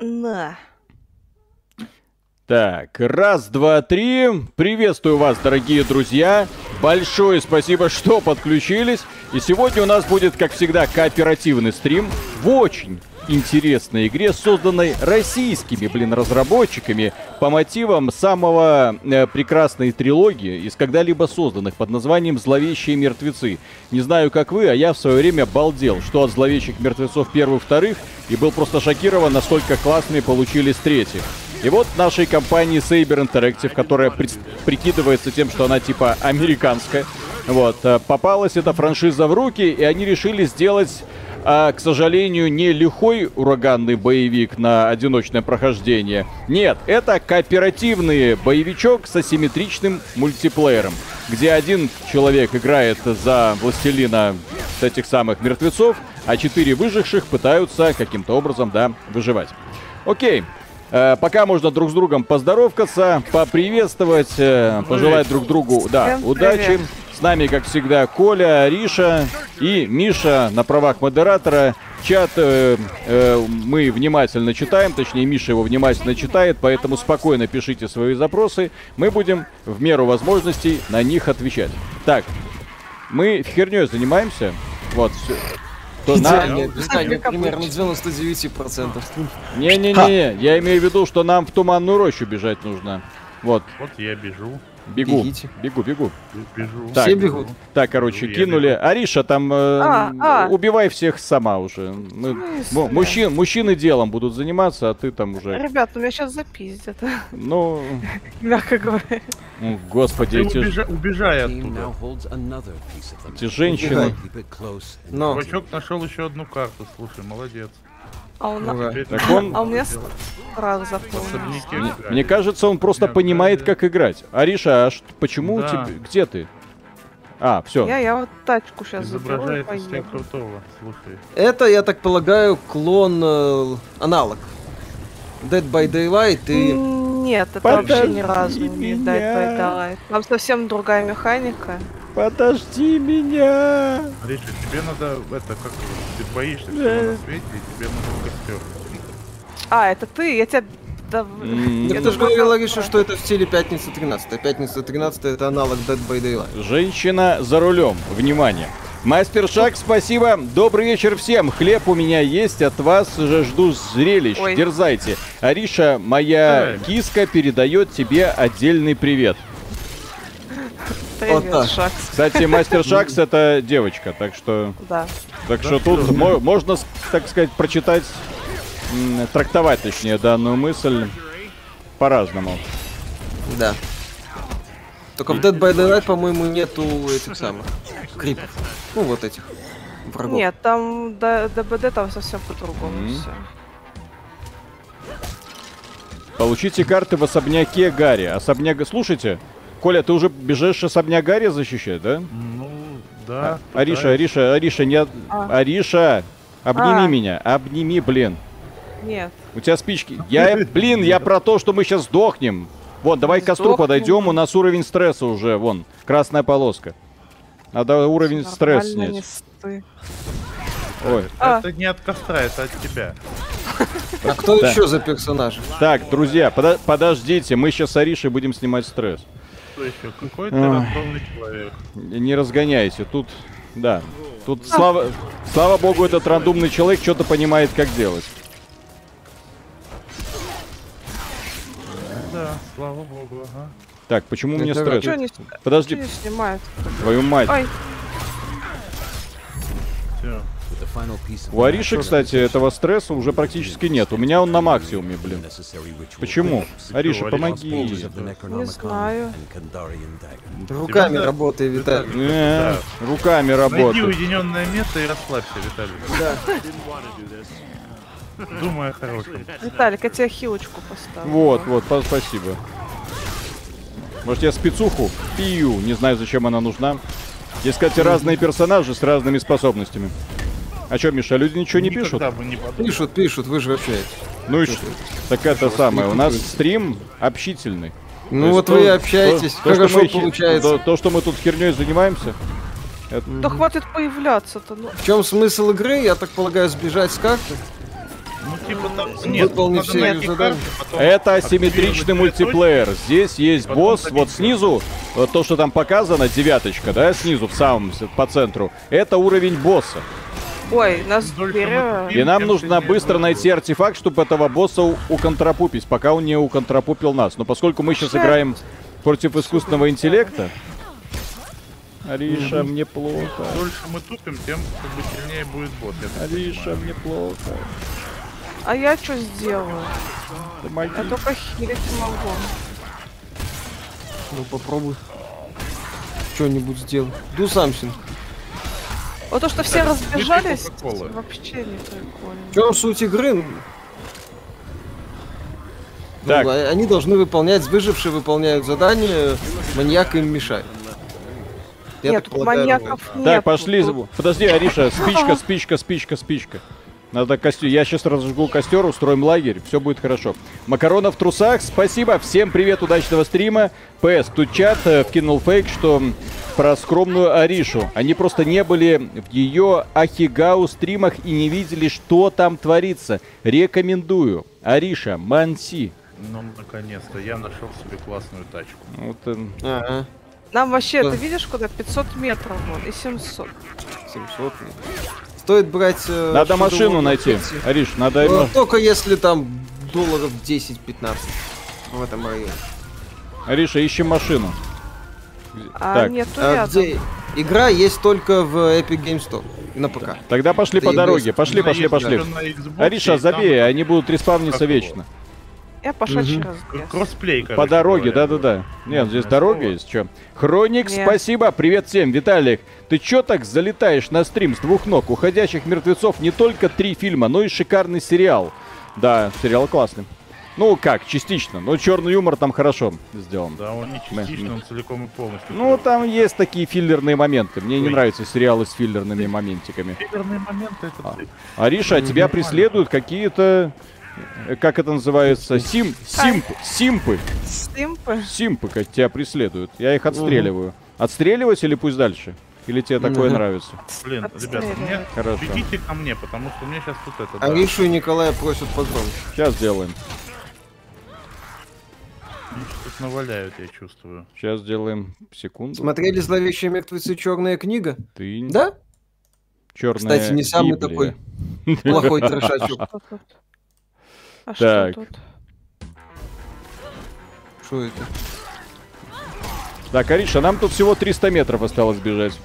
На. Так, раз, два, три. Приветствую вас, дорогие друзья. Большое спасибо, что подключились. И сегодня у нас будет, как всегда, кооперативный стрим в очень интересной игре, созданной российскими, блин, разработчиками по мотивам самого э, прекрасной трилогии из когда-либо созданных под названием «Зловещие мертвецы». Не знаю, как вы, а я в свое время балдел, что от «Зловещих мертвецов» первых, вторых, и был просто шокирован, насколько классные получились третьих. И вот нашей компании Saber Interactive, которая пред- прикидывается тем, что она типа американская, вот, э, попалась эта франшиза в руки, и они решили сделать а, к сожалению, не лихой ураганный боевик на одиночное прохождение. Нет, это кооперативный боевичок с асимметричным мультиплеером, где один человек играет за властелина этих самых мертвецов, а четыре выживших пытаются каким-то образом, да, выживать. Окей. Э, пока можно друг с другом поздоровкаться, поприветствовать, э, пожелать друг другу да, Всем удачи. привет. С нами, как всегда, Коля, Риша и Миша на правах модератора. Чат э, э, мы внимательно читаем, точнее, Миша его внимательно читает, поэтому спокойно пишите свои запросы. Мы будем в меру возможностей на них отвечать. Так, мы херней занимаемся. Вот, всё. То на- Идеальное описание, примерно 99%. Не-не-не, я имею в виду, что нам в туманную рощу бежать нужно. Вот, Вот я бежу, бегу, Бегите. бегу, бегу. бежу. Так. Все бегут. Так, короче, Ну, я кинули. Ариша, там э, А, м, а. убивай всех сама уже. Мы- смысле? му- мужчин- мужчины делом будут заниматься, а ты там уже. Ребят, у меня сейчас запиздят, Ну, мягко говоря. м, господи, Ты эти, убежа- убежай Team now оттуда. holds another piece of the эти женщины. Keep it close and Но Чувачок нашел еще одну карту, слушай, молодец. А у, на- Ура. Теперь Так ты он- а у меня делаешь страх в заполнил. особняке Мне, играть. мне кажется, он просто Да, понимает, да. как играть. Ариша, а ш- почему Да. тебе. Где ты? А, все. Я, я вот тачку сейчас заберу и изображает из себя поеду. крутого, слушай. это, я так полагаю, клон э, аналог. Dead by Daylight и... Нет, это Подожди вообще ни разу не меня. дает давай. Там совсем другая механика. Подожди меня! Риша, тебе надо, это, как его, ты боишься всего на свете, и тебе нужен костер. А, это ты? Я тебя... Да... М, Так ты же говорила еще, что это в стиле пятница 13. Пятница 13 это аналог Dead by Daylight. Женщина за рулем. Внимание. Мастер Шаг, спасибо. Добрый вечер всем. Хлеб у меня есть, от вас же жду зрелищ. Ой. Дерзайте. Ариша, моя Эй. киска передает тебе отдельный привет. Привет, Вот так. Шакс. Кстати, Мастер Шакс это девочка, так что, Да. так что тут мо- можно, с- так сказать, прочитать, м, трактовать, точнее, данную мысль по-разному. Да. Только в Dead by Daylight, по-моему, нету этих самых крипов. Ну, вот этих врагов. Нет, там до- ДБД там совсем по-другому М. все. Получите карты в особняке Гарри. Особняк, слушайте, Коля, ты уже бежишь особняк Гарри защищать, да? Ну, да. А, Ариша, пытаюсь. Ариша, Ариша, не... от- А. Ариша, обними А. меня, обними, блин. Нет. У тебя спички. Я, блин, я про то, что мы сейчас сдохнем. Вон, давай к костру Сдохнем. подойдем, у нас уровень стресса уже, вон, красная полоска. Надо уровень стресса Нормально не снять. ссы. Ой. А. Это не от костра, это от тебя. А кто Да. еще за персонажа? Так, друзья, подо- подождите, мы сейчас с Аришей будем снимать стресс. Что еще? Какой ты Ой. рандомный человек. Не разгоняйся, тут, да. Тут, А. слава, слава богу, этот рандомный человек что-то понимает, как делать. Да, слава богу, ага. Так, почему мне Это стресс? Чё не, чё Подожди, не снимают? твою мать. Ой, Все. with the final piece of У the Ариши, кстати, этого стресса уже практически нет. У меня он на максимуме, блин. necessary ritual Почему? Ариша, Говорит, Holders помоги. of the Не знаю. Necronomicon and Kandarian dagger. Руками надо- работай, Виталий. Э, Руками Найди работает. уединенное место и расслабься, Виталий. Думай о хорошем. Виталик, я тебе хилочку поставлю. Вот, вот, па- спасибо. Может, я спецуху? Пью. Не знаю, зачем она нужна. Есть, кстати, разные персонажи с разными способностями. А чё, Миша, люди ничего не пишут? Никогда бы не подумал. Пишут, пишут, вы же общаетесь. Ну и что? Так это самое, у нас стрим общительный. То Ну есть вот то- вы то- общаетесь, то, что хорошо мы хи- получается. то- То, что мы тут херней занимаемся, Да хватит появляться-то, ну. В чем смысл игры? Я так полагаю, сбежать с карты? Ну, типа там... Выполни Нет, надо все найти задания. карту, потом Это активировать асимметричный цветочек. мультиплеер. Здесь есть Потом босс, забить вот снизу, э, то, что там показано, девяточка, да, снизу, в самом, с- по центру. Это уровень босса. Ой, нас Только мы пере... купили. И нам Я нужно вообще не быстро знаю. найти артефакт, чтобы этого босса у- уконтропупить, пока он не уконтропупил нас. Но поскольку мы сейчас Жаль. играем против искусственного интеллекта... Ариша, мне плохо. дольше мы тупим, тем как бы сильнее будет бот. я так Ариша, понимаю. мне плохо. А я что сделаю? Помоги. Я только хилить могу. Ну попробуй. Что-нибудь сделай. Do something. Вот то, что все Так, разбежались, выпей Кока-Колы. вообще не прикольно. В чем суть игры? Ну, Так. ну, а- они должны выполнять, выжившие выполняют задание, маньяк им мешает. Я Нет, так тут полагаю, маньяков нет. ну, Так, пошли. Тут- Подожди, Ариша, спичка, спичка, спичка, спичка. Надо костер. Я сейчас разожгу костер, устроим лагерь, все будет хорошо. Макарона в трусах, спасибо, всем привет, удачного стрима. ПС, тут чат э, вкинул фейк, что м, про скромную Аришу. Они просто не были в ее Ахигау стримах и не видели, что там творится. Рекомендую. Ариша, Манси. Ну, наконец-то, я нашел себе классную тачку. Вот, эм, Ага, Нам вообще, Да. ты видишь куда? 500 метров вон, и 700. 700. ну. Стоит брать... э, надо Shadow машину Warrior найти. 50. Ариш, надо... Ну, ему- Только если там долларов 10-15 в этом районе. Ариша, ищем машину. А Так. нету А, рядом. где игра есть только в Epic Game Store и на ПК. А Тогда пошли Это по игра дороге. из- Пошли, Она пошли, есть пошли. даже на Xbox, Ариша, и там забей, они будут респавниться Какого? вечно. Я пошла через к- лес. Кроссплей, короче По дороге, говоря, вот. да-да-да. Нет, здесь Мгм. дорога есть, чё. Хроник, Нет. спасибо, привет всем. Виталик, ты чё так залетаешь на стрим с двух ног? Уходящих мертвецов не только три фильма, но и шикарный сериал. Да, сериал классный. Ну как, частично. Но черный юмор там хорошо сделан. Да, он не Мэ, частично, мэ. он целиком и полностью. Ну, там есть такие филлерные моменты. Мне не Ой. нравятся сериалы с филлерными моментиками. Северные моменты это... А. ты. Ариша, а тебя преследуют какие-то, э, как это называется, сим, симп, симпы, Симпы. симпы, как тебя преследуют. Я их отстреливаю. Отстреливать или пусть дальше? Или тебе такое Мгм. нравится? Блин, ребята, мне... Хорошо. Бегите ко мне, потому что мне сейчас тут это... да. Аришу и Николая просят погромче. Сейчас сделаем. Они что-то наваляют, я чувствую. Сейчас сделаем. Секунду. Смотрели «Зловещие мертвецы. Черная книга»? Ты Да? черная Кстати, не самый Библия. такой Плохой трешачок. Что тут? А что Так. тут? Что это? Так, Ариша, нам тут всего 300 метров осталось бежать.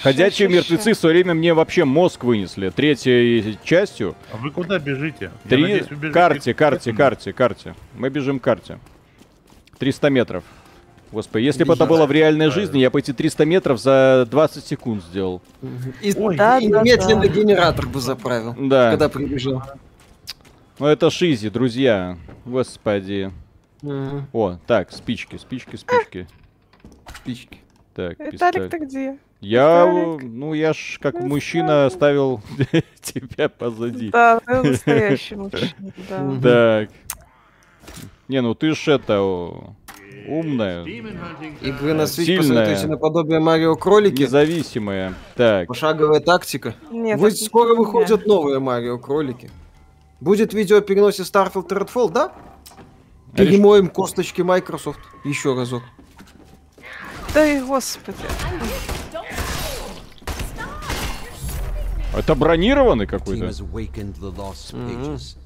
Ходячие Ща, ща, ща. мертвецы в свое время мне вообще мозг вынесли. Третьей частью. А вы куда бежите? Я Три... надеюсь, вы бежите Карте, к карте, этому. карте, карте. Мы бежим к карте. 300 метров. Господи, если бы это Бежать. было в реальной жизни, я бы эти 300 метров за 20 секунд сделал. И, Ой. и Да, да, немедленно да. генератор бы заправил, Да. когда прибежал. Ну это шизи, друзья. Господи. Мгм, О, так, спички, спички, спички. Спички. Так, Виталик, пистолет. ты где? Я, Виталик. ну я ж как мужчина оставил тебя позади. Да, ты настоящий мужчина, да. Мгм. Так. Не, ну ты ж это о, умная, Игры на свете Сильная. посоветуйте наподобие Марио Кролики. независимая. Так. Пошаговая тактика. Нет, Вы это не скоро для меня. выходят новые Марио Кролики. Будет видео о переносе Starfield Redfall, да? Э, Ариш, Перемоем косточки Microsoft. Еще разок. Да и господи. А Это бронированный Team какой-то. has awakened the lost pages.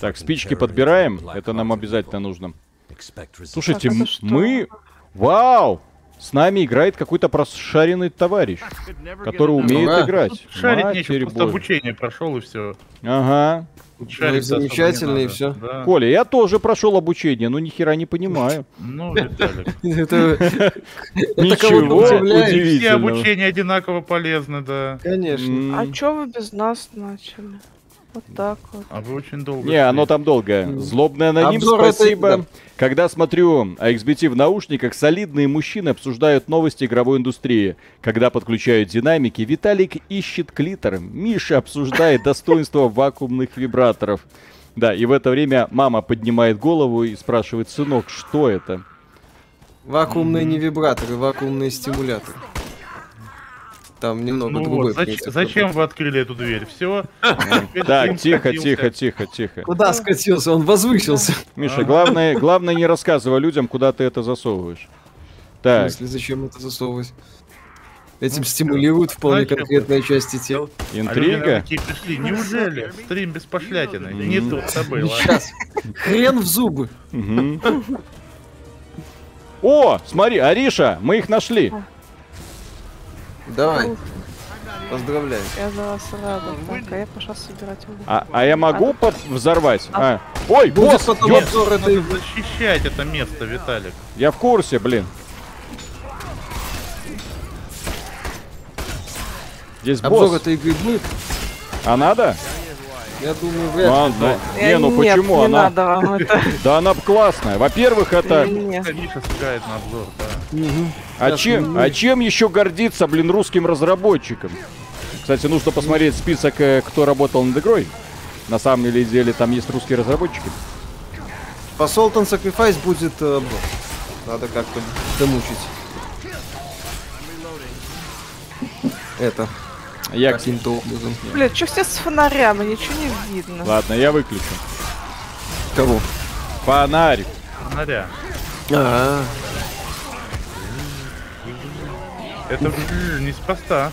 Так, спички подбираем. Это нам обязательно нужно. Expect results. Слушайте, Так, это м- что? мы... Вау! С нами играет какой-то прошаренный товарищ, который умеет Ура. играть. Ну Шарить Матерь нечего, просто божья. обучение прошел и все. Ага. Шарить Ну, замечательно, и всё. все. Да. Коля, я тоже прошел обучение, но ни хера не понимаю. Ну, Виталик. Это это кого-то Ничего удивляет. Все удивительного. обучения одинаково полезны, да. Конечно. М, А чё вы без нас начали? Вот так вот. А вы очень долго. Не, оно шли. там долгое. Мгм. Злобный аноним, Обзор этой- спасибо. да. Когда смотрю XBT в наушниках, солидные мужчины обсуждают новости игровой индустрии. Когда подключают динамики, Виталик ищет клитор. Миша обсуждает достоинство вакуумных вибраторов. Да, и в это время мама поднимает голову и спрашивает, сынок, что это? Вакуумные не вибраторы, вакуумные стимуляторы. Там немного Ну другой вот, зач- принцип зачем вы открыли эту дверь? Все. Так, тихо, тихо, тихо, тихо. Куда скатился? Он возвысился. Миша, главное, главное не рассказывай людям, куда ты это засовываешь. В Так, смысле, зачем это засовывать? Этим стимулируют вполне Ну зачем? конкретные части тел. А интрига. такие пришли. Неужели? Стрим без пошлятины. Не тут-то было. Сейчас. Хрен в зубы. Мгм. О, смотри, Ариша, мы их нашли. Давай, Ух, поздравляю. я за вас рада. Ну, Так, а я пошла собирать уголь. А, а я могу под- взорвать? А. Ой, Будет босс, потом ёпс, обзор этой... Надо защищать это место, Виталик. я в курсе, блин. Здесь Обзор босс. этой игры будет? А надо? Я думаю, вряд ли. Ладно. Э, Не, ну нет, почему не она? надо вам это. Да она б классная. Во-первых, это... Нет. Миша сыграет на обзор, да. А Сейчас, чем, ну. а чем еще гордиться, блин, русским разработчикам? Кстати, нужно посмотреть список, э, кто работал над игрой. На самом ли деле там есть русские разработчики. По Sultan Sacrifice будет э, обзор. Надо как-то домучить. Это, Я... каким-то образом. Блядь, что все с фонарями? Ничего не видно. Ладно, я выключу. Кого? Фонарик. Фонаря. А, Это м, неспроста.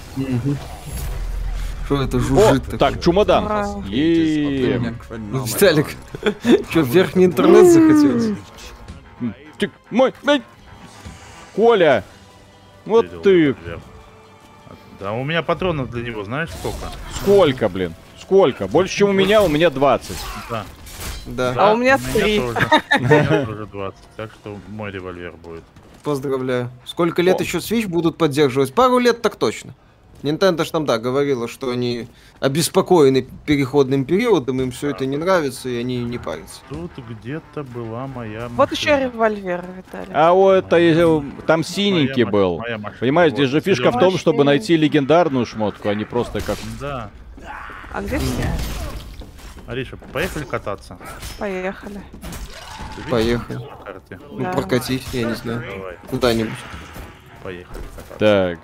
что это О, жужжит так, чумодан. Ура. Е- Ну, Виталик, что, верхний интернет захотелось? Ты- мой- мой- Коля! Вот Видел, ты... например. Да, у меня патронов для него, знаешь, сколько? Сколько, блин? Сколько? Больше, чем у меня, у меня 20. Да. Да, А у меня три. тоже. У меня тоже 20, так что мой револьвер будет. поздравляю. Сколько лет О. еще Switch будут поддерживать? Пару лет так точно. Nintendo ж там, да, говорила, что они обеспокоены переходным периодом, им все это не нравится, и они не парятся. Тут где-то была моя Вот машина. еще револьвер, Виталий. А вот это, э, там синенький Моя был. машина, моя машина. Понимаешь, Вот, здесь же фишка в зелёная. том, чтобы найти легендарную шмотку, а не просто как... Да. А где все? Ариша, поехали кататься. Поехали. Ты видишь Поехали. на карте? Ну, Да. прокатись, я не знаю. Давай, Куда-нибудь. поехали кататься. Так.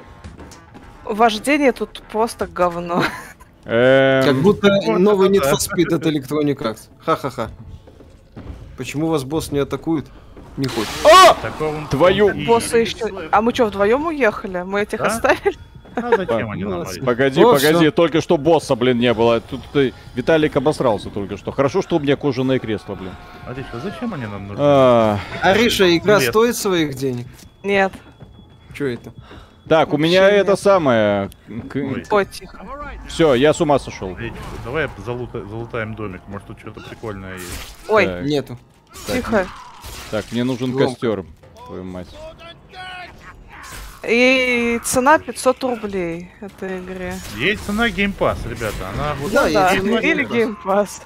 Вождение тут просто говно. Эм, Как будто вот новый это Need ну, да. for Speed от Electronic Arts. Ха-ха-ха. Почему вас босс не атакует? Не хочет. А! Такого Твою- и- Боссы еще. А мы что, вдвоем уехали? Мы этих Да? оставили? А зачем они нам, Молодцы. Ариша? Погоди, О, погоди, всё. только что босса, блин, не было. Тут ты... Виталик обосрался только что. Хорошо, что у меня кожаное кресло, блин. Ариша, а зачем они нам нужны? А, Ариша, игра Нет. стоит своих денег? Нет. Чё это? так, у Вообще меня это нет. самое... Ой. Ой, тихо. Все, я с ума сошел. Речь, Давай залута- залутаем домик, может тут что-то прикольное есть. Ой, Так, Нету. тихо. так, мне нужен Громко. костер. Твою мать. И цена 500 рублей этой игре. Есть цена Game Pass, ребята, она вот, Да, Ну да, я цена или Game Pass. геймпас.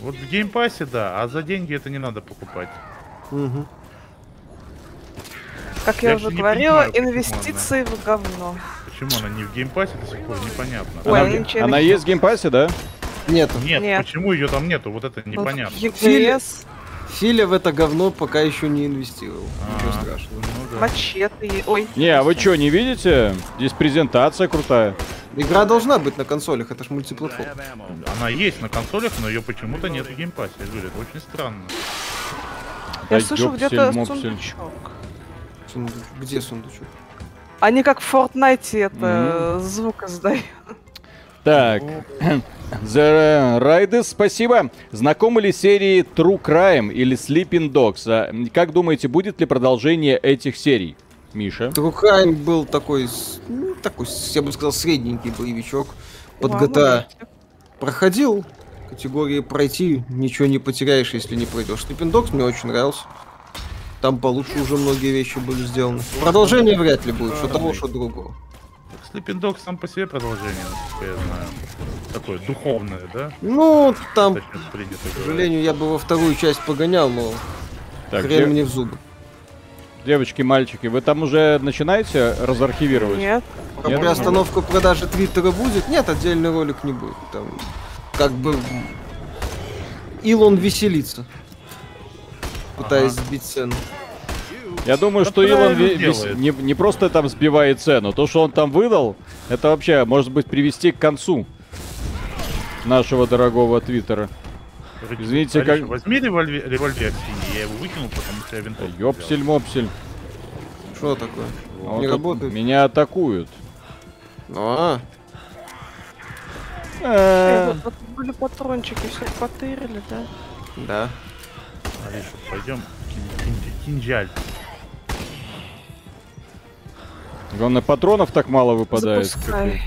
вот в Game Pass, да, а за деньги это не надо покупать. Мгм. Как я, Я уже вообще не говорила, понимаю, почему инвестиции в говно. Почему она не в Game Pass до сих пор непонятно. Ой, Она, они ничего не она есть в геймпассе, да? Нету. Нет, Нет. почему ее там нету, вот это непонятно. Ну, EPS, Филя в это говно пока еще не инвестировал. Ничего А. страшного. Ну да. мачете. и- Ой, Не, а вы что, не видите? Здесь презентация крутая. Игра должна быть на консолях, это ж мультиплатформа. Она есть на консолях, но ее почему-то нет в геймпассе. Я говорю, это очень странно. я Да слышу ёпсель, где-то мопсель. сундучок. Сундуч- Где сундучок? Они как в Фортнайте это звук издают. Так. The Riders, спасибо. Знакомы ли серии True Crime или Sleeping Dogs? А, м, Как думаете, будет ли продолжение этих серий? Миша. Трухайм был такой, с- ну, такой, с- я бы сказал, средненький боевичок под GTA. Проходил категории пройти, ничего не потеряешь, если не пройдешь. Слипендокс мне очень нравился. Там получше уже многие вещи были сделаны. Продолжение вряд ли будет, что того, что другого. Sleeping Dog сам по себе продолжение, насколько я знаю. Такое духовное, да? Ну, там, к Точно принято говорить. сожалению, я бы во вторую часть погонял, но Так, хрен де- мне в зубы. девочки, мальчики, вы там уже начинаете разархивировать? Нет. Про Я приостановку продажи Твиттера будет? Нет, отдельный ролик не будет. Там, как бы, Илон веселится, пытаясь сбить цену. Я думаю, Да что Илон правильно ви- вис- Ну, делает. не, не просто там сбивает цену. То, что он там выдал, это вообще может быть привести к концу нашего дорогого твиттера. Извините, Алиша, как- Возьми револьвер, револьвер синий, я его выкинул, потому что я винтовку взял. Ёпсель-мопсель. Что такое? А вот Не тут работает? Меня атакуют. А, Э, Э, вот Были патрончики, все потырили, да? да. Алиша, пойдем кинжаль. Главное, патронов так мало выпадает. Запускай.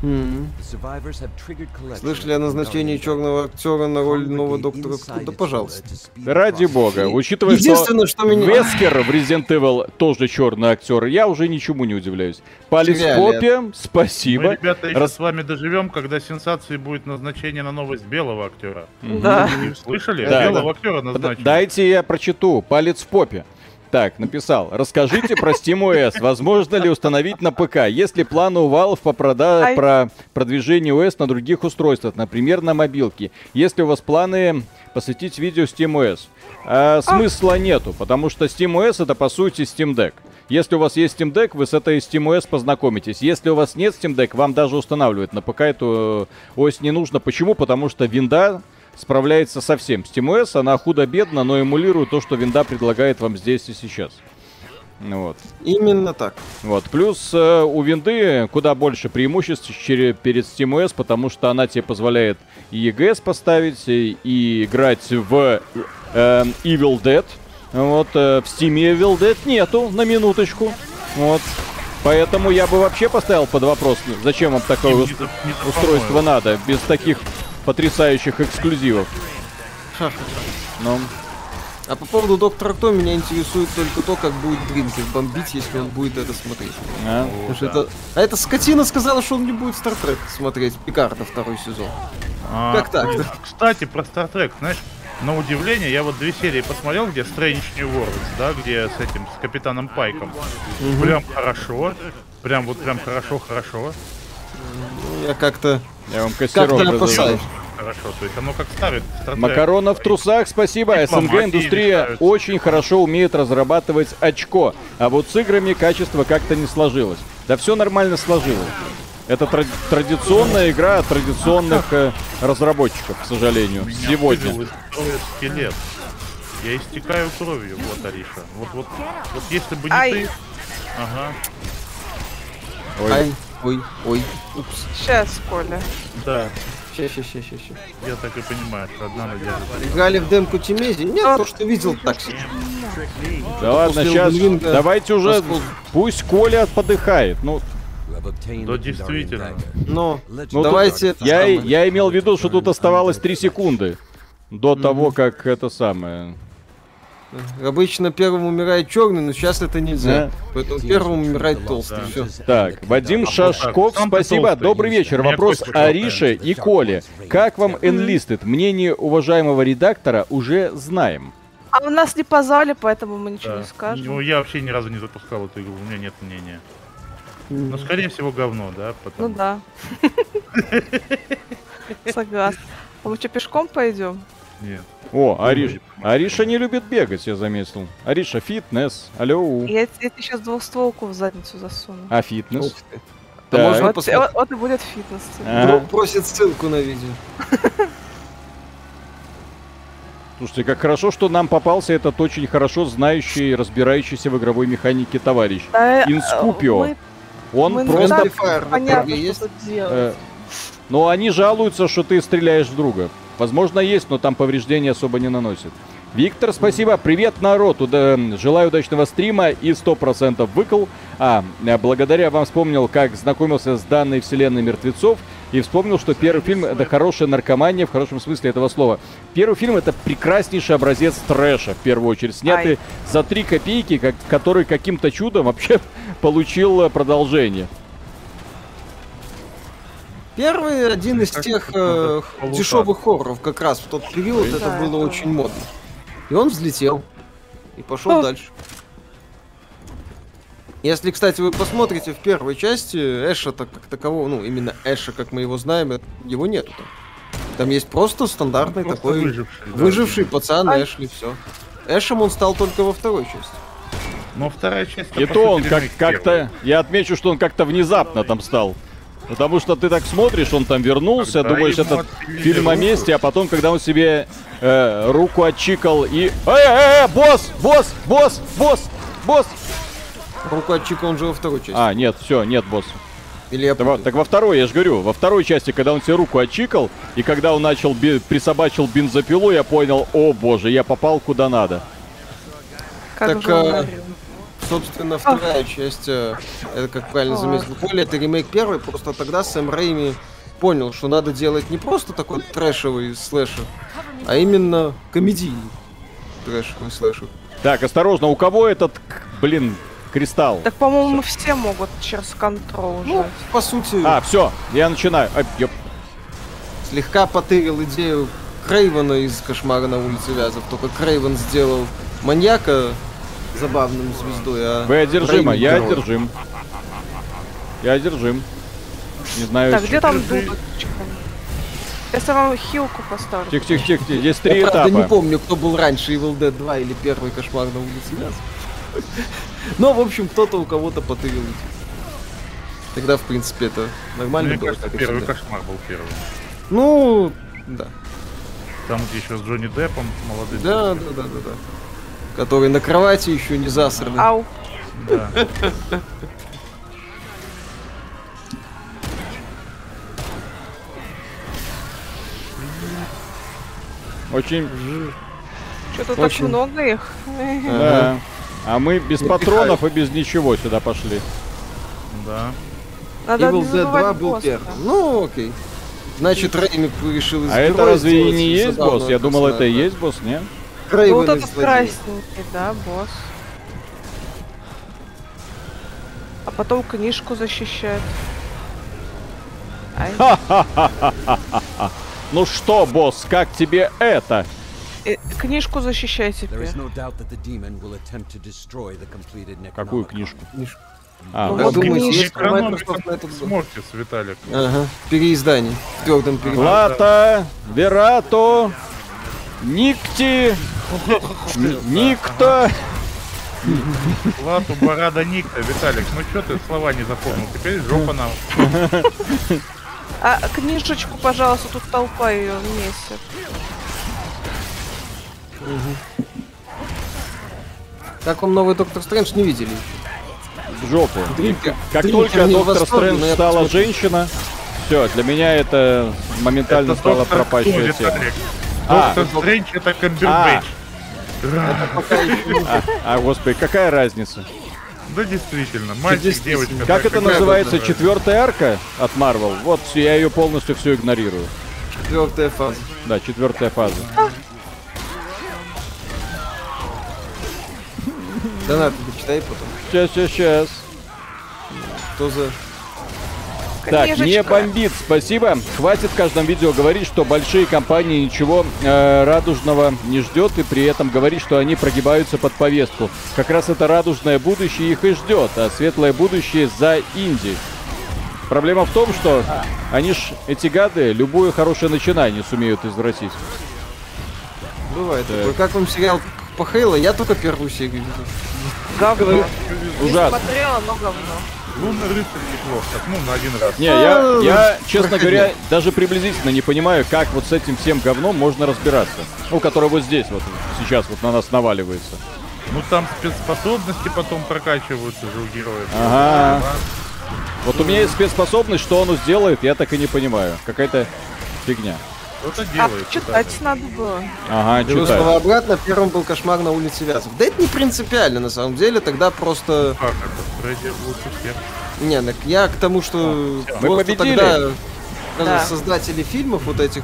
М. The survivors have triggered collection Слышали о назначении regarding черного актера на роль congregate нового доктора? Кто? inside Да it пожалуйста. to speed the Ради process. бога, учитывая, что... Единственное, что меня... Вескер в Resident Evil тоже черный актер. Я уже ничему не удивляюсь. Полископия, Мы, спасибо. ребята, еще Рас- с вами доживем, когда сенсацией будет назначение на новость белого актера. Да. Вы слышали? Да, белого актера Под- назначили. Дайте я прочиту. Палец в попе. Так, написал. Расскажите про SteamOS. Возможно ли установить на ПК? Есть ли планы у Valve по прода- Ай. про продвижение OS на других устройствах, например, на мобилке? Есть ли у вас планы посвятить видео SteamOS? А, смысла нету, потому что SteamOS это по сути Steam Deck. Если у вас есть Steam Deck, вы с этой SteamOS познакомитесь. Если у вас нет Steam Deck, вам даже устанавливать на ПК эту э, ось не нужно. Почему? Потому что винда справляется со всем. SteamOS, она худо-бедно, но эмулирует то, что винда предлагает вам здесь и сейчас. Ну Вот. Именно так. Вот. Плюс э, у винды куда больше преимуществ чере- перед SteamOS, потому что она тебе позволяет и EGS поставить, и, и играть в э, Evil Dead. Вот, э, в Steam Evil Dead нету, на минуточку. Вот. Поэтому я бы вообще поставил под вопрос, ну, зачем вам такое Им не ус- за- не за устройство помоев. надо, без таких потрясающих эксклюзивов. Ну, А по поводу Доктора Кто меня интересует только то, как будет Дринкер бомбить, если он будет это смотреть. а? Потому что это... А эта скотина сказала, что он не будет Стартрек смотреть. Пикарда второй сезон. А, Как так? блин, а, Кстати, про Стартрек, знаешь, на удивление, я вот две серии посмотрел, где Strange New Worlds, да, где с этим, с Капитаном Пайком. Прям хорошо, прям вот прям хорошо-хорошо. Ну, Я как-то... Я вам костерок Как-то разожгу. опасаюсь. Хорошо, то есть оно как старый Star Trek. Макарона в трусах, спасибо. СНГ Дипломатии индустрия решаются. очень хорошо умеет разрабатывать очко, а вот с играми качество как-то не сложилось. Да все нормально сложилось. Это тра- традиционная игра от традиционных э, разработчиков, к сожалению, Меня сегодня. выжил из строя э, скелет. Я истекаю кровью, вот, Ариша. Вот, вот, вот если бы не Ай. ты... Ага, Ой. Ай, ой, ой. Упс. Сейчас, Коля. да, Ща, ща, ща, ща, ща. я так и понимаю, что одна надежда. Играли в демку Тимези? Нет, то, что видел, так себе. Да ладно, после сейчас. Лунвинга Давайте уже. поскольку- Пусть Коля подыхает. Ну, You have obtained Да the Pandaren действительно. dagger. Но... Legend- Ну, Давайте- Artifact. я, самое. я имел в виду, что тут оставалось 3 секунды до того, как это самое. Обычно первым умирает черный, но сейчас это нельзя. Да. Поэтому первым умирает толстый. Да. Все. Так, Вадим Шашков, Сам ты спасибо. толстый, Добрый Денис. вечер. Меня Вопрос кость Арише и Коле. Как вам Enlisted? Мнение уважаемого редактора уже знаем. А у нас не позвали, поэтому мы ничего Да. не скажем. Ну, я вообще ни разу не запускал эту игру, у меня нет мнения. Ну, скорее всего, говно, да? Ну Потому... да. Согласна. А мы что, пешком пойдем? Нет. О, Ариша. Ариша не любит бегать, я заметил. Ариша, фитнес. Алло. Я, тебе сейчас двухстволку в задницу засуну. А фитнес? Ух ты. Так. можно Вот, посмотреть? вот- вот и будет фитнес. типа. тебе. А. Друг просит ссылку на видео. Слушайте, как хорошо, что нам попался этот очень хорошо знающий и разбирающийся в игровой механике товарищ. Да, э, Инскупио. мы- мы Он не просто... знаем, Friendly Fire на Ну, Понятно, торге есть? что тут делать. э, но они жалуются, что ты стреляешь в друга. Возможно, есть, но там повреждения особо не наносит. Виктор, спасибо. Привет, народ. Уда- Желаю удачного стрима и 100% выкл. А, э, благодаря вам вспомнил, как знакомился с данной вселенной мертвецов. И вспомнил, что первый фильм — это хорошая наркомания в хорошем смысле этого слова. Первый фильм — это прекраснейший образец трэша, в первую очередь. Снятый Ай. за три копейки, как- который каким-то чудом вообще получил э, продолжение. Первый один из Ну, Как тех это э, полутак. дешевых хорроров как раз в тот период это Да, было это- очень модно. И он взлетел и пошел О. дальше. Если, кстати, вы посмотрите в первой части Эша-то как такового, ну именно Эша, как мы его знаем, э, его нету там. Там есть просто стандартный Просто такой выживший. да. выживший пацан Ай. Эшли, все. Эшем он стал только во второй части. Но вторая часть... И то он как- как-то... Я отмечу, что он как-то внезапно там стал. Потому что ты так смотришь, он там вернулся, Когда думаешь, ему это отпилили фильм о руку. месте, а потом, когда он себе э, руку отчикал и... Э, э, э, босс, босс, босс, босс, босс! Руку от Чика, он же во второй части. А, нет, все, нет босс. Или я Так во, путаю? так во второй, я же говорю, во второй части, когда он себе руку отчикал, и когда он начал, би- присобачил бензопилу, я понял, о боже, я попал куда надо. Как Так, же а, ударил. Собственно, вторая часть, э, это как правильно заметил Коля, это ремейк первый, просто тогда Сэм Рэйми понял, что надо делать не просто такой трэшевый слэшер, а именно комедийный трэшевый слэшер. Так, осторожно, у кого этот, к- блин, кристалл? Так, по-моему, все могут через контрол Ну, уже. по сути, А, все, я начинаю. Ай, ёп. слегка потырил идею Крейвена из «Кошмара на улице Вязов», только Крейвен сделал маньяка забавным звездой, а... Вы одержима, Рэйми я героем. одержим. Я одержим. Не э, знаю. Так, где там держи. дудочка? Я сама хилку поставлю. Тихо, тихо, тихо, тихо. Здесь три Я правда не этапа. помню, кто был раньше, Evil Dead 2 или первый кошмар на улице Вязов. Но, в общем, кто-то у кого-то потырил. Тогда, в принципе, это нормально Мне было. кажется, как и первый всегда. кошмар был первым. Ну, да. Там, где еще с Джонни Деппом молодым. Да, да, да, да, да. Который на кровати еще не засранный. Ау, Да. Очень. что-то так Очень. много их. да. А мы без Не патронов и без ничего сюда пошли. Да. Надо Evil не Dead 2 забывать был босса. первым. Ну, окей. Значит, Рэйми решил из А это героя разве и сделать не есть забавного босс? Я думал, это и персонажа. есть босс, не? Ну, Крейвена вот этот из злодея. красненький, да, босс. А потом книжку защищает. Ай, Ну что, босс, как тебе это? э, книжку защищай There теперь. is no doubt that the demon will attempt to destroy the completed Какую Necronomicon. книжку? Книжку. А, Ну, да. вот думаю, книжка. есть Microsoft на Экономика этот год. Смортис, Виталик. Ага, переиздание. В твердом переиздании. Плата, Верато, Никти, Н- Никто. Лату Барада Никта, Виталик. Ну что ты слова не запомнил? Теперь жопа нам. А книжечку, пожалуйста, тут толпа ее месяц. Как вам новый Доктор Стрэндж не видели? еще? в жопу. И Дринка- Как Дринка только не в доктор восторге, но Стрэндж я стала посмотрю. женщина, все, для меня это моментально стало доктор Кто, пропащая тема. Виталик? А. Доктор Стрэндж это Камбербэтч. А, господи, какая разница? Да действительно, мальчик, действительно. девочка. Как да, это какая называется? разница? Четвертая арка от Марвел? Вот, всё, я ее полностью все игнорирую. Четвертая фаза. Да, четвертая фаза. Донаты дочитай потом. Сейчас, сейчас, сейчас. Что за... Так, не Книжечка. бомбит, спасибо. Хватит в каждом видео говорить, что большие компании ничего э, радужного не ждет, и при этом говорить, что они прогибаются под повестку. Как раз это радужное будущее их и ждет, а светлое будущее за Инди. Проблема в том, что они ж, эти гады, любое хорошее начинание сумеют извратить. Бывает такое. Как вам сериал по Хейла? Я только первую серию видел. Говно. Ужасно. Смотрела, но говно. Лунный ну, рыцарь неплохо, так, ну на один раз. Не, я, Ну, я, честно проходи. говоря, даже приблизительно не понимаю, как вот с этим всем говном можно разбираться. Ну, который вот здесь вот сейчас вот на нас наваливается. Ну там спецспособности потом прокачиваются же у героев. Ага. Вот у меня есть спецспособность, что он сделает, я так и не понимаю. Какая-то фигня. Кто-то А делает. Виталик. читать надо было. Ага, Беру читаю. слова обратно, первым был кошмар на улице Вязов. Да это не принципиально, на самом деле, тогда просто... А, Как это? Фредди лучше всех. Не, так я к тому, что... Мы просто победили. тогда кажется, Да. создатели фильмов вот этих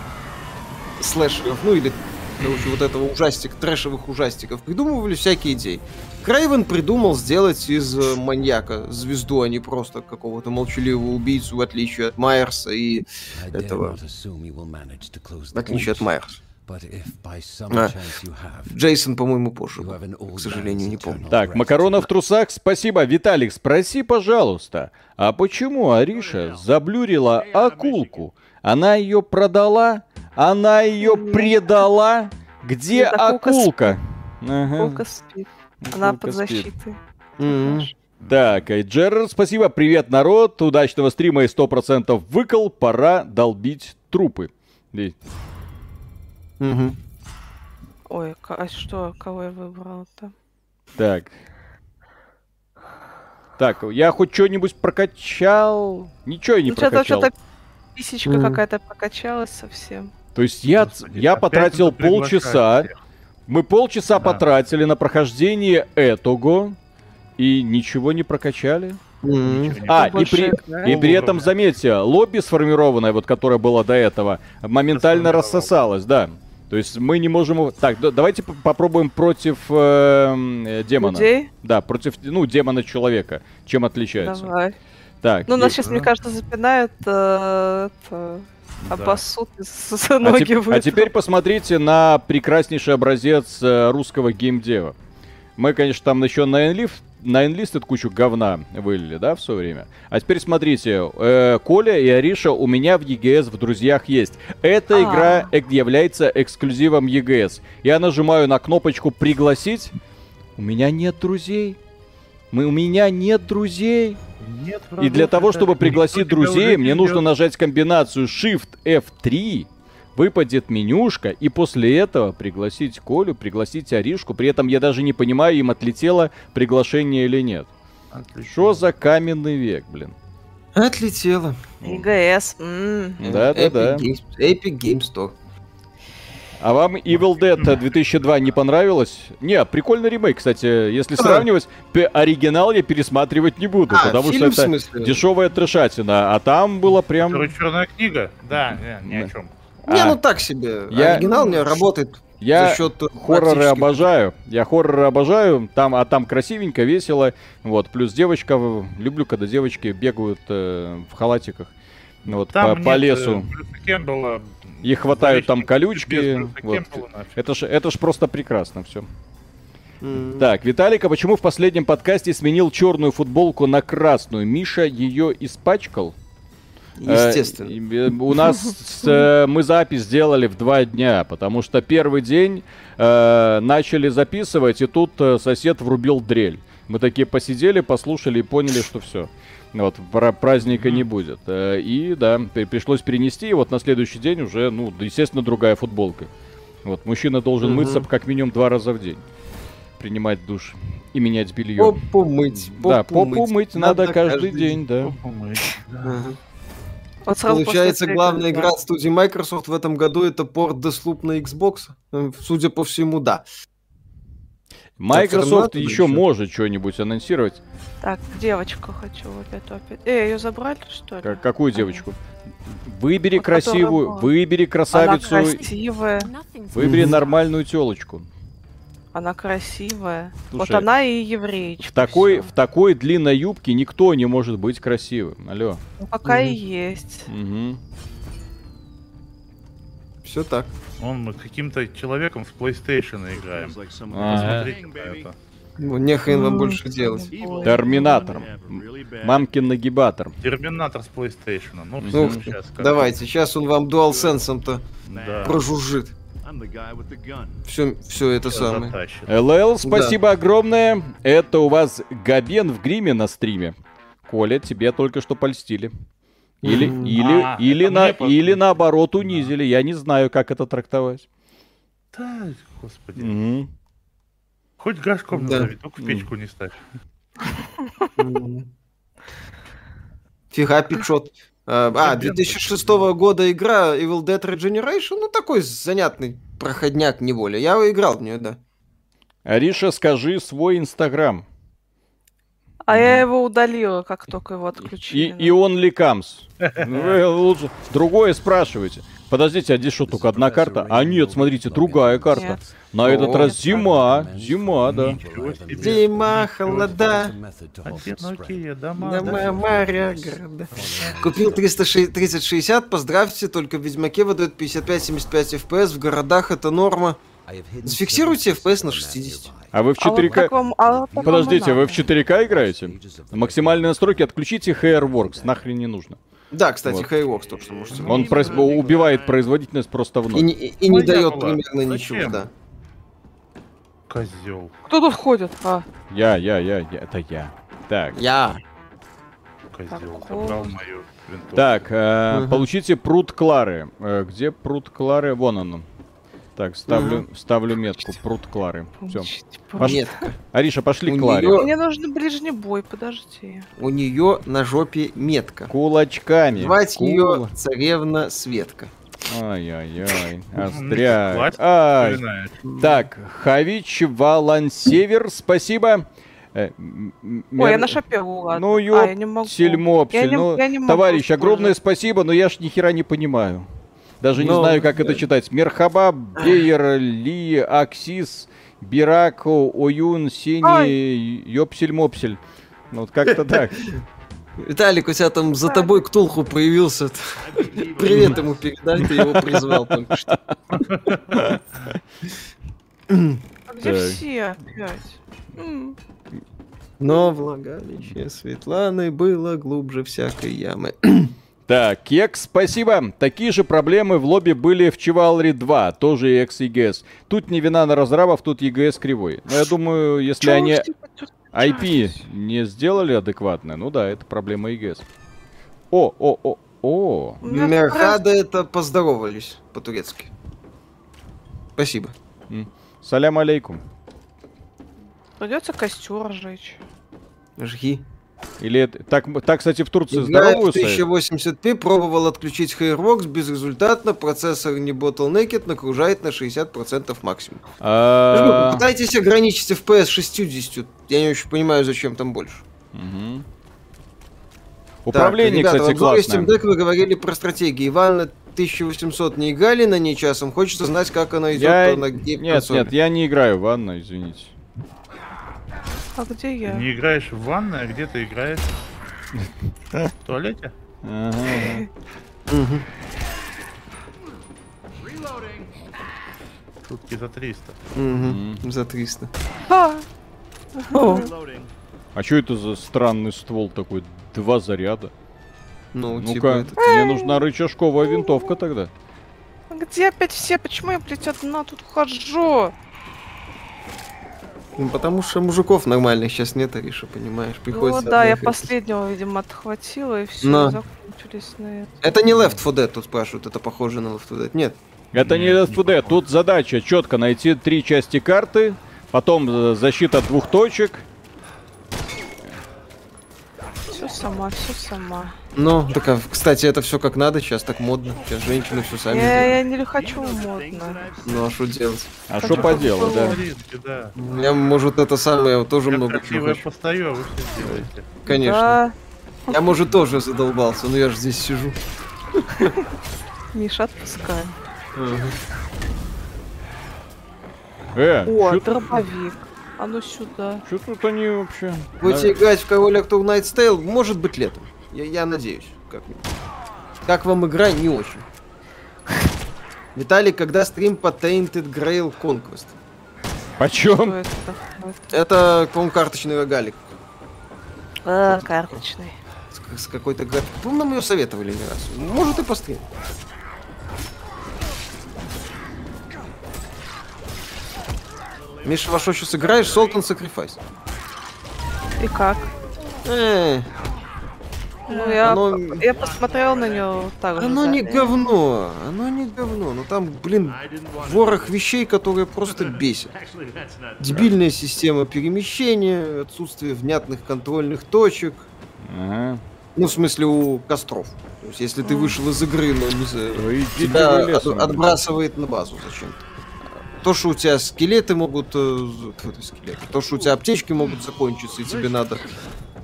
слэшеров, ну или, короче, вот этого ужастик, трэшевых ужастиков, придумывали всякие идеи. Крейвен придумал сделать из э, маньяка звезду, а не просто какого-то молчаливого убийцу, в отличие от Майерса и... I dare Этого. not assume you will manage to close В the отличие от vault, Майерса. but if by some А. chance you have, Джейсон, по-моему, позже. you был. have an old К сожалению, man's не помню. eternal Так, rest. макарона в трусах, спасибо. Виталик, спроси, пожалуйста, а почему Ариша заблюрила акулку? Она ее продала? Она ее предала? Где Нет, акулка акулка? Ага. Волка спит. Она Волка под спит. защитой. Так, э, Джерард, спасибо, привет, народ, удачного стрима и 100% выкол, пора долбить трупы. И- Мгм. Ой, ка- а что, кого я выбрала-то? Так. Так, я хоть что-нибудь прокачал? Ничего я не ну, что-то, прокачал. что-то писечка Мгм. какая-то прокачалась совсем. То есть я, Господи, я опять потратил кто-то приглашает полчаса, всех. мы полчаса Да. потратили на прохождение этого, и ничего не прокачали. Мгм. Ничего не А, и Ну, больше при, играем. и при этом, Уровня. заметьте, лобби сформированное, вот которое было до этого, моментально Расформировал. рассосалось, да. То есть мы не можем... его- Так, да- давайте п- попробуем против эм, э, демона. Людей? Да, против, ну, демона-человека. Чем отличается? Давай. Так, Ну, и- нас сейчас, да. мне кажется, запинают, э, это, Да. обоссут, и с- с- а, ноги теп- а вытрут. теперь посмотрите на прекраснейший образец э, русского геймдева. Мы, конечно, там еще на Enlist, на Enlisted кучу говна вылили, да, в свое время. А теперь смотрите, э, Коля и Ариша у меня в EGS в друзьях есть. Эта А. игра эк- является эксклюзивом EGS. Я нажимаю на кнопочку пригласить. У меня нет друзей. Мы, у меня нет друзей. Нет, И для врагов, того, это чтобы никто пригласить тебя друзей, уже мне не нужно ждёт. нажать комбинацию Shift F3, выпадет менюшка, и после этого пригласить Колю, пригласить Аришку. При этом я даже не понимаю, им отлетело приглашение или нет. Отлично. Что за каменный век, блин? Отлетело. ЕГС. м. Да-да-да. Э, Epic Games- Epic Game Store. А вам Evil Dead 2002 не понравилось? Не, прикольный ремейк, кстати. Если Да. сравнивать, пе- оригинал я пересматривать не буду, А, потому что фильм в это смысле? дешевая трешатина. А там было прям... Который черная книга? Да, не, ни о чем. Не, А. ну так себе. Я- Оригинал не работает Я за счет Хорроры практически- обожаю. Я хорроры обожаю. Там, а там красивенько, весело. Вот. Плюс девочка. в- Люблю, когда девочки бегают э, в халатиках. Ну Вот, по, Там по нет, лесу. э, Брюса Кэмпбелла. И хватают там Без колючки. Брюса Вот. Кэмпбелла нафиг. Это ж, это ж просто прекрасно все. М. Так, Виталик, а почему в последнем подкасте сменил черную футболку на красную? Миша ее испачкал? Э, Естественно. и, э, У нас с, э, мы запись сделали в два дня, потому что первый день э, начали записывать, и тут э, сосед врубил дрель. Мы такие посидели, послушали и поняли, что все. Вот, пра- праздника не будет. Э, И да, при- пришлось перенести. И вот на следующий день уже, ну, да, естественно, другая футболка. Вот, мужчина должен Мгм. мыться как минимум два раза в день. Принимать душ и менять белье. Попу мыть. да, попу мыть надо, каждый день, да. Ага. Вот сразу после Получается, этой главная игры, игра от студии Microsoft в этом году это порт Deathloop на Xbox. Э, Судя по всему, да. Microsoft Форматы еще еще. может что-нибудь анонсировать. да. Так, девочку хочу вот эту опять. Эй, ее забрали, что ли? Как- какую Ага. девочку? Выбери Вот Ну, которая красивую, была. выбери Она красавицу, красивая, выбери Мгм. нормальную телочку. она красивая. вот Слушай, она и В евреечка. такой, всё. в такой длинной юбке никто не может быть красивым. Алло. Ну, пока и Мгм. есть. Мгм. Все так. Он мы каким-то человеком с PlayStation играем. Ага. Посмотрите на это. Ну, не хрен вам Ну, больше делать. Терминатор. Э. Мамкин нагибатор. Терминатор с PlayStation. Ну, Ну, все, сейчас. Давайте, сейчас он вам DualSense-то Да. прожужжит. Все, все это Сейчас самое. затащит. ЛЛ, спасибо огромное. Это у вас Габен в гриме на стриме. Коля, тебе только что польстили. Или, Мгм. или, А, или, это на, мне польстили. или наоборот унизили. Я не знаю, как это трактовать. Да, господи. Мгм. Хоть горшком Да. назови, только в печку не ставь. М. Ну Фига печет. А, а, 2006 года игра Evil Dead Regeneration, ну такой занятный проходняк, не более. Я играл в нее, да. Ариша, скажи свой инстаграм. А я его удалила, как только его отключили. И, и only comes. Ну, вы лучше другое спрашивайте. Подождите, а здесь что, только одна карта? А нет, смотрите, другая карта. Нет. На этот О. раз зима, зима, да. Зима, холода. Одинокие ну дома. Дома, моря, города. Купил 360, поздравьте, только в Ведьмаке выдает 55-75 FPS, в городах это норма. Зафиксируйте FPS на 60. А вы в А вот 4К... так вам- а вот так вам и Подождите, вы в надо. 4К играете? Максимальные настройки отключите Hairworks, нахрен не нужно. Да, кстати, Вот. Хайвокс то, что можете. Он прос- убивает производительность просто в И ноль. не, и не Понятно. дает примерно Зачем? ничего, да. Козел. Кто тут ходит? А, Я, я, я, я, это я. Так, Я. Козел. Такого. Забрал мою винтовку. так, э, Мгм. получите пруд Клары. Э, где пруд Клары? Вон он. Так, ставлю, ставлю метку. Пруд Клары. Все. получите, Паш- получите. Нет, Ариша, пошли У к Кларе. неё- Мне нужен ближний бой, подожди. у нее на жопе метка. Кулачками. Звать Кул- ее царевна Светка. Ай-яй-яй. Ну, Остря. хватит, Ай. Вспоминает. Так, Хавич Валансевер, спасибо. Э, м- м- Ой, я мер- на шопе, ладно. Ну, А, ёп, я не могу. Сельмопсель, Я не- ну, я не могу товарищ, использовать. огромное спасибо, но я ж ни хера не понимаю. Даже не Ну, знаю, как это да. читать. Мерхаба, Бейер, Ли, Аксис, Бирако, Оюн, Сини, Ай. Ёпсель-мопсель. Ну, вот как-то так. Виталик, у тебя там за тобой ктулху проявился. Привет ему передай, ты его призвал только что. А где Так. все опять? М, Но влагалище Светланы было глубже всякой ямы. Так, Кекс, спасибо. Такие же проблемы в лобби были в Чивалри 2, тоже экс EGS. Тут не вина на разрабов, тут EGS кривой. Но я думаю, если чё вы они все потё- IP не сделали адекватно, ну да, это проблема EGS. О, о, о, о. У меня Мерхада это поздоровались по-турецки. Спасибо. Салям алейкум. Придется костер жечь. Жги. Или это- так, так, кстати, в Турции Играя в здороваются. 1080p, пробовал отключить Hairbox безрезультатно, процессор не bottlenecked, нагружает на 60% максимум. А, Ну, Пытайтесь ограничить FPS 60, я не очень понимаю, зачем там больше. мгм. Так, Управление, ребята, кстати, в обзоре классное. Steam Deck вы говорили про стратегии. Ивана 1800 не играли на ней часом. Хочется знать, как она идет Я... на гейм Нет, нет, я не играю в Анну, извините. А где я? Не играешь в ванной, а где ты играешь? В туалете? Ага. Шутки за 300. За 300. А, А что это за странный ствол такой? Два заряда. Ну, типа Ну-ка, этот. мне нужна рычажковая винтовка тогда. а где опять все? Почему я, блядь, одна тут хожу? Ну, потому что мужиков нормальных сейчас нет, Ариша, понимаешь. Приходится Ну да, я отдыхать. последнего, видимо, отхватила, и все, На. закончились на это. Это не Left 4 Dead, тут spрашивают, это похоже на Left 4 Dead. Нет. Это не Нет, ЛСПД, тут задача четко найти три части карты, потом э, защита от двух точек. Все сама, все сама. Ну, так, а, кстати, это все как надо, сейчас так модно. Сейчас женщины все сами Я, я не хочу модно. делают. Ну, а что делать? А Так что это поделать, да? Блин, беда. Я, может, это самое, вот тоже Я много чего красивая хочу. постою, а вы все делаете. Конечно. Да, Я, может, тоже задолбался, но я же здесь сижу. Миша, отпускай. Э, О, чё- дробовик. А ну сюда. чё тут они вообще? Будете играть в Король Артур Night's Tale, может быть, летом. Я, я надеюсь, как-нибудь. Как вам игра, не очень. Виталий, когда стрим по Tainted Grail Conquest? Что Почем? это такое? Это, по-моему, карточный рогалик. А, карточный. С, к- с какой-то графикой. По-моему, нам ее советовали не раз. Может, и по стриму. Миша, во что сейчас играешь? Солтан Sacrifice. И как? Э, Ну, я, Оно- я посмотрел на него так же. Оно не да. говно, оно не говно, но там, блин, ворох вещей, которые просто бесят. Дебильная система перемещения, отсутствие внятных контрольных точек, Ага. ну, в смысле, у костров. То есть, если ты вышел из игры, но не знаю, Ну, идите тебя вы лесом. от- отбрасывает на базу зачем-то. То, что у тебя скелеты могут... э, з- тьфу ты, скелеты. То, что у тебя аптечки могут закончиться, и тебе надо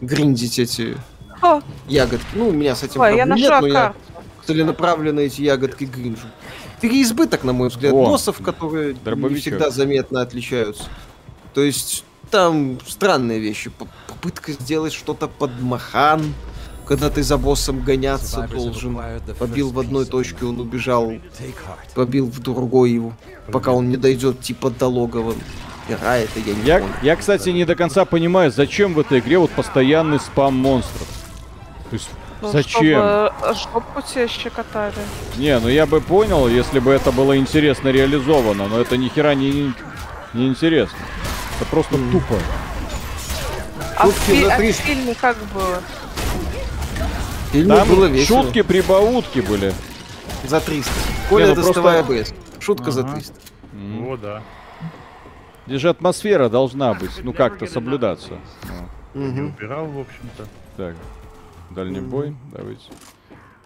гриндить эти О, ягодки. Ну, у меня с этим ой, я проблем нашла но карту. целенаправленно эти ягодки гринжу. Переизбыток, на мой взгляд, О, боссов, которые не дробовичок. всегда заметно отличаются. То есть там странные вещи. П- Попытка сделать что-то под махан, когда ты за боссом гоняться должен. Побил в одной точке, он убежал, Take heart. побил в другой его, пока он не дойдет типа до логова. Ира, это я не Я, понял. я, кстати, не до конца понимаю, зачем в этой игре вот постоянный спам монстров. То есть, Ну, зачем? Чтобы жопку тебе щекотали. Не, ну я бы понял, если бы это было интересно реализовано, но это ни хера не, не интересно. Это просто тупо. А в, Шутки фи- за а в ну три. фильме как было? В фильме Там Ну, было весело. шутки прибаутки были. за 300. Коля, Не, ну доставай просто- АБС. Шутка за 300. О, да. Здесь же атмосфера должна быть, ну как-то соблюдаться. И убирал, в общем-то. Так, дальний бой, давайте.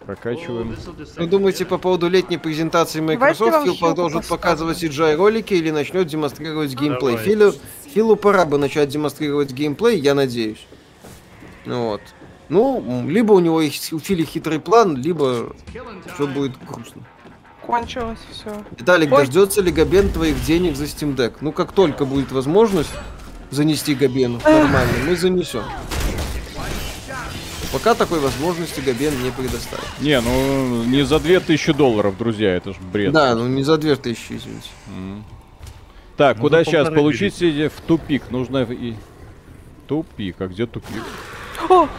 Прокачиваем. Вы Ну, думаете, по поводу летней презентации вам Microsoft Фил щуку продолжит поставлю. показывать CGI ролики или начнет демонстрировать Ну, геймплей? Давай. Филу, Филу пора бы начать демонстрировать геймплей, я надеюсь. Ну Вот. Ну, м, либо у него есть- у Фили хитрый план, либо все будет грустно. Кончилось все. Виталик, Ой. дождется ли Габен твоих денег за Steam Deck? Ну, как только будет возможность занести Габену нормально, мы занесем. Пока такой возможности Габен не предоставит. Не, ну не за 2000 долларов, друзья, это же бред. Да, ну не за 2000, извините. Так, Ну, куда за сейчас полторы получить э, в тупик? Нужно в- и... Тупик, а где тупик? О,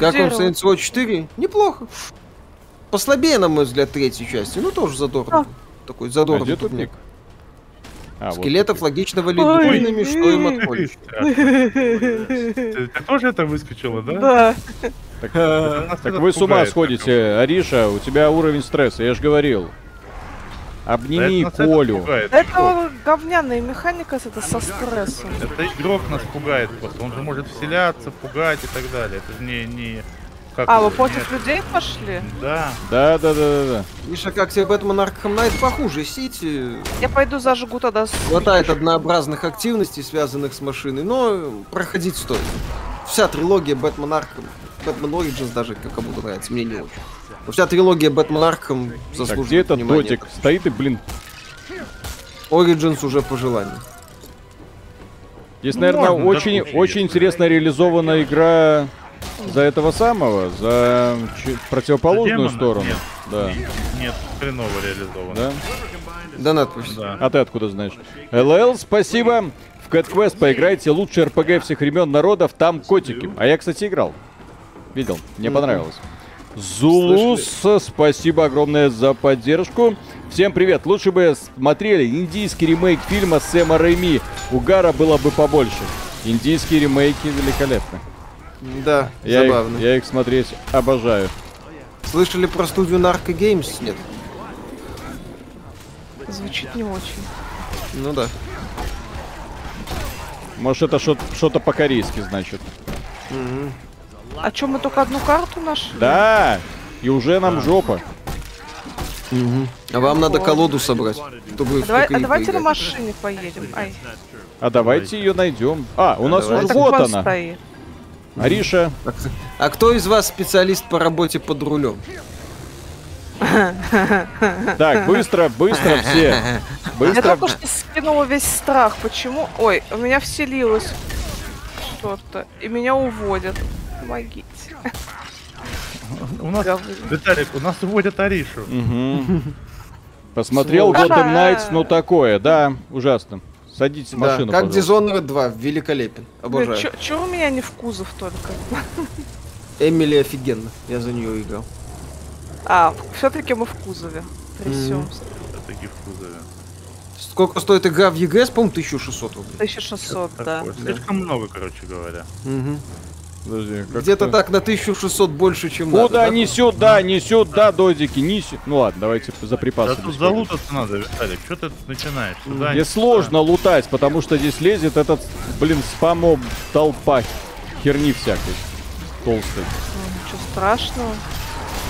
Как вам Zero. Saints Row 4? Неплохо. Послабее, на мой взгляд, третьей части. Ну, тоже задорно. А. Такой А задорный где тут тупик? нет. А, вот Скелетов логично Ой. валидными, что им отходишь. Ты ты тоже это выскочила, да? да. Так Нас это вы с ума пугает, сходите, Ариша, у тебя уровень стресса, я же говорил. Да, это Обними нас это Колю. пугает. Это говняная механика с- это со стрессом. Это игрок нас пугает просто. Он же может вселяться, пугать и так далее. Это же не... не... Как А, его, вы против не- людей пошли? Да. Да, да, да, да, да. Миша, как тебе Бэтмен Arkham Knight похуже? Сити Я пойду зажгу тогда с- Хватает однообразных активностей, связанных с машиной, но проходить стоит. Вся трилогия Бэтмен Arkham, Бэтмен Origins даже как кому-то нравится, мне не очень. Но вся трилогия Бэтмен Arkham Так, где заслуживает этот внимания. дотик? Стоит и, блин, Origins уже по желанию. Здесь, Ну, наверное, можно, да, очень, вообще, очень если- интересно реализована игра за этого самого, за ч- противоположную Демона? сторону. Нет. Да. Нет, хреново реализовано. да. Донат пусть. Да. А ты откуда знаешь? ЛЛ, спасибо. В Cat Quest поиграйте. Лучший РПГ всех времен народов. Там котики. А я, кстати, играл. Видел. Мне понравилось. Зулус, спасибо огромное за поддержку. Всем привет. Лучше бы смотрели индийский ремейк фильма Сэма Рэйми. Угара было бы побольше. Индийские ремейки великолепны. Да, Я их, забавно. я их смотреть обожаю. Слышали про студию Narco Games? Нет. Звучит не очень. Ну да. Может, это шо- что-то по-корейски значит. А чё, мы только одну карту нашли? Да! И уже нам жопа. А вам надо колоду собрать, чтобы А в давай- ТКИ а давайте на поиграть. машине поедем. Ай, А давайте ее найдем. А, у нас уже так вот вон она. стоит. Ариша. А кто- А кто из вас специалист по работе под рулем? Так, быстро, быстро все. Я Быстро. только что скинула весь страх. Почему? Ой, у меня вселилось что-то. И меня уводят. Помогите. У нас... Говно. Виталик, у нас уводят Аришу. Мгм. Посмотрел Слушай. Gotham Knights, ну такое, да, ужасно. Садитесь в Да, машину, как пожалуйста. Dishonored 2, великолепен. Блин, Обожаю. чё, чё у меня не в кузов только? Эмили офигенно. Я за нее играл. А, все-таки мы в кузове. Трясемся. Такие в кузове. Сколько стоит игра в ЕГС? По-моему, 1600 рублей. 1600, да. Такое. Слишком много, короче говоря. Подожди, как Где-то это? так на 1600 больше, чем надо, Куда да? не сюда, не сюда, додики, не сю- Ну ладно, давайте за Да припасы. тут бесплатно. залутаться надо, Виталик. Что ты тут начинаешь? Сюда, Мне не сложно лутать, потому что здесь лезет этот, блин, спамо толпа херни всякой. Толстой. Ничего страшного.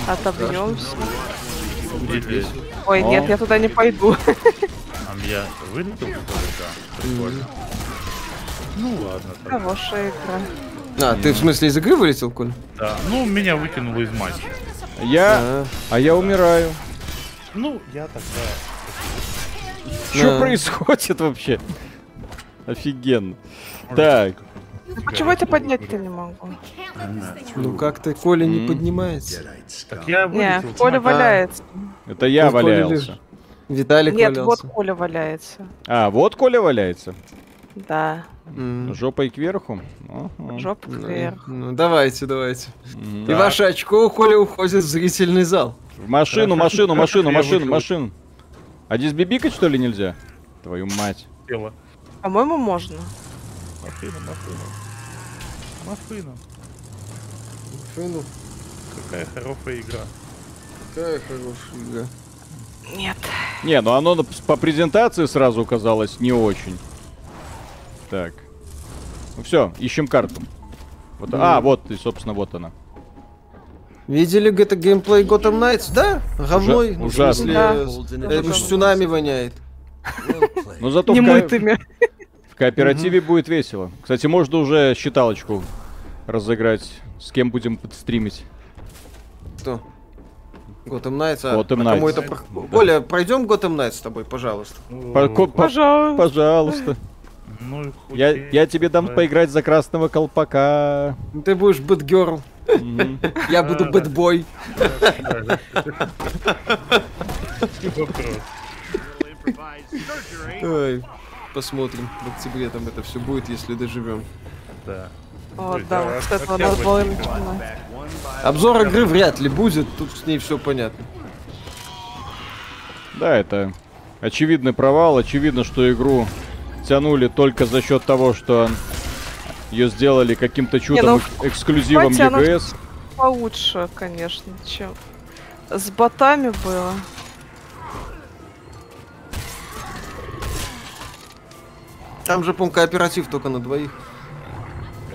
Отобьемся. сюда. Или- Ой, О. нет, я туда не пойду. А я вылетел, что ли, да? Прикольно. Ну ладно, так. Хорошая игра. А, ты в смысле из игры вылетел, Коль? да. Ну, меня выкинуло из матча. Я... А, А я умираю. Ну, я тогда... Что Да. происходит вообще? Офигенно. Так, Ну, Почему я тебя поднять-то не могу? Ну как ты, Коля не поднимается. Так я Не, вылетел. из А, Коля матча. валяется. это я Ну, Коля валялся. лежит. Виталик Нет, вот валялся. Коля валяется. А, вот Коля валяется. Да. М, Жопой кверху. Ага. Жопа ну, кверх. Ну, давайте, давайте. М. И ваше очко у Коли уходит в зрительный зал. В машину, Хорошо, машину, хорошо, машину, я машину, вышел. машину. А здесь бибикать, что ли, нельзя? Твою мать. Тело. По-моему, можно. Машина, машина. Машина. Ну, Какая хорошая игра. какая хорошая игра. Нет. Не, ну оно на- по презентации сразу казалось не очень. Так. Ну все, ищем карту. Вот, а, вот, и, собственно, вот она. Видели где-то геймплей Gotham Knights? Да, говной. Ужа- Ну, в ужасно. смысле, Да. э, с- э, потому что цунами воняет. Well played. Но Ну, зато в, ко- Немытыми. в кооперативе будет весело. Кстати, можно уже считалочку разыграть, с кем будем подстримить. Что? Gotham Knights, а? Gotham А кому Knights. это... про- Коля, пройдем Gotham Knights с тобой, пожалуйста. По- ко- по- Пожалуйста. Пожалуйста. Ну, и хоть Я, и- я тебе дам Да. поиграть за красного колпака. Ну, Ты будешь Бэтгерл, Мгм. я буду Бэтбой. Вопрос. Ой, Посмотрим, в октябре там это все будет, если доживем. Да. Вот, да, Давай, вот с этого хотя надо бы было и не начинать. Обзор игры вряд ли будет, тут с ней все понятно. Да, это очевидный провал. Очевидно, что игру тянули только за счет того, что ее сделали каким-то чудом ну, эк- эксклюзивом хватит, она- EGS. Получше, конечно, чем с ботами было. Там же, по-моему, кооператив только на двоих.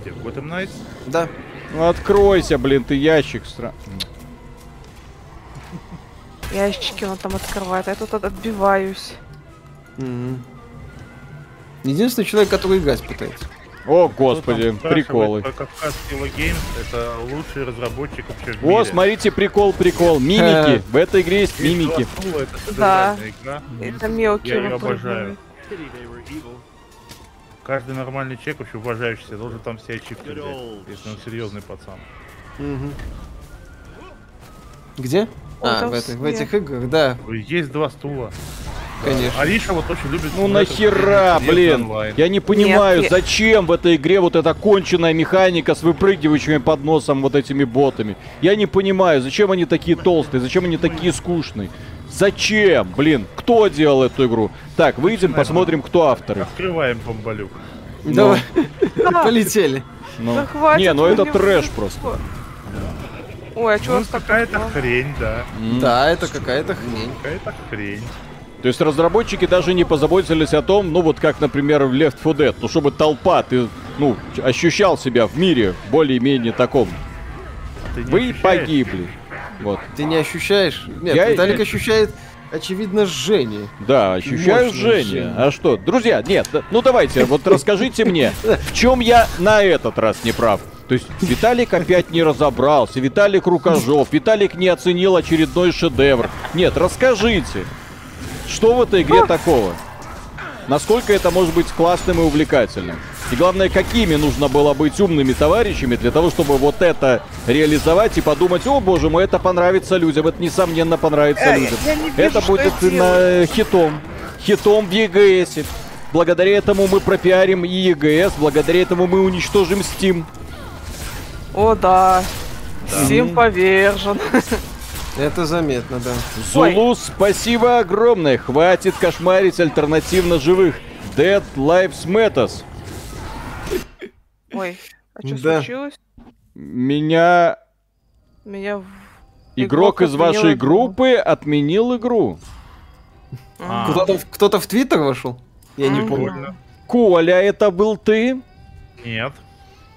Где, в Gotham Knights? Да. Ну откройся, блин, ты ящик стра... Ящики он там открывает, а я тут от- отбиваюсь. Мгм. Единственный человек, который играть пытается. О, Кто там господи, спрашивает приколы. про Кавказский Hello Games? это лучший разработчик вообще в мире. О, смотрите, прикол, прикол. Мимики. В этой игре есть И мимики. Дуасула это Да. шедевральная игра. Это мелкие. Я ее вот обожаю. прыгнули. Каждый нормальный человек, вообще уважающийся, должен там все ачивки взять, если он серьезный пацан. Мгм. Где? Он а, там в, в этой- в сне. этих играх, да, Есть два стула. конечно. Ариша вот очень любит... Ну вот нахера, этот блин. онлайн. Я не понимаю, Нет, я- зачем в этой игре вот эта конченная механика с выпрыгивающими под носом вот этими ботами. Я не понимаю, зачем они такие толстые, зачем они такие скучные. Зачем, блин? Кто делал эту игру? Так, выйдем, посмотрим, кто авторы. Открываем бомбалюк. Ну, Давай, полетели. ну. Да хватит Не, ну вы это мне трэш вот просто. такое. Ой, а чё у Ну, вас так какая-то много? хрень, да. Да, это какая-то хрень. Какая-то хрень. То есть разработчики даже не позаботились о том, ну вот как, например, в Left 4 Dead, ну чтобы толпа, ты, ну, ч- ощущал себя в мире более-менее таком. А Ты не Вы ощущаешь? погибли. Вот. Ты не ощущаешь? Нет, Я- Виталик ощущает, очевидно, жжение. Да, ощущаю Мощное жжение. жжение. А что? Друзья, нет, да- ну давайте, вот расскажите мне, в чем я на этот раз не прав? То есть Виталик опять не разобрался, Виталик рукожов, Виталик не оценил очередной шедевр. Нет, расскажите, что в этой игре такого? Насколько это может быть классным и увлекательным? И главное, какими нужно было быть умными товарищами для того, чтобы вот это реализовать и подумать, о боже мой, это понравится людям, это несомненно понравится Э, людям. я не вижу, это что будет я на хитом. Хитом в EGS. Благодаря этому мы пропиарим и EGS, благодаря этому мы уничтожим Steam. О, да. Ну. Сим повержен. Это заметно, да. Ой. Зулу, спасибо огромное. Хватит кошмарить альтернативно живых. Dead Lives Matters. Ой, а что Да. случилось? Меня Меня... в- Игрок из отменил вашей игру. группы отменил игру. А, Кто-то, в- кто-то в Твиттер вошел? Я не помню. прикольно. Коля, это был ты? Нет.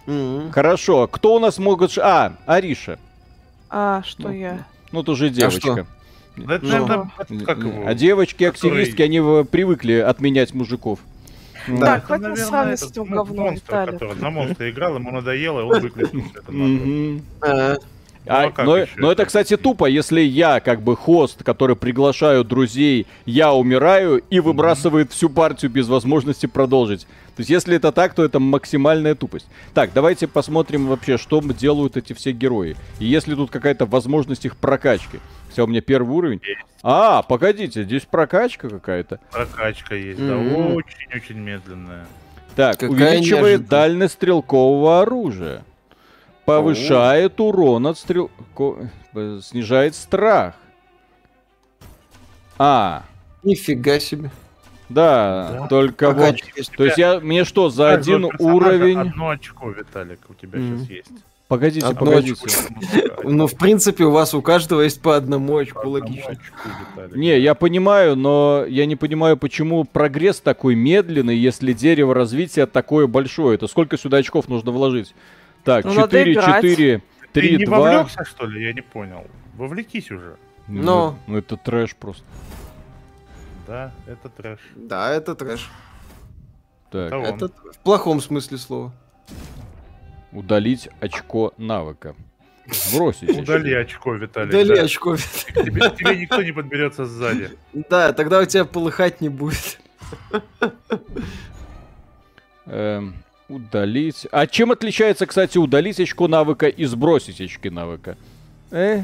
Мгм. Хорошо. Кто у нас могут... ш- А, Ариша. А, что я? Ну, ты же девочка. Да это, Ну. наверное, А как его? А девочки-активистки, Который- они э, привыкли отменять мужиков. Да. Так, хватит наверное, сравнивать с этот этим мон- говном, монстр, Виталик. который на монстра играл, ему надоело, и он выключил это нахуй. Мгм. А, А, Ну, а как но, еще но это, это? кстати, тупо, если я, как бы, хост, который приглашаю друзей, я умираю и выбрасывает всю партию без возможности продолжить. То есть, если это так, то это максимальная тупость. Так, давайте посмотрим вообще, что м- делают эти все герои. И если тут какая-то возможность их прокачки. Хотя у меня первый уровень. А, погодите, здесь прокачка какая-то. Прокачка есть, да, Мгм. очень-очень медленная. Так, Какая увеличивает неожиданность. дальность стрелкового оружия. Повышает урон от стрел... ко- э, Снижает страх. А, нифига себе. Да, только Пока вот. через- То есть я, мне что, за Каждого один персонажа уровень... Одно очко, Виталик, у тебя Мгм. сейчас есть. Погодите, Одно погодите. Очень много. Ну, в принципе, у вас у каждого есть по одному очку, логично. Одному очку, Виталик. Не, я понимаю, но я не понимаю, почему прогресс такой медленный, если дерево развития такое большое. Это сколько сюда очков нужно вложить? Так, Ну, надо 4, играть. 4, Ты 3, не 2. вовлекся, что ли? Я не понял. Вовлекись уже. Ну, Но. ну это трэш просто. Да, это трэш. Да, это трэш. Так, Того. Это в плохом смысле слова. удалить очко навыка. Сбросить. Удали очко, Виталик. Дали да. очко. Тебе, тебе никто не подберется сзади. Да, тогда у тебя полыхать не будет. Эм, удалить. А чем отличается, кстати, удалить очко навыка и сбросить очки навыка? Э?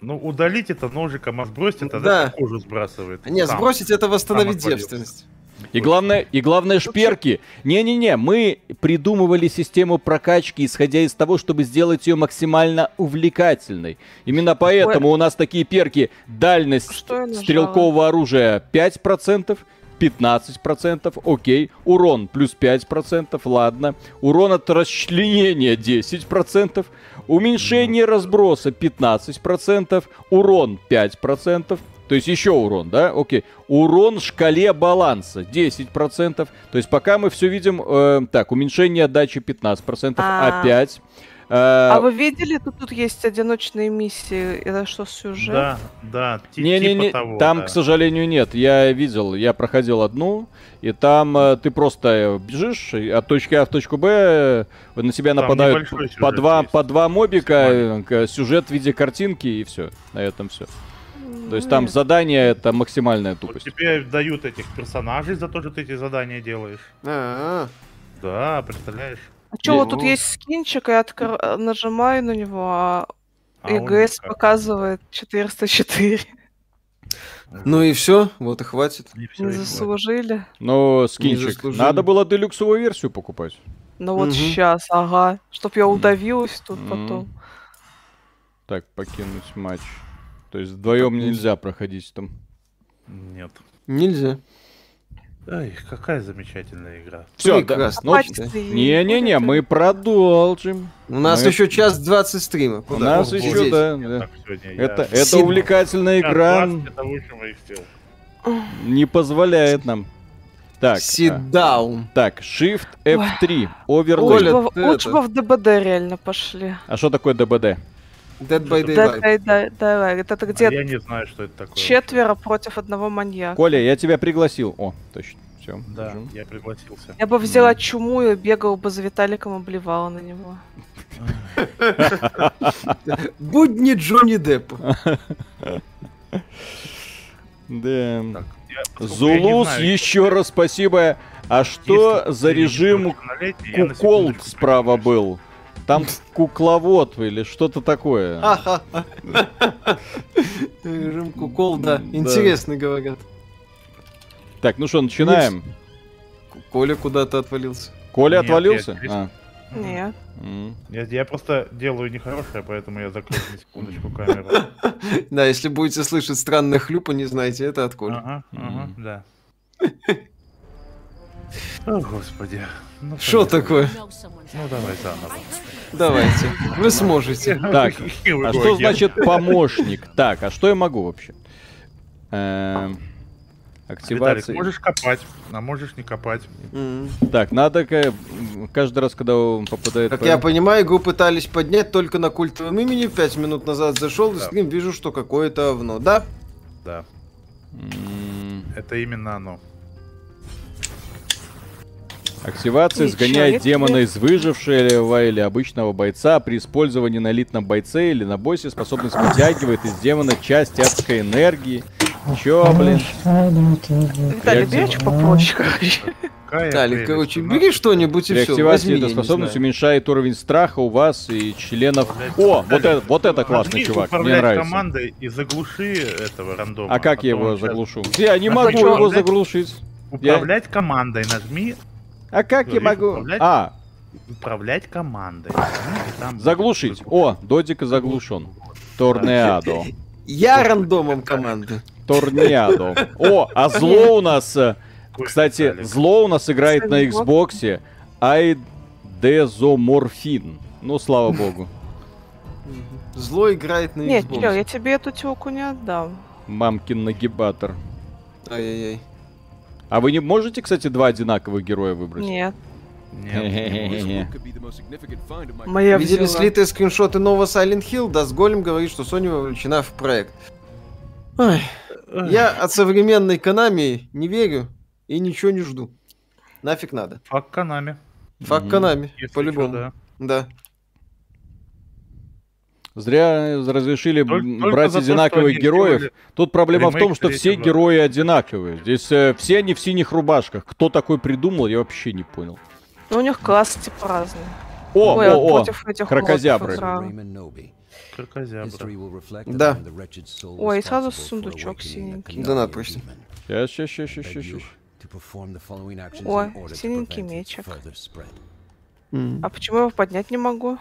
Ну, удалить это ножиком, а сбросить это Да. да. кожу сбрасывает. А Не, Сам. сбросить это восстановить Там отвалился. девственность. И главное, и главное шперки. Не-не-не, мы придумывали систему прокачки, исходя из того, чтобы сделать ее максимально увлекательной. Именно поэтому у нас такие перки. Дальность Что я нажала? стрелкового оружия 5%. 15%, окей. Урон плюс 5%, ладно. Урон от расчленения 10%. Уменьшение разброса 15%. Урон 5%. То есть еще урон, да? Окей. Урон шкале баланса 10%. То есть пока мы все видим... э, так, уменьшение отдачи 15%, А. опять. Э, А вы видели, тут, тут есть одиночные миссии, это что, сюжет? Да, да, ти- Не-не-не, типа того, там, да. к сожалению, нет. Я видел, я проходил одну, и там э, ты просто э, бежишь и от точки А в точку Б, э, на тебя Там нападают небольшой сюжет по два, есть. по два мобика, э, к- сюжет в виде картинки, и все. На этом все. То есть там задание это максимальная Вот тупость. тебе дают этих персонажей за то, что ты эти задания делаешь. А, Да, представляешь? А чё, вот тут Ну. есть скинчик, и я откр- э, нажимаю на него, а А он ЕГС как? показывает 404. Ну и все, вот и хватит. И всё, Не и хватит. заслужили. Но скинчик. заслужили. Надо было делюксовую версию покупать. Ну вот Мгм. сейчас, ага. Чтоб я удавилась тут Мгм. потом. Так, покинуть матч. То есть вдвоем нельзя проходить там. Нет. Нельзя. Ай, какая замечательная игра. Все, Прекрасно. Ну, Хватит да. ты и Не-не-не, будет мы продолжим. У нас Ну, еще час 20 стрима. Ну У Куда? нас Вот еще, здесь. да. да. Так, сегодня я- Это, я это Спасибо. увлекательная игра 20 это выше моих сил. не позволяет нам. Так, а, Sit down. так, Shift F3, Лучше Overlay. Коля, бы в- ты Лучше это- бы в ДБД реально пошли. А что такое ДБД? Dead by Да, Daylight. да, да, да. Это А где я не знаю, что это такое. четверо против одного маньяка. Коля, я тебя пригласил. О, точно. Все. Да, я пригласился. Я бы взяла чуму и бегала бы за Виталиком и блевала на него. Будни Джонни Деппа. Да. Я- поскольку я не Зулус, знаю, еще раз спасибо. А что если за ты режим совершеннолетний, я на кукол секундочку справа прервусь. был? Там кукловод или что-то такое. А. Ха-ха-ха. Режим кукол, да. М, да. Интересно говорят. Так, ну что, начинаем? Коля куда-то отвалился. Коля Нет, я отвалился? здесь. А, Нет. м. Я, я просто делаю нехорошее, поэтому я закрыл на секундочку камеру. Да, если будете слышать странное хлюпа, не знаете, это от Коли. Ага, ага, Мгм. да. О, господи. Ну, Что понятно. такое? Ну, давай заново. Давайте. Вы сможете. Так, а А что значит помощник? Так, а что я могу вообще? Эм, А, Виталик, Активация. можешь копать, а можешь не копать. М. Так, надо ка- м, каждый раз, когда он попадает... Как по- я понимаю, игру пытались поднять только на культовом имени. Пять минут назад зашел и Да. стрим, вижу, что какое-то овно. Да? Да, М, это именно оно. Активация Ничего сгоняет себе. демона из выжившего или обычного бойца. При использовании на элитном бойце или на боссе способность вытягивает из демона часть адской энергии. Чё, блин? Ну, Виталий, бери где- очко попроще, короче. Какая Талик, прелесть короче, Э, у нас. бери что-нибудь и При все. активации эта способность уменьшает уровень страха у вас и членов... О, вот это, вот это классный Возьми, чувак, мне управляй нравится. командой и заглуши этого рандома. А как я потом его щас- заглушу? Я не А могу ты чё, его блядь? заглушить. Управлять командой нажми, А как я Говоришь, могу? управлять? А, управлять командой. Нажми, и там заглушить. будет О, додик заглушен. Торнеадо. Я рандомом команды. Торнеадо. О, а зло у нас э, Кстати, Виталик. зло у нас играет на Xbox Айдезоморфин. Ну, слава богу. Зло играет на Нет, Xbox. чел, я тебе эту телку не отдам. Мамкин нагибатор. Ай-яй-яй. А вы не можете, кстати, два одинаковых героя выбрать? Нет. Нет. Хе-хе-хе-хе. Моя Видели взяла. слитые скриншоты нового Silent Hill? Да, с Голем говорит, что Sony вовлечена в проект. Ой, я от современной Konami не верю и ничего не жду. Нафиг надо. Фак Канами. Фак Мгм. Konami, если по-любому. чё, да. да. Зря разрешили Толь- м, только брать за то, что одинаковых они героев. сделали Тут проблема в ремейк том, что все третьего. герои одинаковые. Здесь э, все они в синих рубашках. Кто такой придумал, я вообще не понял. Ну, у них класс типа разный. О, Ой, а о, о, против этих кракозябры. лотов играл. Кракозябра. Да. Ой, сразу сундучок синий. синенький. Донат почти. Сейчас, сейчас, сейчас, сейчас, сейчас. Ой, синенький мячик. А почему я его поднять не могу?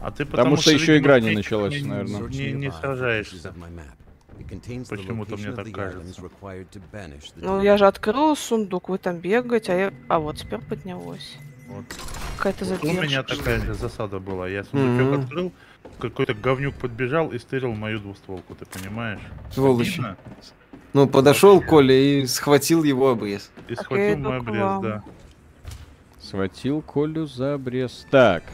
А ты Потому что ещё видимо, игра не ты началась, не- наверное. Не, не сражаешься. Почему-то мне так кажется. Ну, я же открыла сундук, вы там бегаете, а я... А вот теперь поднялось. Вот. Какая-то У меня задержка. такая же засада была. Я сундучок Мгм. открыл, какой-то говнюк подбежал и стырил мою двустволку, ты понимаешь? Сволочи. Обидно. Ну, подошел Коля и схватил его обрез. И Так, схватил я иду мой к обрез, вам. да. Схватил Колю за брест. Так.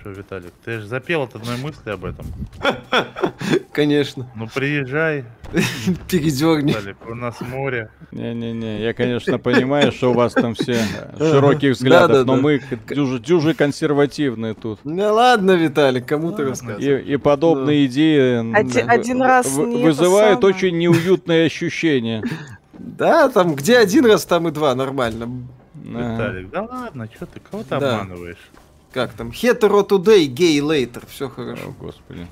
Что, Виталик, ты же запел от одной мысли об этом. Конечно. Ну приезжай, Передерни. Виталик, у нас море. Не-не-не, я, конечно, понимаю, что у вас там все э, широких взглядов, но Да-да-да. мы к- дюжи, дюжи консервативные тут. Да Ну ладно, Виталик, кому ты рассказываешь? И, и подобные идеи м, Один- в- один раз в- не это вызывают самое. очень неуютные ощущения. Да, там где один раз, там и два, нормально. Ага. Виталик, да ладно, что ты, кого ты Да. обманываешь? Как там? Hetero today, gay later. Все хорошо. О, господи.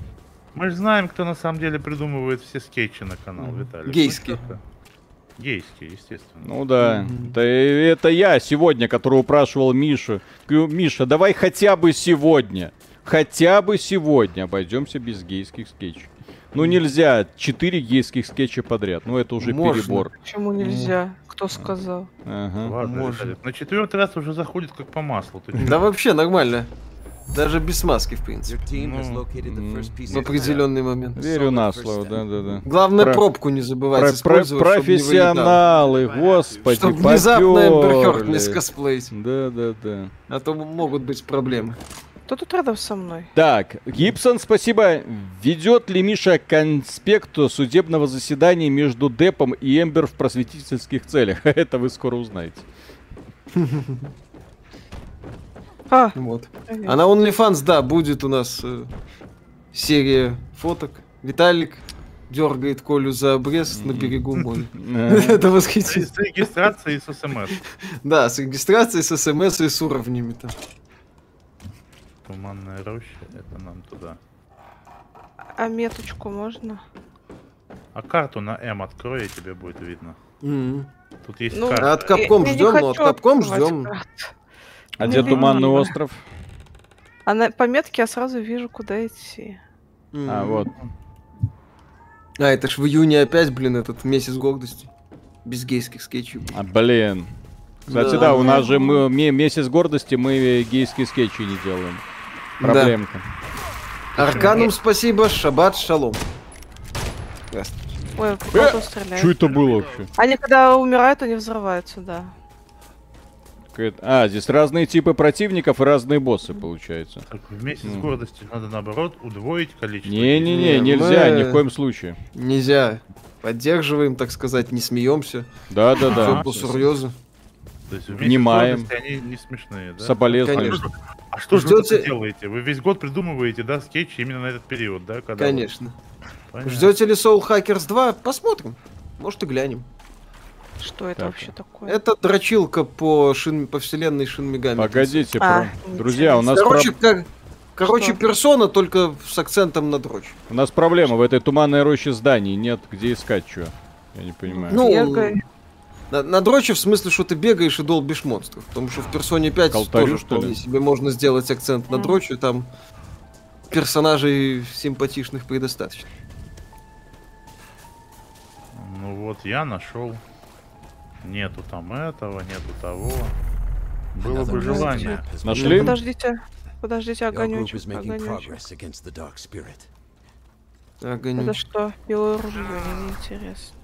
Мы же знаем, кто на самом деле придумывает все скетчи на канал, Виталик. Ну Гейские. чё ты? Гейские, естественно. Ну да. Да и это я сегодня, который упрашивал Мишу. Говорю, Миша, давай хотя бы сегодня. Хотя бы сегодня обойдемся без гейских скетчей. Ну нельзя четыре гейских скетча подряд. Ну это уже Можно. перебор. Почему нельзя? Кто сказал? Ага. Ладно, можно. Виталик, на четвертый раз уже заходит как по маслу. ты чё? Да вообще нормально. Даже без маски, в принципе. В определенный момент. Верю на слово, да, да, да. Главное, Про- пробку не забывать Про- про- использовать, чтобы не вылетало. профессионалы, господи, Чтобы внезапно Эмбер Хёрд не попёрли. скосплеить. Да, да, да. А то могут быть проблемы. Кто тут рядом со мной? Так, Гибсон, спасибо. Ведет ли Миша конспект судебного заседания между Депом и Эмбер в просветительских целях? Это вы скоро узнаете. А, Вот. привет. А на OnlyFans, да, будет у нас э, серия фоток. Виталик дергает Колю за обрез на берегу моря. Э, Это С восхитительно. с регистрацией и с СМС. Да, с регистрацией, с смс и с уровнями там. Туманная роща, это нам туда. а меточку можно? А карту на М открой, и тебе будет видно. Мгм. Тут есть Ну, А карта. От Капком Я- я не ждем, но от хочу Капком открывать ждем. карт. А Не где Туманный понимаю. остров? А на пометке я сразу вижу, куда идти. Мгм. А, вот. А, это ж в июне опять, блин, этот месяц гордости. Без гейских скетчей. будет. А, блин. Кстати, Да. ну, да, у нас же мы, ме- месяц гордости, мы гейские скетчи не делаем. Да. Проблемка. Арканум спасибо, шаббат шалом. Здравствуйте. Ой, Э, кто стреляет. Что это было вообще? Они когда умирают, они взрываются, да. Какая-то- А, здесь разные типы противников и разные боссы, получается. Так, вместе с Ну. гордостью надо наоборот удвоить количество. Не-не-не, Не, нельзя, мы- ни в коем случае. Нельзя. Поддерживаем, так сказать, не смеемся. Все Да-да-да. Всё по-серьезу. То есть вместе с Внимаем. гордостью они не смешные, да? Соболезную. Конечно, А что же вы Ждёте- тут делаете? Вы весь год придумываете, да, скетчи именно на этот период, да? Когда вот- конечно. Понятно. Ждете ли Soul Hackers 2? Посмотрим. Может и глянем. Что это Так. вообще такое? Это дрочилка по, шин... по вселенной Шин Мегами. Погодите, А, про- друзья, у нас, про- Короче, как- Короче, Что? персона только с акцентом на дрочь. у нас проблема. В этой туманной роще зданий нет где искать что. Я не понимаю. Ну, Бегай. На, на дроче в смысле, что ты бегаешь и долбишь монстров. Потому что в Персоне 5 Колтарю, тоже что ли? вполне себе можно сделать акцент на Мгм. дроче, там персонажей симпатичных предостаточно. Ну вот, вот я нашел. Нету там этого, нету того. Было бы желание. Нашли? ну, Подождите. Подождите, Your group огонечек, is making огонечек. progress against the dark spirit. Огонь. Это что, белое ружье, мне неинтересно.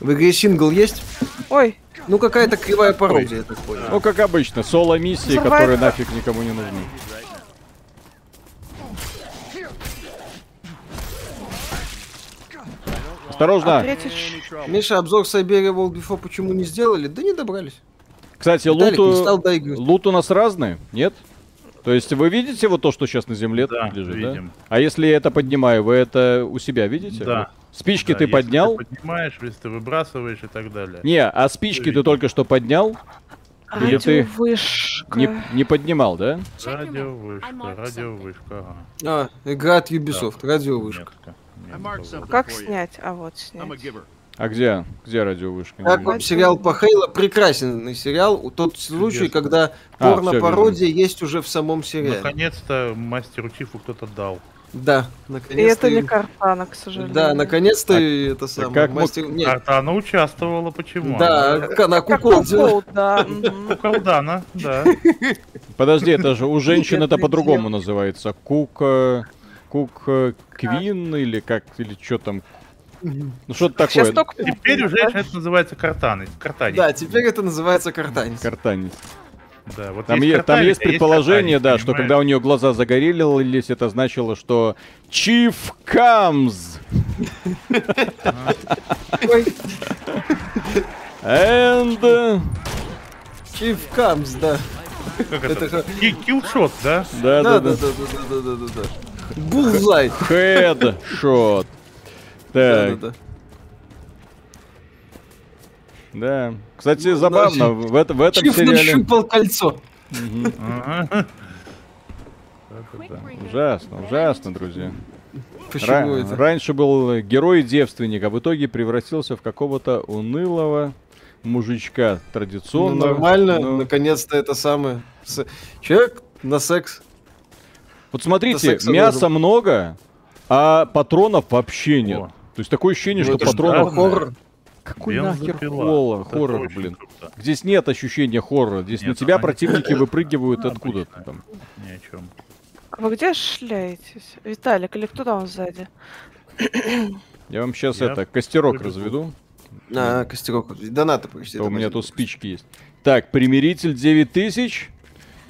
В игре сингл есть? Ой, Ну, какая-то кривая пародия, я так понял. Ну, как обычно, соло-миссии, Survivor. которые нафиг никому не нужны. а Осторожно! третий ч- Миша, обзор Сайберия World Before почему не сделали? Да не добрались. Кстати, Виталик не стал луту... доигрывать. лут у нас разный, нет? То есть вы видите вот то, что сейчас на земле Да, тут лежит, видим. да? А если я это поднимаю, вы это у себя видите? Да. Спички Да, ты если поднял? поднимаешь, если ты выбрасываешь и так далее. Не, а спички ты видел. только что поднял? Или ты радиовышка. не, не поднимал, да? Радиовышка, радиовышка, ага. А, игра от Ubisoft, радиовышка. Метка. I marked Метка. something Как for you. снять? А вот снять. I'm a giver. А где? Где радиовышка? Не Как вижу. вам сериал по Хейла? Прекрасен сериал. Тот случай, Чудесно. когда А, порно-пародия есть уже в самом сериале. Наконец-то мастеру Чифу кто-то дал. Да, И это наконец-то. не им- картана, к сожалению. Да, наконец-то А- это самое. как мог- мастер- Нет, А она участвовала, почему? да, она Как кукол делала. укол, да. мгм. У колдана, да. Подожди, это же у женщин это Нет, по-другому называется. Кука... Кук... Квин или как... Или что там? Ну что-то такое. Сейчас только... Теперь уже это называется картаны. Картани. Да, теперь это называется картанец. Картанец. Да, вот Там, е- там картани, а есть да, предположение, картани, да, что когда понимаешь? у нее глаза загорелись, это значило, что Chief comes Ой, and э, Chief comes, да. Как Это это? же- Ки- Киллшот, да? да да да Да-да-да-да-да-да-да. Булзай. headshot. Так, Да-да-да. да. Ну, Кстати, забавно в этом в этом Чиф сериале. нащупал кольцо. Ага. Ужасно, ужасно, друзья. Почему Ра- это? Раньше был герой-девственник, а в итоге превратился в какого-то унылого мужичка Ну, традиционного. нормально, Ну, наконец-то это самое. С- Человек на секс. Вот смотрите, секса мяса нужен. много, а патронов вообще нет. О. То есть такое ощущение, Ну, что это ж патронов... да. Хоррор. Какой Бензопила. нахер хоррор, Это хоррор, очень блин. круто. Здесь нет ощущения хоррора. Здесь на Нет, тебя она не противники похожа. выпрыгивают Она откуда-то обычная. там. Ни о чем. А вы где шляетесь? Виталик, или кто там сзади? Я вам сейчас Я это, костерок выбегу. разведу. А, костерок. Донаты почти. А У меня тут спички есть. Так, примиритель 9000.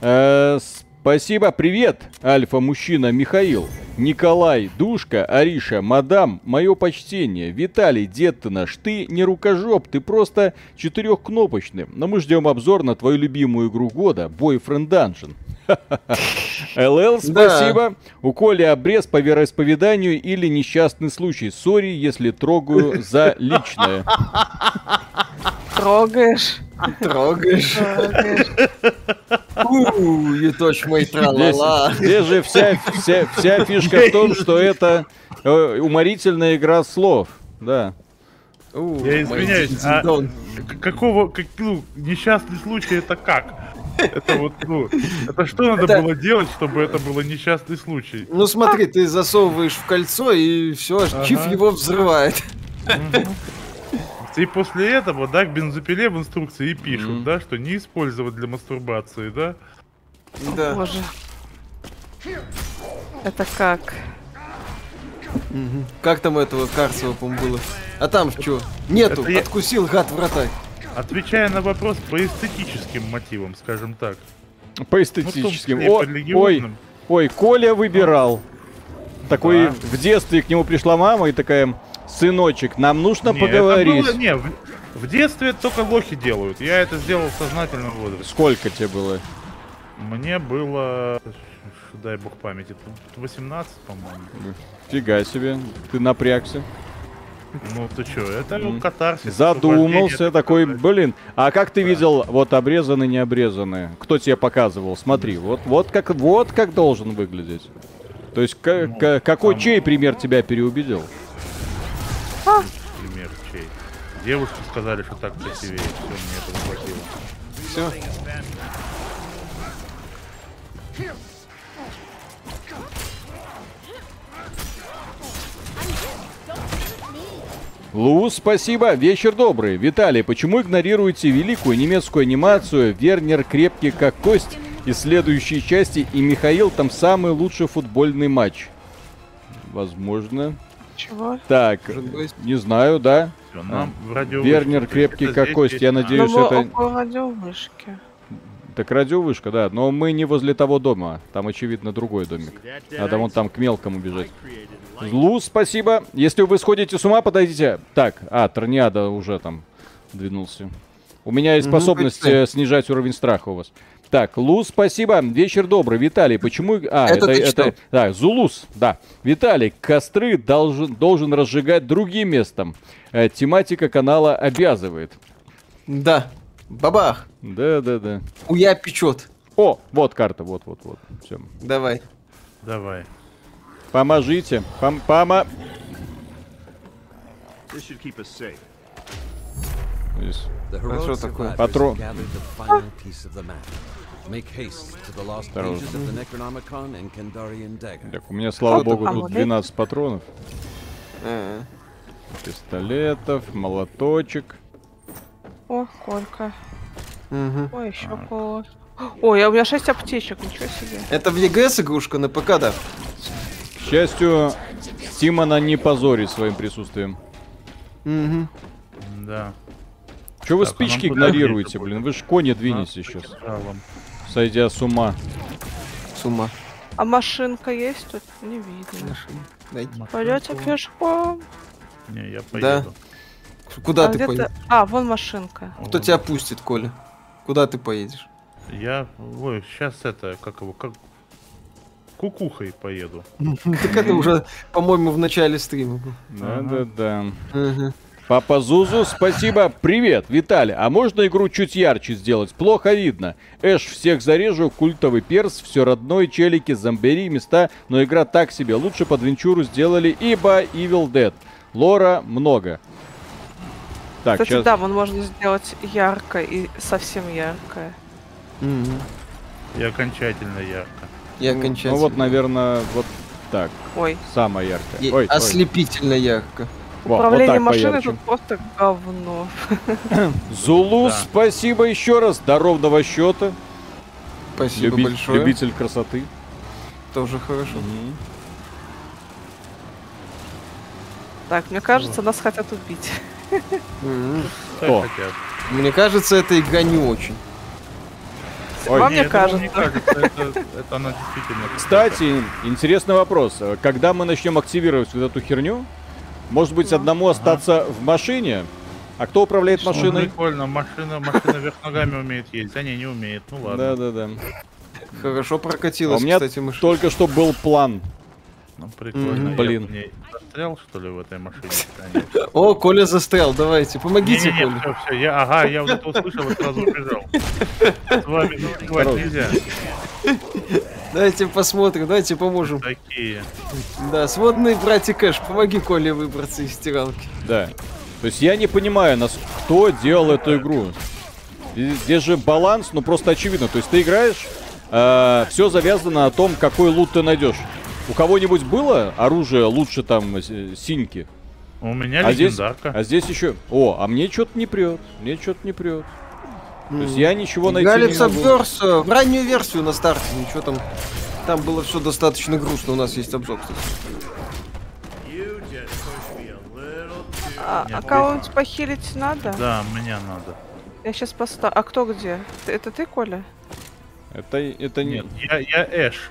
Э, Спасибо, привет, альфа-мужчина Михаил, Николай, Душка, Ариша, мадам, мое почтение, Виталий, дед ты наш, ты не рукожоп, ты просто четырехкнопочный, но мы ждем обзор на твою любимую игру года, Boyfriend Dungeon. ЛЛ, Да. спасибо. У Коли обрез по вероисповеданию или несчастный случай. Сори, если трогаю за личное. Трогаешь? Трогаешь. Трогаешь. Ууу, you touch my Здесь, tra-la-la. здесь же вся, вся, вся фишка в том, что это э, уморительная игра слов. Да. Ууу, Я my извиняюсь, а ding-dong. к- какого, как, ну, несчастный случай это как? Это вот, ну, это что надо Это- было делать, чтобы это было несчастный случай? Ну смотри, ты засовываешь в кольцо и все, чиф его взрывает. И после этого, да, к бензопиле в инструкции и пишут, да, что не использовать для мастурбации, да? Да. Боже. Это как? Как там этого Карцева, по-моему, было? А там что? Нету, Это я- откусил гад врата. Отвечая на вопрос по эстетическим мотивам, скажем так. По Ну, в том эстетическим. числе О, и по ой, религиозным. ой, Коля выбирал. Такой Да. в детстве к нему пришла мама и такая, сыночек, нам нужно Не, это Ну, поговорить. было- не, в, в детстве это только лохи делают. Я это сделал в сознательном возрасте. Сколько тебе было? Мне было, дай бог памяти, тут 18, по-моему. Фига себе, ты напрягся. Ну ты чё, это ну, катарсис. Задумался освобождение, такой, так сказать. блин. А как ты видел, вот обрезанный, не обрезанный? Кто тебе показывал? Смотри, вот, вот как, вот как должен выглядеть. То есть ка- Ну, ка- какой там- чей пример тебя переубедил? Пример чей. Девушки сказали, что так красивее. Все, мне этого хватило. Все. Луз, спасибо. Вечер добрый. Виталий, почему игнорируете великую немецкую анимацию «Вернер крепкий как кость» и следующие части «И Михаил там самый лучший футбольный матч»? Возможно. Чего? Так, Может быть. не знаю, да. Всё, нам в радио А. Вернер крепкий как кость, а? я Ну, надеюсь, мы это... около радиовышки. Так радиовышка, да, но мы не возле того дома. Там, очевидно, другой домик. Надо вон там к мелкому бежать. Злу, спасибо. Если вы сходите с ума, подойдите. Так, а, Торниадо уже там двинулся. У меня есть Ну, способность почти. э, снижать уровень страха у вас. Так, Луз, спасибо. Вечер добрый. Виталий, почему... А, Это это... ты это, читал. да, Зулус, да. Виталий, костры должен, должен разжигать другим местом. Э, тематика канала обязывает. Да. Бабах. Да-да-да. Уя печет. О, вот карта, вот-вот-вот. Все. Давай. Давай. Поможите. Пом помо... Здесь. что такое? Патрон. Осторожно. Так, у меня, слава Круто. богу, тут Амулет. 12 патронов. Э, Пистолетов, молоточек. О, сколько. мгм. Ой, еще кола. Ой, а у меня 6 аптечек, ничего себе. Это в EGS игрушка на ПК, да? К счастью, Тимона не позорит своим присутствием. Мгм. Да. Че вы Так, а нам спички куда А? игнорируете, двигаться блин? Вы ж кони Нас двинете сейчас, покидалом. сойдя с ума. С ума. А машинка есть тут? Не видно. Найди. Пойдете пешком. Не, я поеду. Да. Куда а, ты где-то- поедешь? а, вон машинка. Кто тебя пустит, Коля? Куда ты поедешь? Я, ой, сейчас это, как его, как кукухой поеду. Так это уже, по-моему, в начале стрима. было. Да-да-да. Мгм. Папа Зузу, спасибо. Привет, Виталий. А можно игру чуть ярче сделать? Плохо видно. Эш, всех зарежу, культовый перс, все родной, челики, зомбери, места. Но игра так себе. Лучше под Венчуру сделали, ибо Evil Dead. Лора много. Так, Кстати, сейчас... да, вон можно сделать ярко и совсем яркое. Мгм. И окончательно ярко. Я Ну окончательно. вот, наверное, вот так. Ой. Самая яркая. Е- а Ой, ой. ослепительно ярко. Во, вот Управление так машины поярче. тут просто говно. Зулу, Да. спасибо еще раз. До ровного счета. Спасибо Люби- большое. Любитель красоты. Тоже хорошо. Так, мне кажется, нас хотят убить. Мгм. Так О. хотят. Мне кажется, эта игра не очень. Ой, Вам А Не, мне это вам не кажется. кажется, это, это она действительно... Кстати, интересный вопрос. Э, Когда мы начнем активировать вот эту херню, может быть, одному остаться в машине? А кто управляет машина. машиной? Ну, Прикольно, машина, машина вверх ногами умеет ездить, а не, не умеет, ну ладно. Да-да-да. Хорошо прокатилась, А у меня кстати, мышь. Только что был план. Ну прикольно. Мгм. Я Блин. в ней Застрял, что ли, в этой машине? Конечно. О, Коля застрял, давайте, помогите, Коля. Не-не-не, всё, всё, я, ага, я вот это услышал и сразу убежал. С вами танцевать Здорово. нельзя. Давайте посмотрим, давайте поможем. Такие. Да, сводный братик Кэш, помоги Коле выбраться из стиралки. Да. То есть я не понимаю, нас кто делал эту игру. И Здесь же баланс, ну просто очевидно. То есть ты играешь, все завязано на том, какой лут ты найдешь. У кого-нибудь было оружие лучше там э, синьки? У меня А здесь, легендарка. а здесь еще... О, а мне что-то не прет. Мне что-то не прет. То есть я ничего найти Играли в не могу. Subverse, в раннюю версию на старте, ничего там. Там было все достаточно грустно, у нас есть обзор, кстати. А, а ну, Нет, кого-нибудь похилить надо? А Да, мне надо. Я сейчас поставлю. А кто где? Ты- Это ты, Коля? Это, это не... Нет, я, я Эш.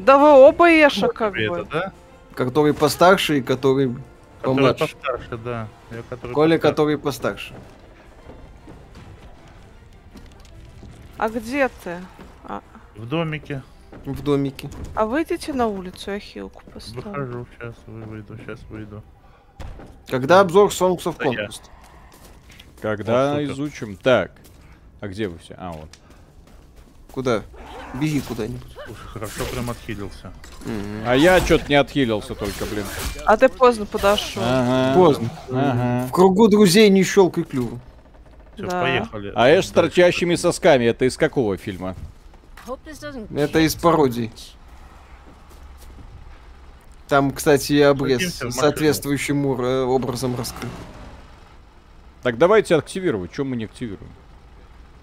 Да вы оба Эша как Тебе это, бы. да? Который постарше и который Который помладше. постарше, да. Я, который Коля, постарше. который постарше. А где ты? В домике. В домике. А выйдите на улицу, я хилку поставлю. Выхожу, сейчас выйду, сейчас выйду. Когда обзор Songs of Это я. Conquest? Когда О, супер. изучим. Так. А где вы все? А, вот. Куда? Беги куда-нибудь. Слушай, хорошо прям отхилился. А я что-то не отхилился только, блин. А ты поздно подошел. А, Ага. Поздно. Ага. В кругу друзей не щелкай клювом. Все, Да. поехали. А Эш с Дальше. торчащими сосками, это из какого фильма? Hope this doesn't Это из пародий. Там, кстати, и обрез Садимся в машину. соответствующим ур- э, образом раскрыт. Так давайте активировать. Чем мы не активируем?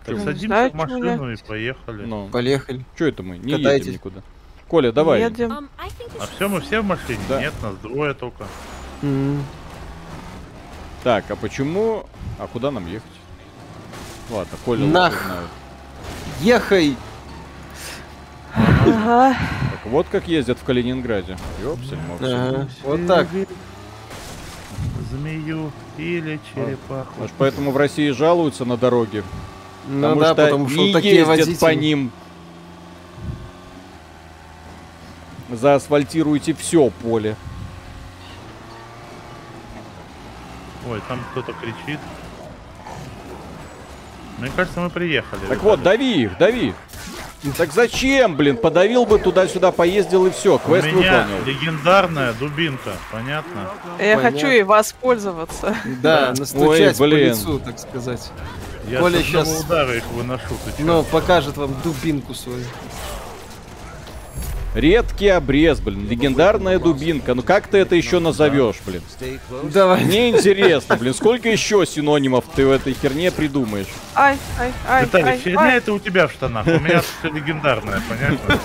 Так, Не садимся знаю, в чё мне машину и поехали. Ну, Поехали. что это мы? Не Катайтесь. едем никуда. Коля, давай. Едем. Um, I think this А is все, мы все в машине? Да. Нет, нас двое только. М. Так, а почему... А куда нам ехать? Ладно, Коля лучше Нах. знает. Ехай! Ага. Так, вот как ездят в Калининграде. Ёпсель, Ага. Вот так. Змею А. или черепаху. Может, поэтому в России жалуются на дороге. Ну потому да, что потому что не такие ездят по водители. ним. Заасфальтируйте все поле. Ой, там кто-то кричит. Мне кажется, мы приехали. Так вот, дави их, дави их. Так зачем, блин? Подавил бы туда-сюда, поездил и все. У Квест меня выполнил. легендарная дубинка, понятно? Я Понятно. хочу и воспользоваться. Да, настучать Ой, по блин. лицу, так сказать. Я Коля с одного щас- Ну. удара их выношу. Ты чё? Но покажет вам дубинку свою. Редкий обрез, блин. Легендарная дубинка. Ну как ты это еще назовешь, блин? Stay close. Давай. Мне интересно, блин, сколько еще синонимов ты в этой херне придумаешь? Ай, ай, ай, Виталий, ай, фигня ай. это у тебя в штанах. У меня все легендарное, понятно?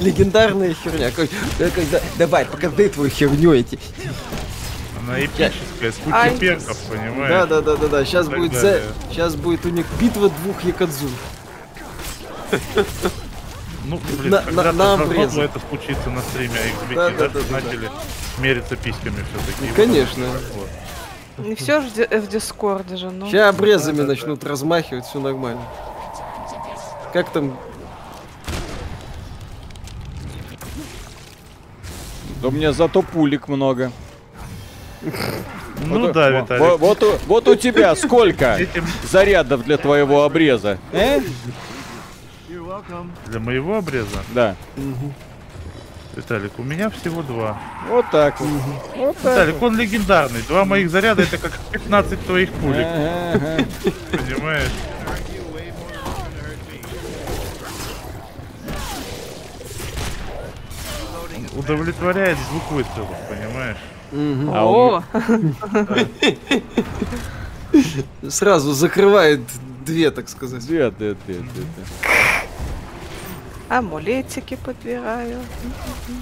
Легендарная херня. Коль, да, Коль, да- Давай, покажи твою херню эти. Она эпическая, с кучей Ай. перков, понимаешь? Да, да, да, да, да. Сейчас Так будет далее. Сейчас будет у них битва двух якадзу. Ну, блин, На- на- когда-то на должно обрез. было это случиться на стриме а XBT, Да, да, да, да, да, да. начали мериться письками все-таки. Конечно. Не все же в ди- э, в Дискорде же, ну. Сейчас обрезами начнут размахивать, все нормально. Как там? Да у меня зато пулик много. Ну Вот у- да, во- Виталий. во- Вот, у, вот у тебя сколько Этим зарядов для твоего обреза? Э? для моего обреза, Да. Виталик, у меня всего два. Вот так вот. Вот так. Виталик, он легендарный. Два моих заряда это как 15 твоих пулек, Ага, ага. понимаешь? Удовлетворяет звук выстрелов, понимаешь? А у О, Сразу закрывает две, так сказать. Где ты, ты, ты, ты? амулетики подбираю.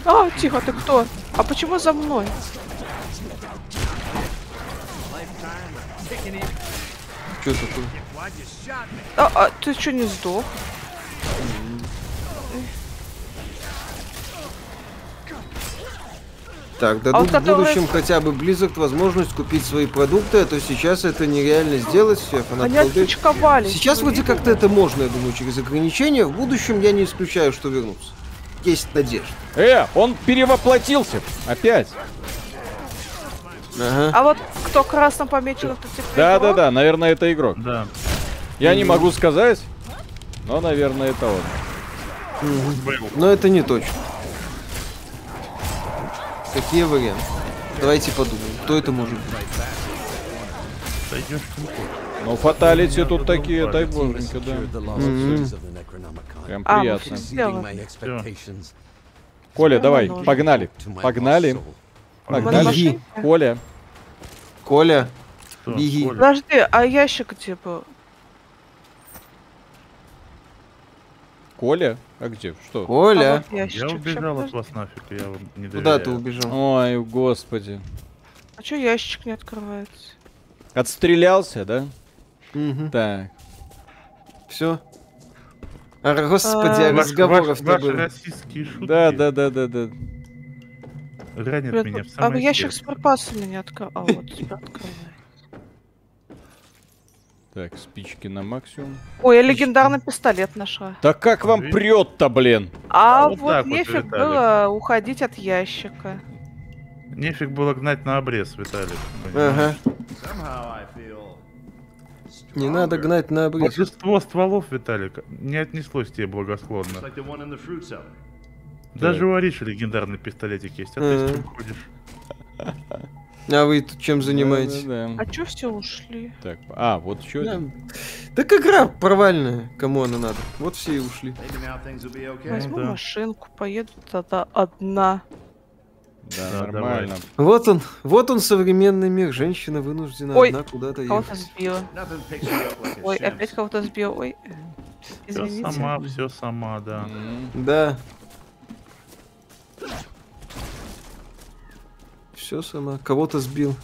А, тихо, ты кто? А почему за мной? Что такое? А, а ты что не сдох? Так, А дадут вот в который- будущем хотя бы Blizzard возможность купить свои продукты, а то сейчас это нереально сделать, все фанаты Они колды. отпочковали. Сейчас вроде как-то это можно, я думаю, через ограничения. В будущем я не исключаю, что вернутся. Есть надежда. Э, он перевоплотился. Опять. Ага. А вот кто красным помечен, это теперь игрок? Да-да-да, наверное, это игрок. Да. Я не могу сказать, но, наверное, это он. Был. Но это не точно. Какие варианты? Давайте подумаем, кто это может быть. Сойдешь ты на кухню. Но Ну, фаталити тут такие, дай боженька, да. Secured the last series of the Necronomicon, Прям А, мы приятно. всё. exceeding my expectations Коля, давай, Всё. погнали. to my Погнали. lost soul. Мы на Дальше. Погнали. машине? Коля, Коля, Что, Беги. Коля? Подожди, а ящик где был? Коля, а где? Что? А Коля, вот ящичек. Я Щас, убежал от подожди. вас нафиг, я вам не куда доверяю. ты убежал? Ой, господи. А чё ящик не открывается? Отстрелялся, да? Мгм. Так. Все. А, господи, А. а Ваш- разговоров ваш- не Ваши было. российские шутки Да, да, да, да, да. ранят Блин, меня в а самое ящик с сердце. припасами не открыл. А вот теперь открывается. Так, спички на максимум. Ой, я легендарный пистолет нашла. Так как вам Блин. прет-то, блин? А вот вот, так вот, нефиг Виталик. было уходить от ящика. Нефиг было гнать на обрез, Виталик. понимаешь? Ага. А, Не надо гнать на обрез. Большинство стволов, Виталик, не отнеслось тебе благосклонно. like the one in the fruit zone. Даже у Ариша легендарный пистолетик есть, а ты с ним ходишь. А вы тут чем занимаетесь? Да-да-да. А чё все ушли? Так, а, вот еще Да. один. Так игра провальная, кому она надо. Вот все и ушли. Maybe now things will be okay. Возьму да. машинку, поеду тогда одна. Да, Да, нормально. Вот он, вот он современный мир. Женщина вынуждена Ой, одна куда-то Кого-то ехать. сбила. Ой, опять кого-то сбил. Ой. э, Все Извините. сама, все сама, да. Да. Все сама. Кого-то сбил.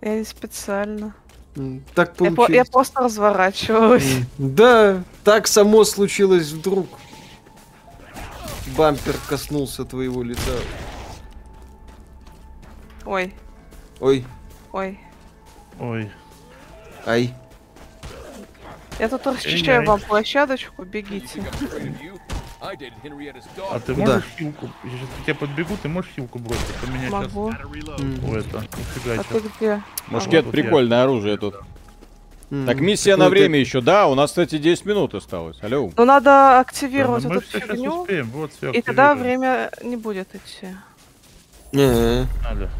Я не специально. М, Так Я, по- я получилось. просто разворачивалась. М, Да, так само случилось вдруг. Бампер коснулся твоего лица. Ой, Ой, ой. Ой. ай. Я тут Извиняюсь. расчищаю вам площадочку, бегите. А ты Куда? можешь хилку? Я сейчас к тебе подбегу, ты можешь хилку бросить? У меня сейчас... Могу. О, это, нифига А ты себе. где? Мушкет, вот я. прикольное оружие тут. М, Так, миссия на такое ты- время еще. Да, у нас, кстати, 10 минут осталось. Алло. Ну надо активировать Да, мы эту все сейчас фигню, успеем, вот все. и тогда время не будет идти. Не, Надо.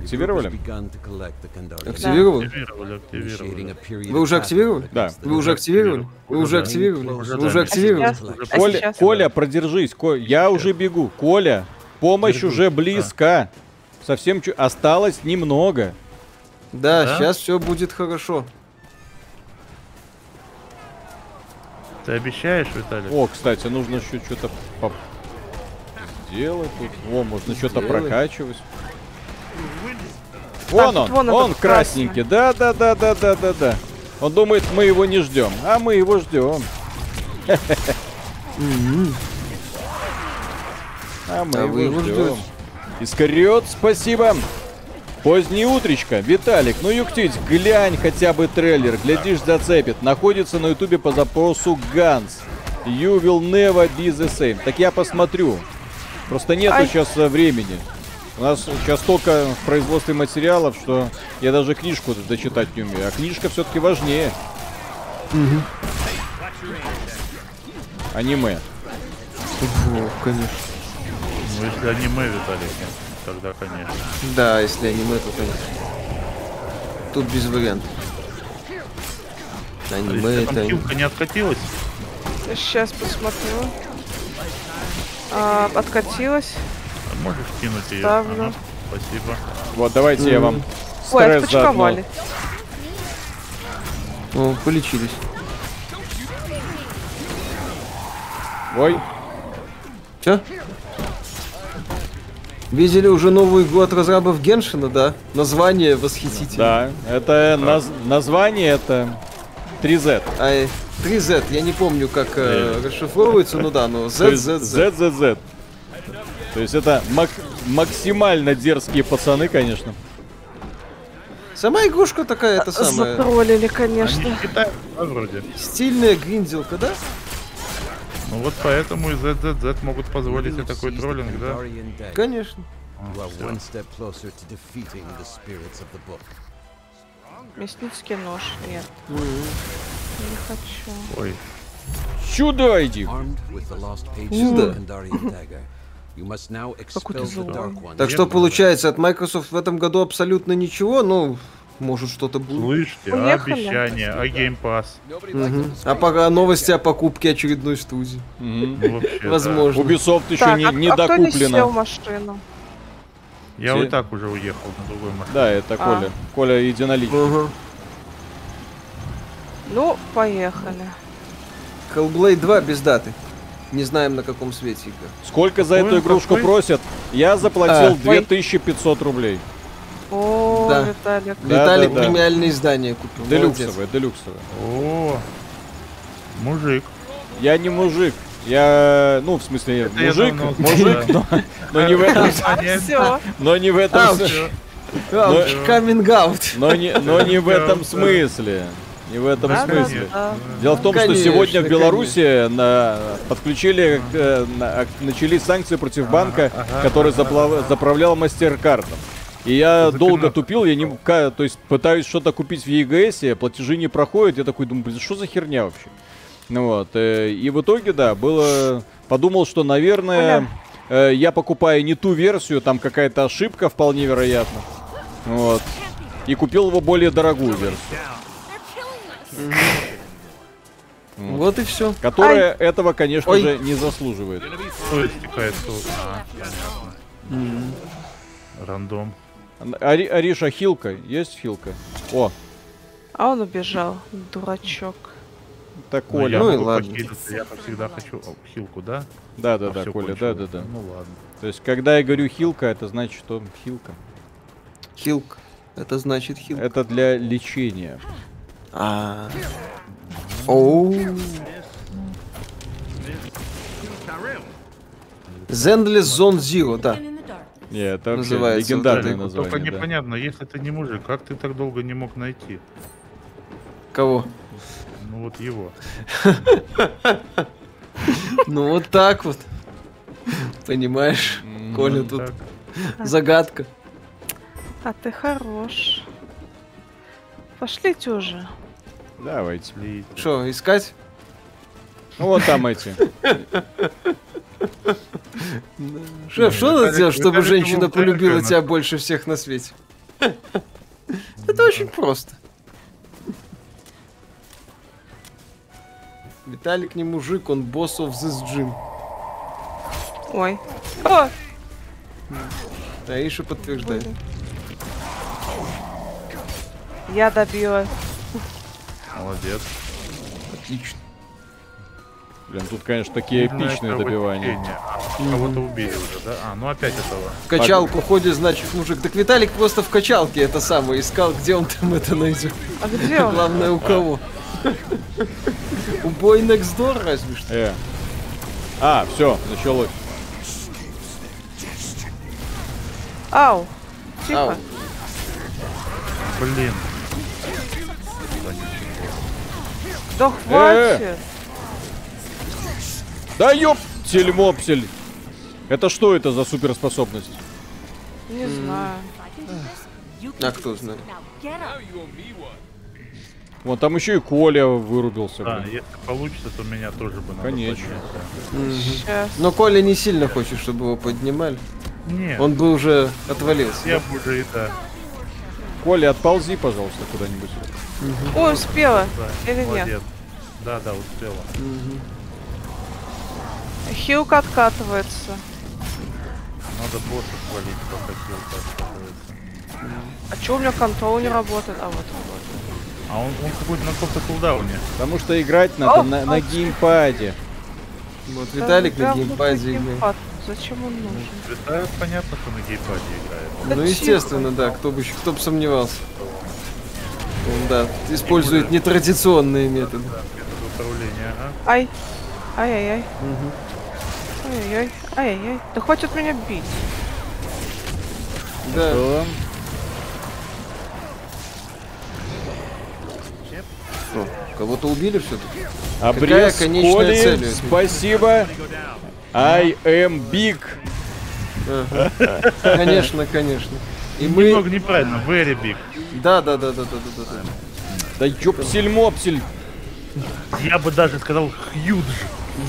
Активировали? Begun to collect the condolences. Активировал? Активировали, Initiating a активировали. period Вы уже of активировали? Да. against the Вы уже активировали? Вы уже Да. активировали? Уже Вы уже да. активировали? А сейчас? Уже А Коля, сейчас? Коля, продержись. Ко- Я уже бегу. Коля, помощь Держусь, уже близко. Совсем чу... осталось немного. Да, Да? сейчас все будет хорошо. Ты обещаешь, Виталик? О, кстати, нужно еще что-то поп- сделать тут. О, можно что-то Сделать. прокачивать. Так, Вон тут он, вон он этот красненький. Да, да, да, да, да, да, да. Он думает, мы его не ждем, а мы его ждем. А мы А вы его его ждем. ждете. Искариот, спасибо. Позднее утречко. Виталик, ну юктить, глянь хотя бы трейлер. Глядишь, зацепит. Находится на ютубе по запросу Ганс. You will never be the same. Так я посмотрю. Просто нету Ай. сейчас э, времени. У нас сейчас столько в производстве материалов, что я даже книжку дочитать не умею. А книжка все-таки важнее. Аниме. Во, конечно. Ну, если аниме, Виталик, тогда, конечно. Да, если аниме, то конечно. Тут без вариантов. А Аниме если это... там аниме. хилка не откатилась, Сейчас посмотрю. А, откатилась. а можешь кинуть ее? Ставлю. Спасибо. Вот, давайте я вам Ой, стресс заодно. отпочковали. О, полечились. Ой, Все? Видели уже новую игру от разрабов Геншина, да? Название да, восхитительное. это наз- название, это 3Z. А, э, 3Z, я не помню, как э, расшифровывается, ну да, но То Z, есть Z, Z. ZZZ. То есть это мак- максимально дерзкие пацаны, конечно. Сама игрушка такая, А, это самая. Затроллили, Они конечно. в Китае, да, вроде. Стильная гринделка, да? Ну вот поэтому и ZZZ могут позволить себе You've такой seized the троллинг, да? Kandarian day. Конечно. You are one step closer to defeating the spirits of the book. Мясницкий нож. Нет, не хочу. Ой, Сюда иди. Armed with the lost pages of the Kandarian dagger, you must now expel the злой. dark one. Так что получается, от Microsoft в этом году абсолютно ничего, ну, может что-то будет. слышите, а Поехали. обещание, а геймпас. Мгм. А пока новости о покупке очередной студии. Мгм. Ну, вообще, да. Возможно. Ubisoft еще Так, не, а, не а кто не сел в докуплено. машину? Я Все. и так уже уехал на другой машине. Да, это Коля. Коля единоличный. Ага. Ну, поехали. Hellblade 2 без даты. Не знаем на каком свете игра. Сколько за Какой эту он игрушку какой? просят? Я заплатил А. 2500 рублей. О, Да. Виталик. Да, Виталик да, да. премиальное издание купил. молодец. Делюксовая, делюксовая. О, мужик. Я не мужик. Я, ну, в смысле, я мужик, давно знаю, мужик, но, но не в этом, Все. но не в этом, Ауч. с- Ну, Ауч, coming out. но не, но не в этом Да. смысле, не в этом Да, да, смысле. да. Дело в том, что Конечно, сегодня в конечно. Беларуси э, на, подключили, к, э, на- к- начались санкции против банка, который запла- заправлял мастер-картом. И я долго тупил, я не, ка- то есть пытаюсь что-то купить в ЕГС, платежи не проходят, я такой думаю, блин, что за херня вообще? Ну Вот. э, И в итоге, да, было... Подумал, что, наверное, э, я покупаю не ту версию, там какая-то ошибка вполне вероятно. Вот. И купил его более дорогую версию. Вот и все. Которая этого, конечно Ой. же, не заслуживает. Что истекает сок? А, понятно. Рандом. Ари- Ариша, хилка? Есть хилка? О, А он убежал, дурачок. это Ну, я Коля. Ну и могу ладно. покинуться, Я всегда хочу О, хилку, да? А Да-да-да, всё Коля, кончилось. да-да-да. Ну ладно. То есть, когда я говорю хилка, это значит, что хилка. Хилк. Это значит хилк. Это для лечения. А. Оу. Зендлес Зон Зиро, да. in the dark. Не, это вообще Называется вот легендарное это. Только название. да. непонятно, если ты не мужик, как ты так долго не мог найти? Кого? Ну вот его. Ну вот так вот. Понимаешь, Коля, тут Так, загадка. А ты хорош. Пошлите уже. Давайте. ли- Что, искать? Ну вот там эти. Шеф, что надо Виталик- сделать, чтобы Виталик женщина Лунтенко полюбила на- тебя больше всех на свете? Это очень просто. Виталик не мужик, он босс of this gym. Ой. О, Аиша подтверждает. я добила. Молодец. Отлично. Блин, тут, конечно, такие Сильное эпичные добивания. кровотечение. А, Кого-то убили уже, да? А, ну опять этого. В качалку ходит, значит, мужик. Так Виталик просто в качалке это самое искал, где он там это найдет. А где он? Главное, у кого. У Бой Next Door разве что. Э. А, все, началось. Ау. Тихо. Ау. Блин. Да хватит. Да ёп, тельмопсель. Это что это за суперспособность? Не знаю. А кто знает? Now get up. Вон там еще и Коля вырубился. Да, блин. если получится, то меня тоже бы надо Конечно. поднять, да. Сейчас. Но Коля не сильно хочет, чтобы его поднимали. Нет, Он бы уже отвалился. я бы уже и да. Коля, отползи, пожалуйста, куда-нибудь. Ой, успела. да, Или нет? молодец. Да, да, успела. Хилка откатывается. Надо босса свалить, пока хилка отказывается. А чё у меня контрол не работает? А вот. А он, он какой-то на каком-то кулдауне. Потому что играть надо О, на, а. на геймпаде. Вот Да Виталик да, на вот геймпаде этот играет. геймпад. Зачем он нужен? Да, понятно, что на геймпаде играет. Да Ну, естественно, да, кто бы, еще- кто бы сомневался. Он, да, использует нетрадиционные методы. Это управление, ага. Ай. Ай-яй-яй. Ай-яй-яй. Ай-яй-яй. Да хватит меня бить. Да. Да. Что, Кого-то убили все-таки? Обрез конечная Коли, цель у этой? спасибо. I am big. Конечно, конечно. И Немного мы... неправильно, very big. Да, да, да, да, да, да, да, да. Да ёпсель-мопсель. Я бы даже сказал huge.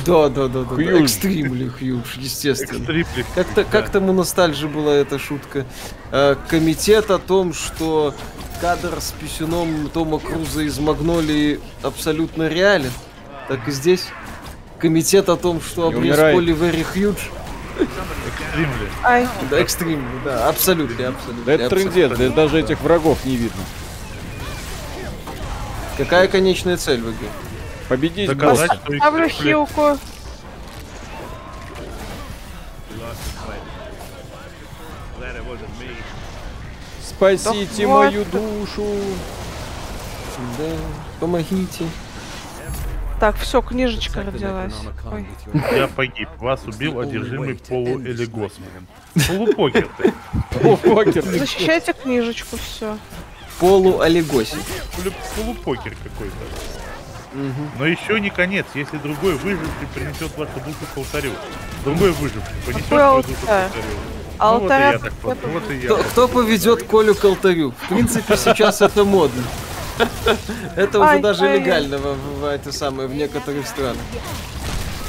Да, да, да, да, да. Хьюж. Экстримли хьюж, естественно. Экстрипли. Как-то, как там у ностальжи была эта шутка. Э, комитет о том, что кадр с писюном Тома Круза из Магнолии абсолютно реален. Так и здесь. Комитет о том, что Не обрез умирай. Поли Very Huge. Экстримли. Ай. Да, экстрим, да, абсолютно, абсолютно. Да это трындец, да даже этих врагов не видно. Какая конечная цель в игре? Победить босса. Доказать, что Ставлю экстрипли. хилку. Спасите Да мою хватит. душу. Да, помогите. Так, все, книжечка Protect the родилась. Necronomicon Ой. with your- Я погиб. Вас убил одержимый полуэлегосманом. Полупокер ты. О, покер. Защищайте книжечку, все. Полу Олегоси. Полу- Полупокер какой-то. Но еще не конец, если другой выживший принесет вашу душу к алтарю. Другой выживший понесет Какой вашу душу к алтарь? алтарю. Ну, вот и Алтаря я так вот, вот и я. Кто, кто поведет Колю к алтарю? В принципе, сейчас это модно. Это уже Ай, даже ай, ай. легально в, в- в это самое в некоторых странах.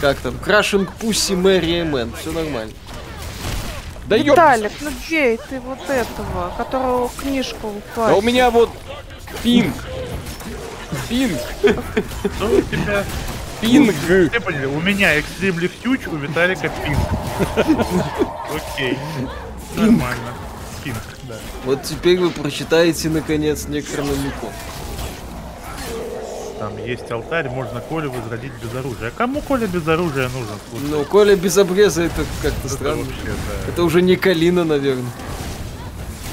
Как там? Крашинг Пусси Мэри Мэн. Все нормально. Да ёп. Виталик, ну бей ты вот А этого, которого книжку упал. Да у меня вот пинг. Пинг! Ну, у тебя... Пинг! Все поняли, у меня экстрим лифтюч, у Виталика пинг. Окей. Нормально. Пинг, да. Вот теперь вы прочитаете, наконец, Некрономикон. Там есть алтарь, можно Колю возродить без оружия. А кому Коля без оружия нужен? Слушай, Ну, Коля без обреза, это как-то это странно. вообще, да, Это уже не Калина, наверное.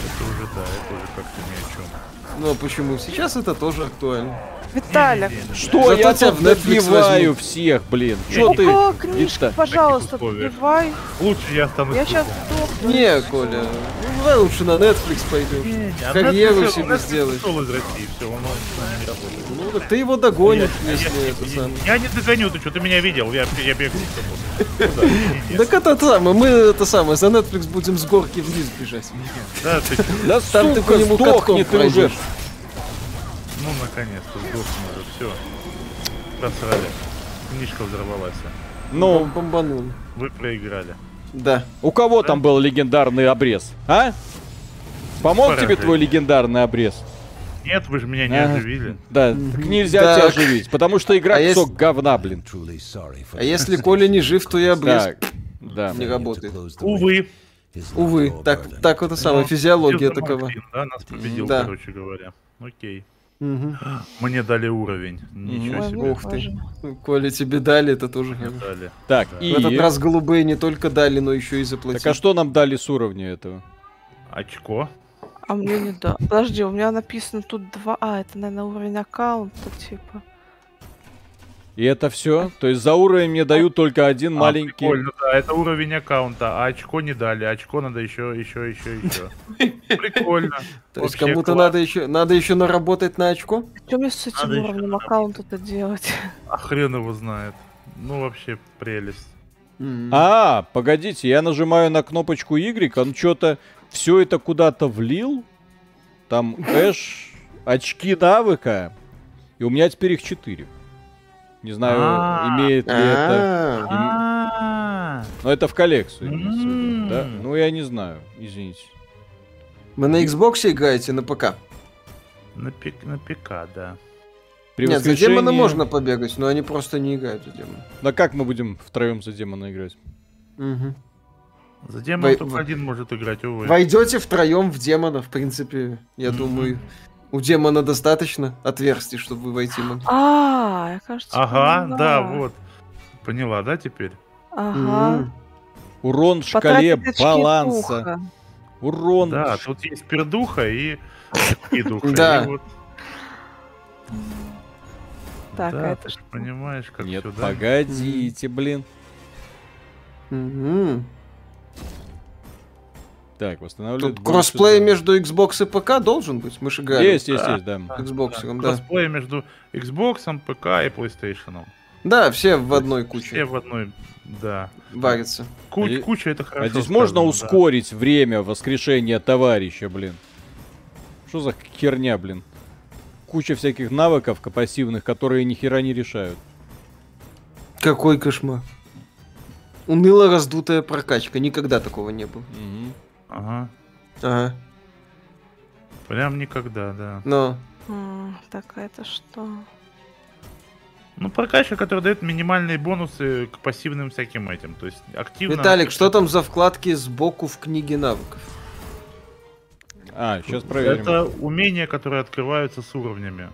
это уже, да, это уже как-то ни о чем. Ну, а почему? Сейчас это тоже актуально. Виталик, Что Зато я тебя тут в Netflix добиваю всех, блин? Что ты? О, книжка, Вита- пожалуйста, Таких условиях. добивай. Лучше я останусь Я сейчас тут. сдохну. Не, Коля, ну, давай лучше на Netflix пойдем. Не, не, а карьеру Netflix- себе Netflix сделаешь. ушел из России, все, он, он с нами не работает. Ну, так ты его догонишь, если я, это я- самое. я не догоню, ты что, ты меня видел, я, я бегаю. Так это самое, мы это самое, за Netflix будем с горки вниз бежать. Да, ты чё? Да Там ты сука, по нему сдохни катком ты уже. пройдешь. ну наконец-то сдохнул уже, все. Просрали. Книжка взорвалась. Ну, Бомбанул. Вы проиграли. Да. у кого там был легендарный обрез, а? Помог тебе Поражение. твой легендарный обрез? Нет, вы же меня не Ага. оживили. Да, так нельзя Так. тебя оживить, потому что игра А если- кусок говна, блин. Truly sorry for А если Коля не жив, то я обрез. Так, да. Не работает. Увы. Увы, так, так вот и самая Ну, физиология Юза такова. Максим, Да, нас победил, Да. короче говоря. Окей. Мгм. Мне дали уровень. Ничего Ой, себе. Ух ты. Коля тебе дали, это тоже хорошо. Дали. Так, Да. и... В этот раз голубые не только дали, но еще и заплатили. Так а что нам дали с уровня этого? Очко. А мне не да. Подожди, у меня написано тут два. А, это, наверное, уровень аккаунта, типа. И это все? То есть за уровень мне дают только один А, маленький... прикольно, да, это уровень аккаунта, а очко не дали, очко надо еще, еще, еще, еще. Прикольно. То есть Вообще кому-то класс. надо еще, надо еще наработать на очко? Что мне с этим Надо ещё уровнем наработать. аккаунта-то делать? А хрен его знает. Ну вообще прелесть. М. А, погодите, я нажимаю на кнопочку Y, он что-то все это куда-то влил. Там эш, очки навыка. И у меня теперь их 4. Не знаю, А. имеет ли это. им- А, А. Но это в коллекцию. имеется в виду, да? М. Ну, я не знаю, извините. Вы на Xbox играете, на ПК? На пик, на пика, да. При Нет, за воскрешении- демона можно побегать, но они просто не играют за демона. Но как мы будем втроем за демона играть? Мгм. За демона Вой- только вой- один может играть, увы. Войдете втроем в демона, в принципе, я Мгм. думаю, у демона достаточно отверстий, чтобы вы войти могли. А, я кажется. Ага, поняла. да, вот. Поняла, да, теперь? Ага. М. Урон М-м. в шкале Потратить очки баланса. духа. Урон. Да, в ш- тут есть пердуха и и духа. Да. И вот- Так, а Да, это ты ж что? понимаешь, как Нет, всё, да? погодите, блин. Мгм. Так, восстанавливать. Тут бонусы кроссплей за- между Xbox и ПК должен быть, мы же играли. Есть, есть, Да. есть, да. А С Xbox, да. Косплей между Xbox, ПК и PlayStation. Да, все в одной Все куче в одной, да. варятся. Куч- А и- куча это хорошо. А здесь можно сказано, да. ускорить время воскрешения товарища, блин. Что за херня, блин? Куча всяких навыков пассивных, которые ни хера не решают. Какой кошмар. Уныло раздутая прокачка, никогда такого не было. Мгм. Ага. Ага, Прям никогда, да. но... М, Так, а это что? Ну, прокачка, которая дает минимальные бонусы к пассивным всяким этим. То есть активно. Виталик, что там за вкладки сбоку в книге навыков? А, сейчас проверим. Это умения, которые открываются с уровнями.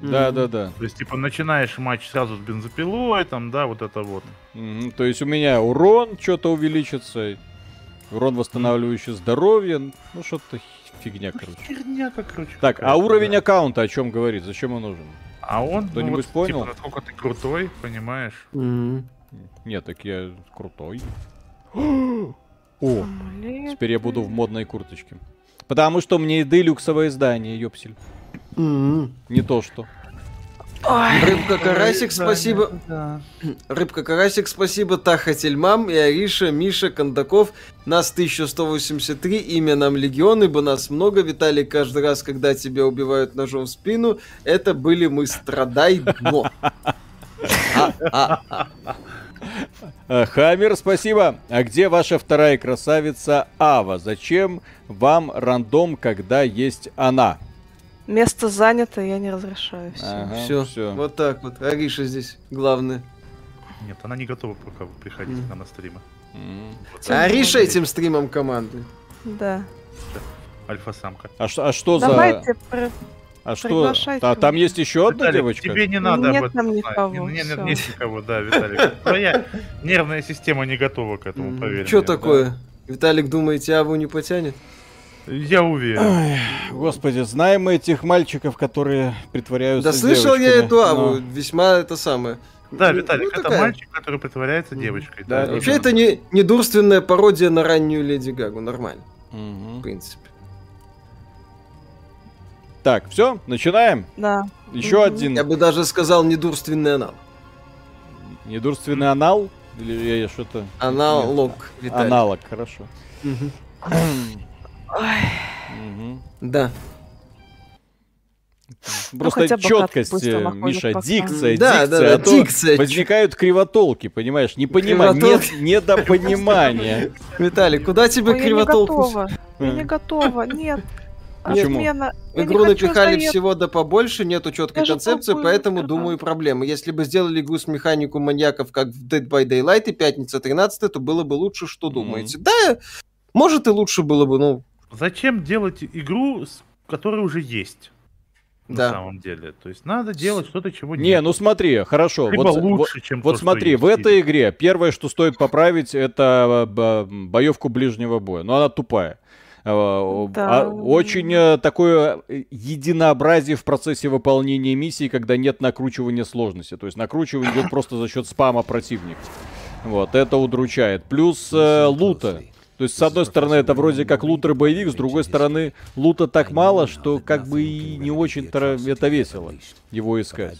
Да, Мгм. да, да. То есть, типа, начинаешь матч сразу с бензопилой, там, да, вот это вот. Мгм. То есть у меня урон что-то увеличится, и урон восстанавливающий здоровье, ну что-то х- фигня, короче. Херняка, короче. Так, а какая-то, уровень да. аккаунта о чем говорит? Зачем он нужен? А он, ну, Кто-нибудь вот, понял? типа, насколько ты крутой, понимаешь? Мгм. Нет, так я крутой. О, Амулет. Теперь я буду в модной курточке. Потому что мне и делюксовое издание, ёпсель. Мгм. Не то что. Ой, Рыбка Карасик, спасибо. Да. Рыбка Карасик, спасибо. Таха Тельмам и Ариша, Миша, Кондаков. Нас 1183, имя нам Легион, ибо нас много. Виталий, каждый раз, когда тебя убивают ножом в спину, это были мы страдай дно. А, а, Э, Хаммер, спасибо. А где ваша вторая красавица Ава? Зачем вам рандом, когда есть она? Место занято, я не разрешаю. всё. А, все, все. вот так вот. Ариша здесь главное. Нет, она не готова пока приходить к нам на стримы. Ариша этим стримом команды. Да. Альфа-самка. А, ш- а что за... Давайте про- А что? приглашайте А, там меня. есть еще одна Виталик, девочка? тебе не надо Нет об этом там знать. никого, Нет, нет, всё. нет никого, да, Виталик. Твоя нервная система не готова к этому, Ну, поверь Че мне. такое? Виталик, думаете, Аву не потянет? Я уверен. Господи, знаем мы этих мальчиков, которые притворяются Да с слышал я девочками, Ну. эту но- Аву, весьма это самое. Да, Ну, Виталик, это такая. мальчик, который притворяется девочкой. Да, да. Вообще, это не недурственная пародия на раннюю Леди Гагу, нормально, в Мгм. принципе. Так, все, начинаем. Да. Еще один Я бы даже сказал недурственный анал. недурственный анал. Или я- я что-то... Аналог, Виталик. Аналог, хорошо. Мгм. Мгм. Да. Просто Ну, хотя бы четкость, быстро э, находят Миша, пока. дикция, Да, дикция, да, да, а то дикция. возникают кривотолки, понимаешь, не понимание, Кривотолки. нет недопонимание. Виталик, куда Ой, тебе я не кривотолкнуть? готова. Я не готова. Нет. Почему? Отмена. В Я не игру хочу напихали заед- всего да побольше, нету четкой Я же концепции, толкую поэтому, микрофон. думаю, проблемы. Если бы сделали игру с механику маньяков, как в Dead by Daylight и Пятница 13, то было бы лучше, что Мгм. думаете. Да, может и лучше было бы, ну, Зачем делать игру, с- которая уже есть? На да. самом деле. То есть надо делать что-то, чего Не, нет. ну смотри, хорошо. Либо вот- лучше, чем Вот то, что смотри, есть. в этой игре первое, что стоит поправить, это э, бо- боевку ближнего боя. Но она тупая. Э, о- Да. а- Очень э, такое э, единообразие в процессе выполнения миссии, когда нет накручивания сложности. То есть накручивание идет просто за счет спама противников. Вот, это удручает. Плюс э, лута. То есть, с одной стороны, это вроде как лутер боевик, с другой стороны, лута так мало, что как бы и не очень-то это весело его искать.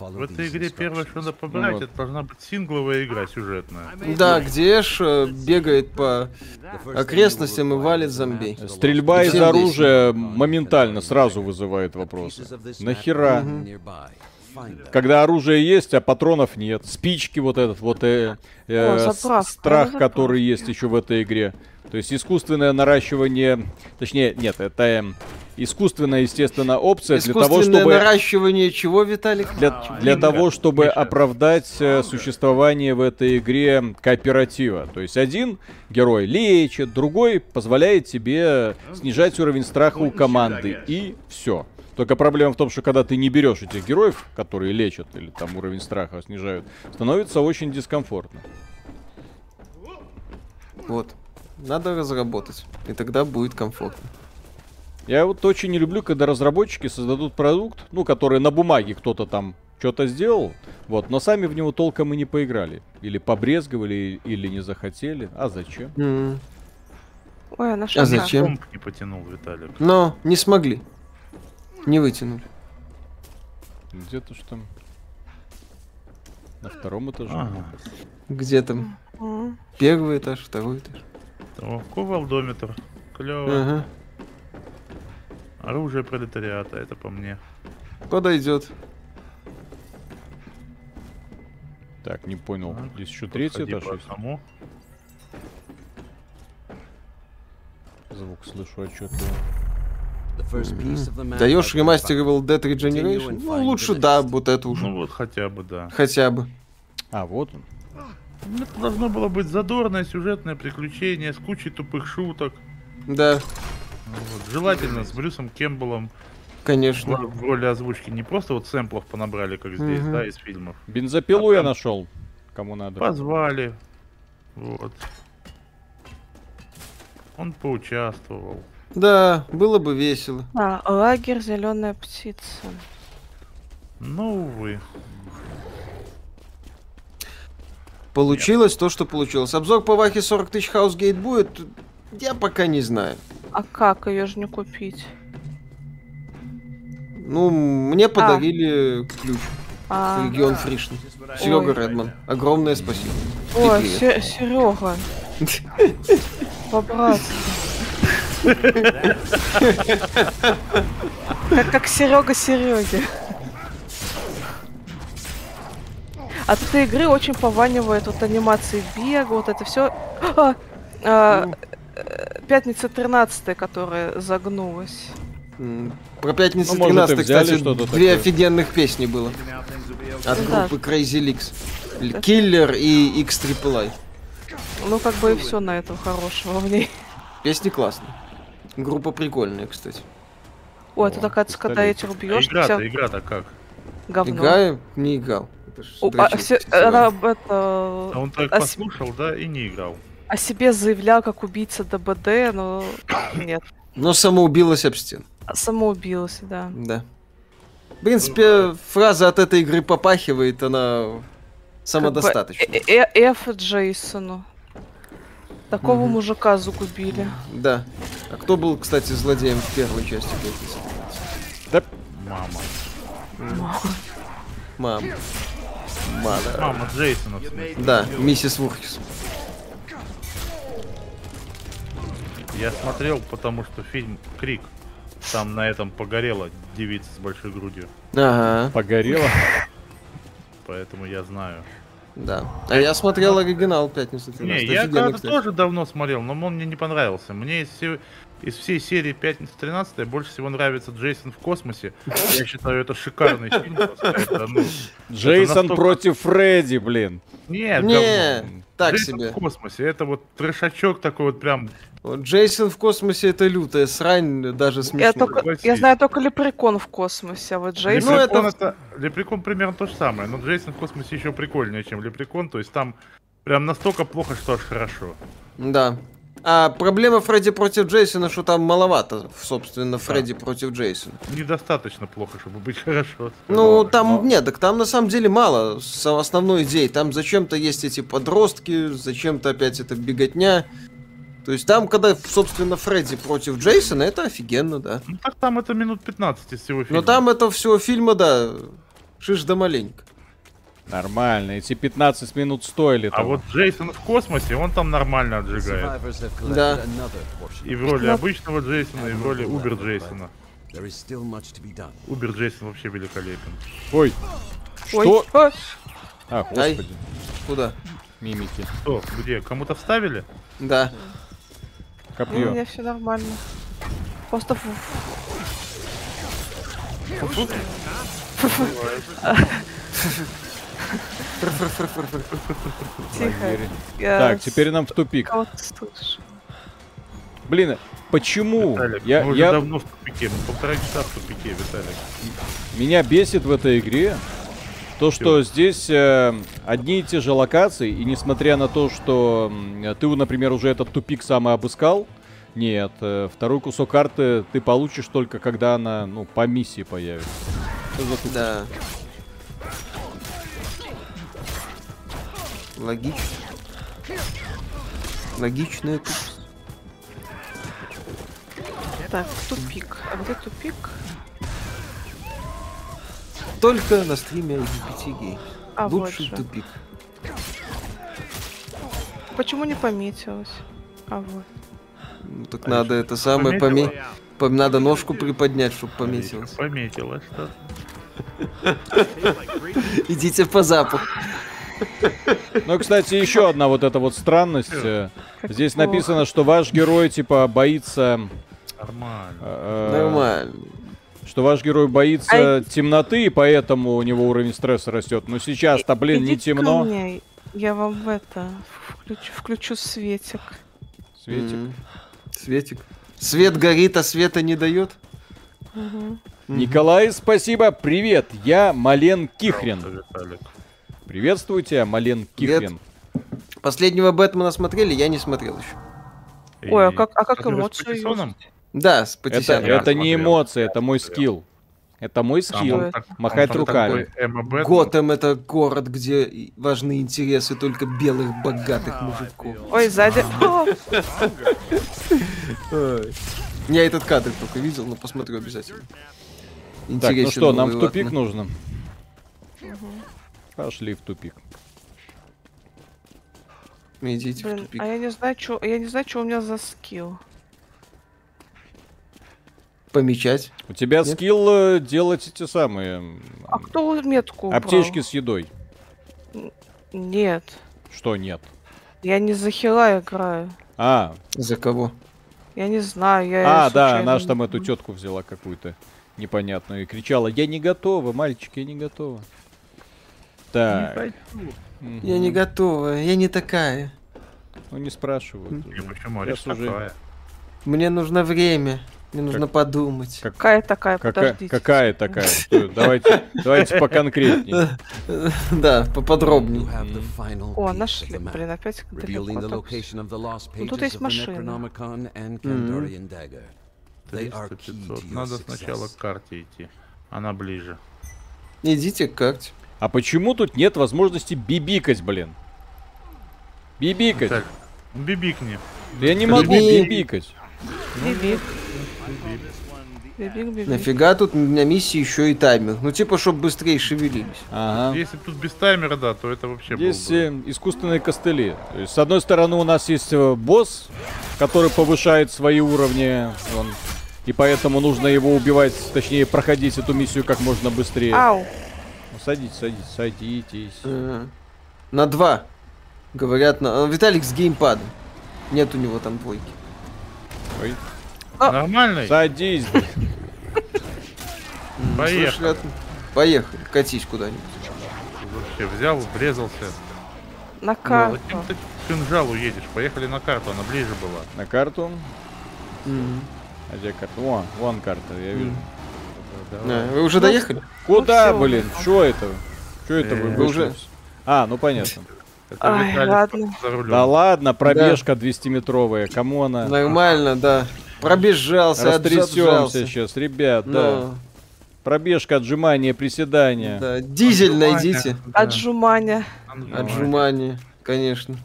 В этой игре первое, что надо побрать, Ну вот. это должна быть сингловая игра сюжетная. Да, где Эш э, бегает по окрестностям и валит зомби. Стрельба из Зомби. оружия моментально сразу вызывает вопросы. Нахера? Когда оружие есть, а патронов нет. Спички вот этот вот э, э, О, с- заправка, страх, заправка. который есть еще в этой игре. То есть искусственное наращивание, точнее нет, это эм, искусственная, естественно, опция для того, Искусственное чтобы наращивание чего, Виталик? для, для того, чтобы оправдать э, существование в этой игре кооператива. То есть один герой лечит, другой позволяет тебе снижать уровень страха у команды. И все. Только проблема в том, что когда ты не берешь этих героев, которые лечат или там уровень страха снижают, становится очень дискомфортно. Вот. Надо разработать. И тогда будет комфортно. Я вот очень не люблю, когда разработчики создадут продукт, ну, который на бумаге кто-то там что-то сделал, вот, но сами в него толком и не поиграли. Или побрезговали, или не захотели. А зачем? М. Ой, она А шла. зачем? Комп не потянул, Виталик. Но не смогли. Не вытянули. Где-то что там? На втором этаже. Ага. Где там? М. Первый этаж, второй этаж. О, кувалдометр. Клево. Ага. Оружие пролетариата, это по мне. Подойдет. Так, не понял. Так, Здесь еще третий Подходи этаж. по одному. есть? Звук слышу а отчетливо. А, Даешь ремастерable Dead Regeneration? Ну, лучше да, вот это уже. Ну вот, хотя бы, да. Хотя бы. А, вот он. Ну, Это должно было быть задорное сюжетное приключение с кучей тупых шуток. Да, Ну вот, Желательно с Брюсом Кэмпбеллом в, конечно. в роли озвучки. Не просто вот сэмплов понабрали, как здесь, Мгм. да, из фильмов. Бензопилу я нашел. Кому надо. Позвали. Вот. Он поучаствовал. Да, было бы весело. А, лагерь зеленая птица. Но, увы. Получилось то, что получилось. Обзор по Вахе 40 тысяч хаусгейт будет? Я пока не знаю. А как ее же не купить? Ну, мне подарили ключ. А, Регион Фришн. Серега Ой. Редман, огромное спасибо. О, Привет. Серега. Побрат. Как, как Серега Сереги. От этой игры очень пованивает вот анимации бега, вот это А, все. э, пятница 13, которая загнулась. М, Про пятницу Ну, может, и 13, взяли кстати, что-то такое. две офигенных песни было. От Да. группы Crazy Leaks. Killer и X Triple Ну, как бы и все на этом хорошего в ней. Песни классные. Группа прикольная, кстати. Ой, а это О, такая, когда пистолетик. этих А бьешь, игра-то, вся игра-то как? говно. Играю, не играл. Это ж О, а дрочилка все- фестиваля. она об это- А он так о се- послушал, да, и не играл. о себе заявлял как убийца ДБД, но нет. Но самоубилась об стен. Самоубился, да. Да. В принципе, фраза от этой игры попахивает, она самодостаточна. Э- э- э- Эф Джейсону. Такого мужика загубили. Да. А кто был, кстати, злодеем в первой части «Пятницы»? Мама. Мам. Мада. Мама Джейсона, в смысле. Да, миссис Вурхис. Я смотрел, потому что фильм Крик. Там на этом погорела девица с большой грудью. Ага, Погорело. Поэтому я знаю. да. А я смотрел оригинал «Пятница 13». Не, я Офигенно, когда-то кстати. тоже давно смотрел, но он мне не понравился. Мне из, всей- из всей серии «Пятница 13» больше всего нравится «Джейсон в космосе». Я считаю, это шикарный фильм. просто. Это, ну, Джейсон настолько- против Фредди, блин. Нет, говно. Не, так «Джейсон себе. в космосе. Это вот трешачок такой вот прям... Вот Джейсон в космосе это лютая срань, даже Я, смешно. только, я согласись. знаю только лепрекон в космосе, а вот Джейсон... Ну, Лепрекон это- это... Лепрекон примерно то же самое, но Джейсон в космосе еще прикольнее, чем Лепрекон. То есть там прям настолько плохо, что аж хорошо. Да. А проблема Фредди против Джейсона, что там маловато, собственно, Фредди против Джейсона. Недостаточно плохо, чтобы быть хорошо. Ну, там, нет, так там на самом деле мало с- основной идеи. Там зачем-то есть эти подростки, зачем-то опять эта беготня. То есть там, когда, собственно, Фредди против Джейсона, это офигенно, да. Ну, так там это минут 15 из всего фильма. Но Ну, там это всего фильма, да, шиш да маленько. Нормально, эти 15 минут стоили А того. вот Джейсон в космосе, он там нормально отжигает. Survivors have Да. collected another И portion. в роли обычного Джейсона, и в роли Убер Джейсона. There is still much to be done. Убер Джейсон вообще великолепен. Ой, Ой, что? а, А, господи, Куда? мимики. Что, где? Кому-то вставили? Да. у меня Копье. все нормально. Просто фу- тихо. Я Так, теперь нам в тупик. кого-то слышу. Блин, почему? Виталик, Я, мы уже я- давно в тупике, мы полтора часа в тупике, Виталик. Меня бесит в этой игре то, что здесь э, одни и те же локации, и несмотря на то, что м, ты, например, уже этот тупик самый обыскал, нет, э, второй кусок карты ты получишь только когда она, ну, по миссии появится. Что за тупик? Да. Логично. Логичное тупость. Так, тупик. А где тупик? Только на стриме GPT Гей. А Лучший вот же. тупик. Почему не пометилось? А вот. Ну, так надо это самое пометить. Надо ножку приподнять, чтобы пометилось. Пометила что Идите по запаху. Ну, и, кстати, еще одна вот эта вот странность. э, Здесь написано, что ваш герой, типа, боится... Нормально. э, э, Нормально. Что ваш герой боится А темноты, и поэтому у него уровень стресса растет. Но сейчас-то, блин, не Идите ко темно. мне, Я вам в это включу, включу светик. Светик. М. Светик. Свет горит, а света не дает. Николай, спасибо. Привет, я Мален Кихрен. Виталик. Приветствую тебя, Мален Привет. Кихрен. Последнего Бэтмена смотрели, я не смотрел еще. Ой, а И- как- а как Который с эмоции Патисоном? Да, с Это, Патисяном. это смотрел. не эмоции, это мой скилл. Это мой Там Килл. скилл. он так- Махать он там руками. такой Эмма Бэтмен. Готэм это город, где и- важны интересы только белых богатых мужиков. Ой, сзади. О, Я этот кадр только видел, но посмотрю обязательно. Так, Интересен ну что, нам в новый, тупик ладно. нужно? Пошли в тупик. Идите Типа в блин, тупик. а я не знаю, что я не знаю, что у меня за скилл. Помечать. У тебя Нет? скилл э, делать эти самые м, А кто метку? убрал? аптечки с едой. Нет, Что нет? я не за хила играю. А, За кого? Я не знаю, я... А, её да, случайно она ж не- там эту тетку взяла какую-то непонятную и кричала, я не готова, мальчик, я не готова. Так, Я не готова, я не такая. ну не спрашивают. И уже. почему Сейчас Ариш уже такая? Мне нужно время. Мне нужно подумать. Как- Какая такая, Какая, подождите. какая такая? Что это? Давайте, давайте поконкретнее. Да, You поподробнее. have the final О, piece of нашли. the map, Блин, опять далеко revealing the так. location of the lost Ну, pages тут of есть the машина. Necronomicon and Kandorian dagger. They are 300, key 500. to your Надо сначала success. к карте идти. Она ближе. Идите к карте. А почему тут нет возможности бибикать, блин? Бибикать. Так, бибикни. Я не могу Биби. бибикать. Бибик. Бибик, бибик. Нафига тут на миссии еще и таймер? Ну типа, чтобы быстрее шевелились. Ага. Если б тут без таймера, да, то это вообще было Здесь бы. э, искусственные костыли. То есть, с одной стороны, у нас есть э, босс, который повышает свои уровни. он- и поэтому нужно его убивать, точнее, проходить эту миссию как можно быстрее. Ау, Ну, садитесь, садитесь, садитесь. Ага. На два. Говорят, на... а, Виталик с геймпадом. Нет у него там двойки. Ой. А! Нормальный? Садись. блин. М, Поехали. слышь, ребята, Поехали, катись куда-нибудь. Вообще взял, врезался. на Ну, карту. Зачем ты к кинжалу едешь? Поехали на карту, она ближе была. На карту. М. А где карта? Вон, вон карта, я вижу. Да, Вы уже доехали? Куда, всё, блин? Что это? Что это вы Э, вышли? уже- А, ну понятно. Это Ай, Виталий ладно. за рулем. Да ладно, пробежка 200-метровая, кому она? Нормально, да. Пробежался, Растрясемся отжался. сейчас, ребят, Ну да. Пробежка, отжимание, приседание. Да, дизель Отжимание. найдите. Да. Отжимания. Отжимание. Отжимание, конечно.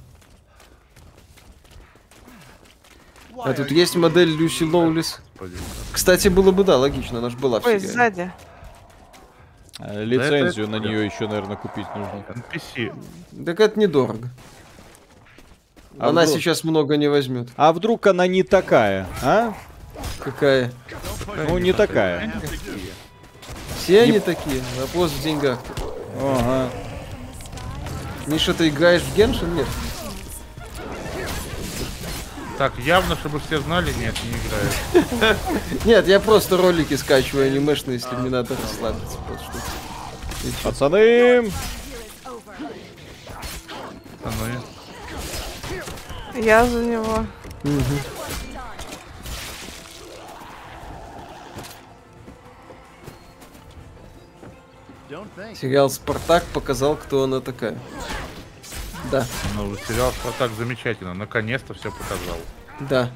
А тут есть модель Люси Лоулис. Господи. Кстати, было бы, да, логично, она же была в Ой, сериале. сзади. Э, Лицензию Да на это- нее еще, наверное, купить нужно. NPC. Так это недорого. А она вдруг- сейчас много не возьмет. А вдруг она не такая, а? Какая? Ну, не такая. Все они такие, вопрос в деньгах. Ага. Миша, ты играешь в Геншин? Нет. Так, явно, чтобы все знали, нет, не играю. Нет, я просто ролики скачиваю анимешные, если мне надо расслабиться. Вот что. Пацаны! А ну и- Я за него. Сериал «Спартак» показал, кто она такая. Да, Ну, сериал «Спартак» замечательно, наконец-то все показал. да.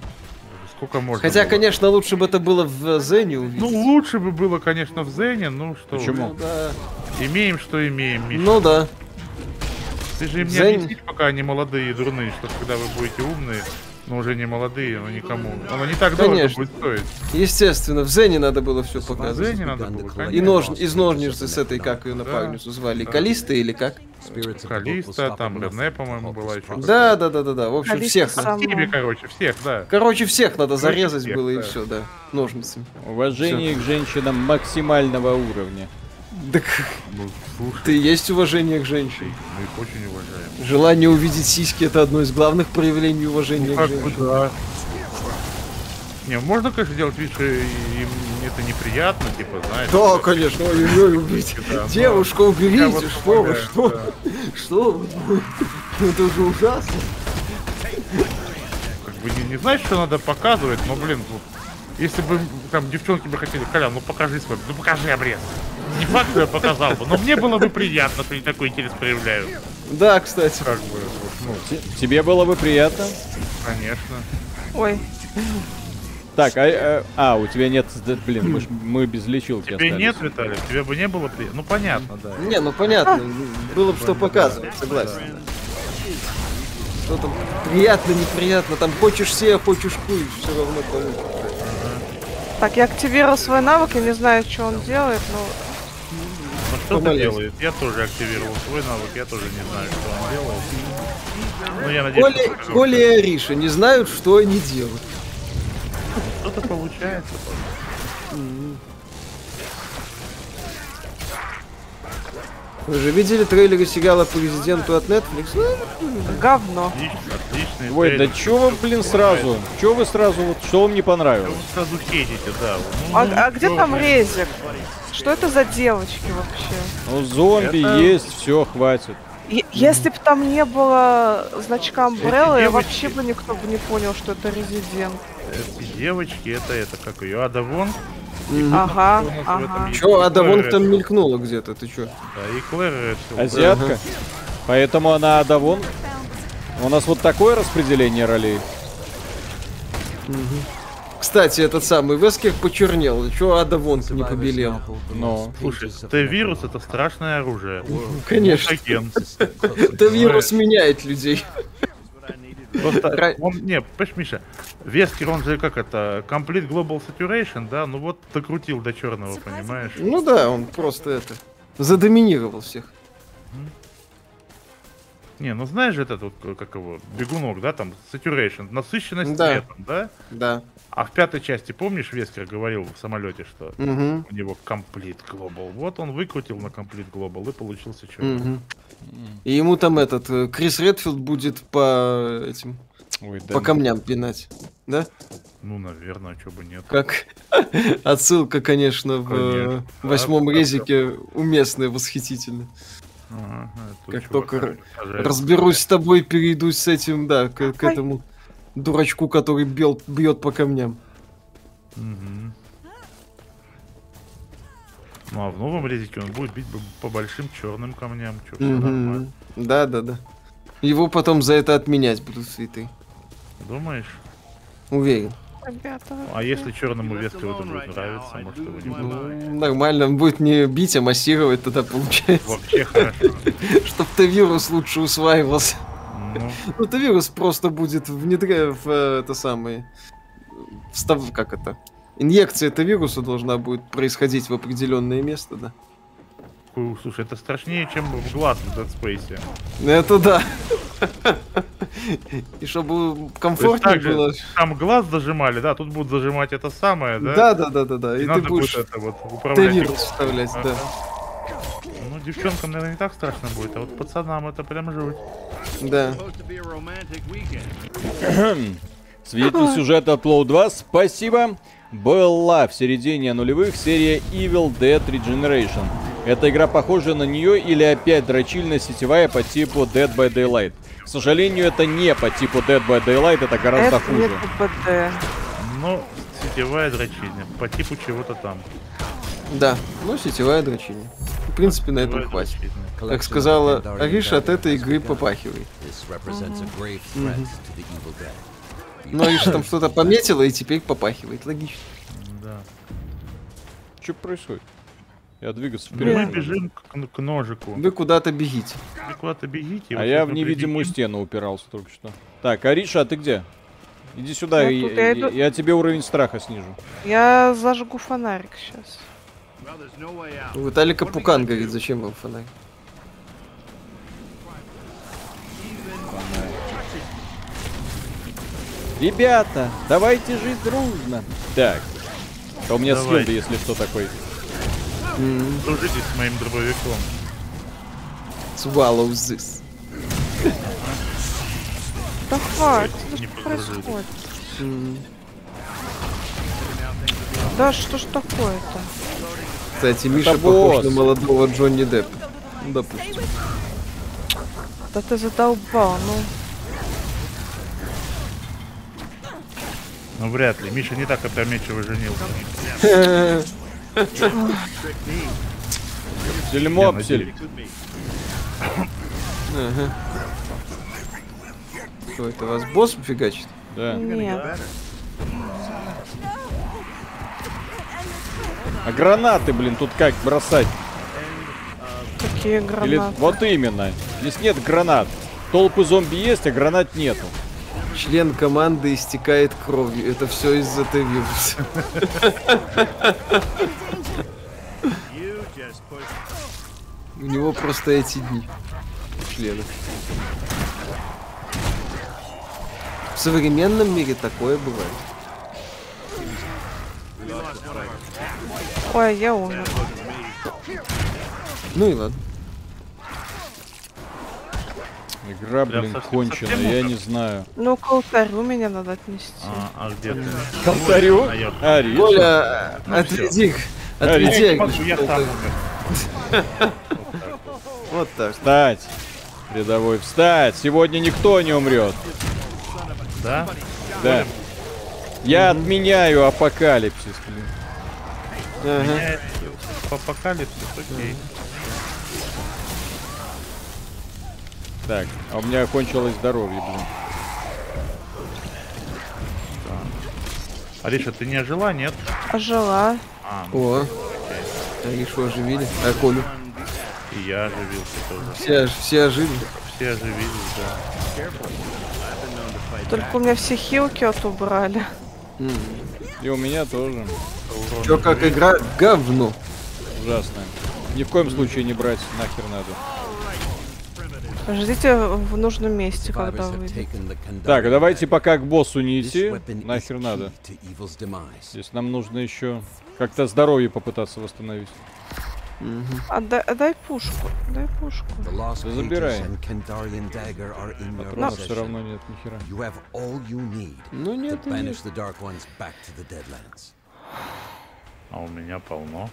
Сколько можно Хотя, было? конечно, лучше бы это было в Зене Ну, увидеть. лучше бы было, конечно, в Зене, ну что. Почему? Ну да. вы. Имеем, что имеем, Миша. Ну да. Ты же им не Зен- объяснишь, пока они молодые и дурные, что когда вы будете умные, но уже не молодые, но никому. Оно не так дорого Конечно. будет стоить. Естественно, в Зене надо было все А показывать. Зене надо было, И конечно. нож, из ножницы с этой, как ее напарницу звали, Калиста или как? Spirits of the book will Калиста, stop там at nothing Рене, to по-моему, halt была this еще. progress. Да, да, да, да, да. В общем, Калиста всех. надо. сам. Тебе, короче, всех, да. Короче, всех надо Короче, зарезать всех, было и да. все, да. Ножницами. Уважение к женщинам максимального уровня. Так Ну, слушай, ты есть уважение к женщине. мы их очень уважаем. Желание увидеть сиськи это одно из главных проявлений уважения к Ну, Как женщине. бы да. Не, можно, конечно, делать вид, что им это неприятно, типа, знаешь. Да, конечно, ой-ой-ой, убейте. Да, да. Девушку Я уберите, вот что вы, помогаю, что вы, да. что вы. Ну, Это же ужасно. Как бы не, не знаешь, что надо показывать, но, блин, ну, если бы там девчонки бы хотели, Коля, ну покажи свой, ну покажи обрез. Не факт, что я показал бы, но мне было бы приятно, что они такой интерес проявляют. Да, кстати. Как бы, вот, ну, Те- Тебе было бы приятно? конечно. Ой, Так, а, а- а, у тебя нет, да, блин, мы, ж- мы без лечилки Тебе остались. нет, Виталий, тебе бы не было приятно. Ну понятно, да. Не, ну понятно, было бы что показывать, согласен. Что там приятно, неприятно, там хочешь все, хочешь куй, все равно получится. так, я активировал свой навык, я не знаю, что он делает, но... Но что ты Помолись. делает? Я тоже активировал свой навык, я тоже не знаю, что он делал. Ну я надеюсь, Коля, что- Коля и Ариша не знают, что они делают. что-то получается. Вы же видели трейлеры сериала «Президенту» от Netflix? Ну, Говно. Отлично, отлично. Ой, да чё вы, блин, сразу? Чё вы сразу, вот, что вам не понравилось? Сразу хейтите, да. Ну, А, ну, а где чё там вы? резик? Что это за девочки вообще? Ну, зомби Это- есть, все, хватит. Е- Ну. Если бы там не было значка Umbrella, я девочки- вообще бы никто бы не понял, что это резидент. Эти девочки, это, это, как ее, Ада Вонг. Ага, у нас в этом ага. есть. Чё, Ада Вонг Э, там мелькнула где-то, ты чё? Да, и Клэр все. Азиатка. Поэтому она Адавон. У нас вот такое распределение ролей. Кстати, этот самый Вескер почернел. Чё Ада Вонг не побелел? Но. Слушай, это вирус, это страшное оружие. Конечно. Агент. Это вирус меняет людей. Просто Ра- он, не, понимаешь, Миша, Вескер, он же как это, Complete Global Saturation, да, ну вот докрутил до черного, понимаешь? Ну да, он просто это... Задоминировал всех. Не, ну знаешь же этот вот, как его, бегунок, да, там, Saturation, насыщенность Да. цветом, да? Да. А в пятой части, помнишь, Вескер говорил в самолете, что Мгм. у него Complete Global. Вот он выкрутил на Complete Global и получился черный. Мгм. И ему там этот э, Крис Редфилд будет по этим Ой, да по ну. камням пинать, да? Ну, наверное, чего бы нет. Как отсылка, конечно, в э, Конечно. восьмом Да, резике уместная, восхитительно. Ага, это Как чувак, только который сажает- Разберусь с тобой, перейду с этим, да, к, к Ой. этому дурачку, который бел, бьет по камням. Мгм. Ну а в новом резике он будет бить б- по большим черным камням. Чё, всё нормально. Мгм. Да, да, да. Его потом за это отменять будут цветы. Думаешь? Уверен. Ребята, А если черному веске это будет нравиться, может его не будет. Ну, нормально, он будет не бить, а массировать тогда получается. Вообще хорошо. Чтоб ты вирус лучше усваивался. Ну, Ну, это вирус просто будет внедря в э, это самое... Встав... Как это? Инъекция этого вируса должна будет происходить в определенное место, да? ку- слушай, это страшнее, чем в глаз в Dead Space. Ну, Это да. И чтобы То есть комфортнее так же, было... там глаз зажимали, да, тут будут зажимать это самое, да? Да, да, да, да, да. И И ты надо будешь будет это вот Т управлять. вирус вставлять, да. Ну, девчонкам, наверное, не так страшно будет, а вот пацанам это прям жуть. Да. Свидетель сюжета Upload 2, спасибо. Была в середине нулевых серия Evil Dead Regeneration. Эта игра похожа на нее или опять дрочильная сетевая по типу Dead by Daylight. К сожалению, это не по типу Dead by Daylight, это гораздо это не хуже. КПД. Но сетевая дрочильня, по типу чего-то там. Да. Ну, сетевая дрочильня. В принципе, на этом Сетевая хватит. дрочильня. Как сказала Ариша, от этой игры попахивает. This represents a grave threat to the evil dead. Но Ариша там что-то пометила и теперь попахивает. Логично. Да. Что происходит? Я двигаться вперед. Ну, Мы не могу. бежим к, к- к ножику. Вы куда-то бегите. Вы Куда-то бегите. А вот я сейчас в мы невидимую прибегим. стену упирался только что. Так, Ариша, а ты где? Иди сюда, Я и- тут, я и- иду. я тебе уровень страха снижу. Я зажгу фонарик сейчас. У Виталика Пукан говорит, зачем вам фонарь? Ребята, давайте жить дружно. Так. А у меня Давай. ну скилл, если что, такой. Дружитесь с моим дробовиком. Swallow this. Да хватит, да не что погружайтесь. происходит? Да что ж такое-то? Кстати, Миша Это похож босс. на молодого Джонни Деппа. Ну, допустим. Да ты задолбал, ну. Ну вряд ли. Миша не так опрометчиво женился. Сельмопсель. Что это, вас босс фигачит? Да. Нет. А гранаты, блин, тут как бросать? Какие Или гранаты. вот именно. Здесь нет гранат. Толпы зомби есть, а гранат нету. Член команды истекает кровью. Это все из-за этого вируса. У него просто эти дни. Члены. В современном мире такое бывает. Ой, я умер. Ну и ладно. Игра, Прям блин, совсем- конченая, совсем я ужас. не знаю. Ну, к алтарю меня надо отнести. А, а где ты? К алтарю? А я- Ари. Оля, Ну, отведи, их, Ари. Я отведи. не их. могу, я сам умер. Вот так. Встать! Рядовой, встать! Сегодня никто не умрет. Да? Да. Я отменяю апокалипсис, блин. Ага. Меня это- Апокалипсис, окей. Так, а у меня кончилось здоровье, блин. Ариша, ты не ожила, нет? А жила. А, О. Аришу оживили. А Колю. и я оживился тоже. Все, ож- все ожили. Все оживились, да. Только у меня все хилки отобрали. И у меня тоже. Чё, как игра? Говно. Ужасно. Ни в коем случае не брать нахер надо. Ждите в нужном месте, когда Survivors have выйдет. taken the Так, а Kandari давайте пока к боссу не This идти. weapon is Нахер key надо. to evil's demise. Здесь нам нужно еще как-то здоровье попытаться восстановить. Отдай, отдай а пушку. Дай пушку. The lost Да pages забирай. and Kandarian dagger are in your Патронов все possession. равно нет, нихера. You have all you need Ну to нет, ну нет. banish the Dark Ones back to the Deadlands. А у меня полно.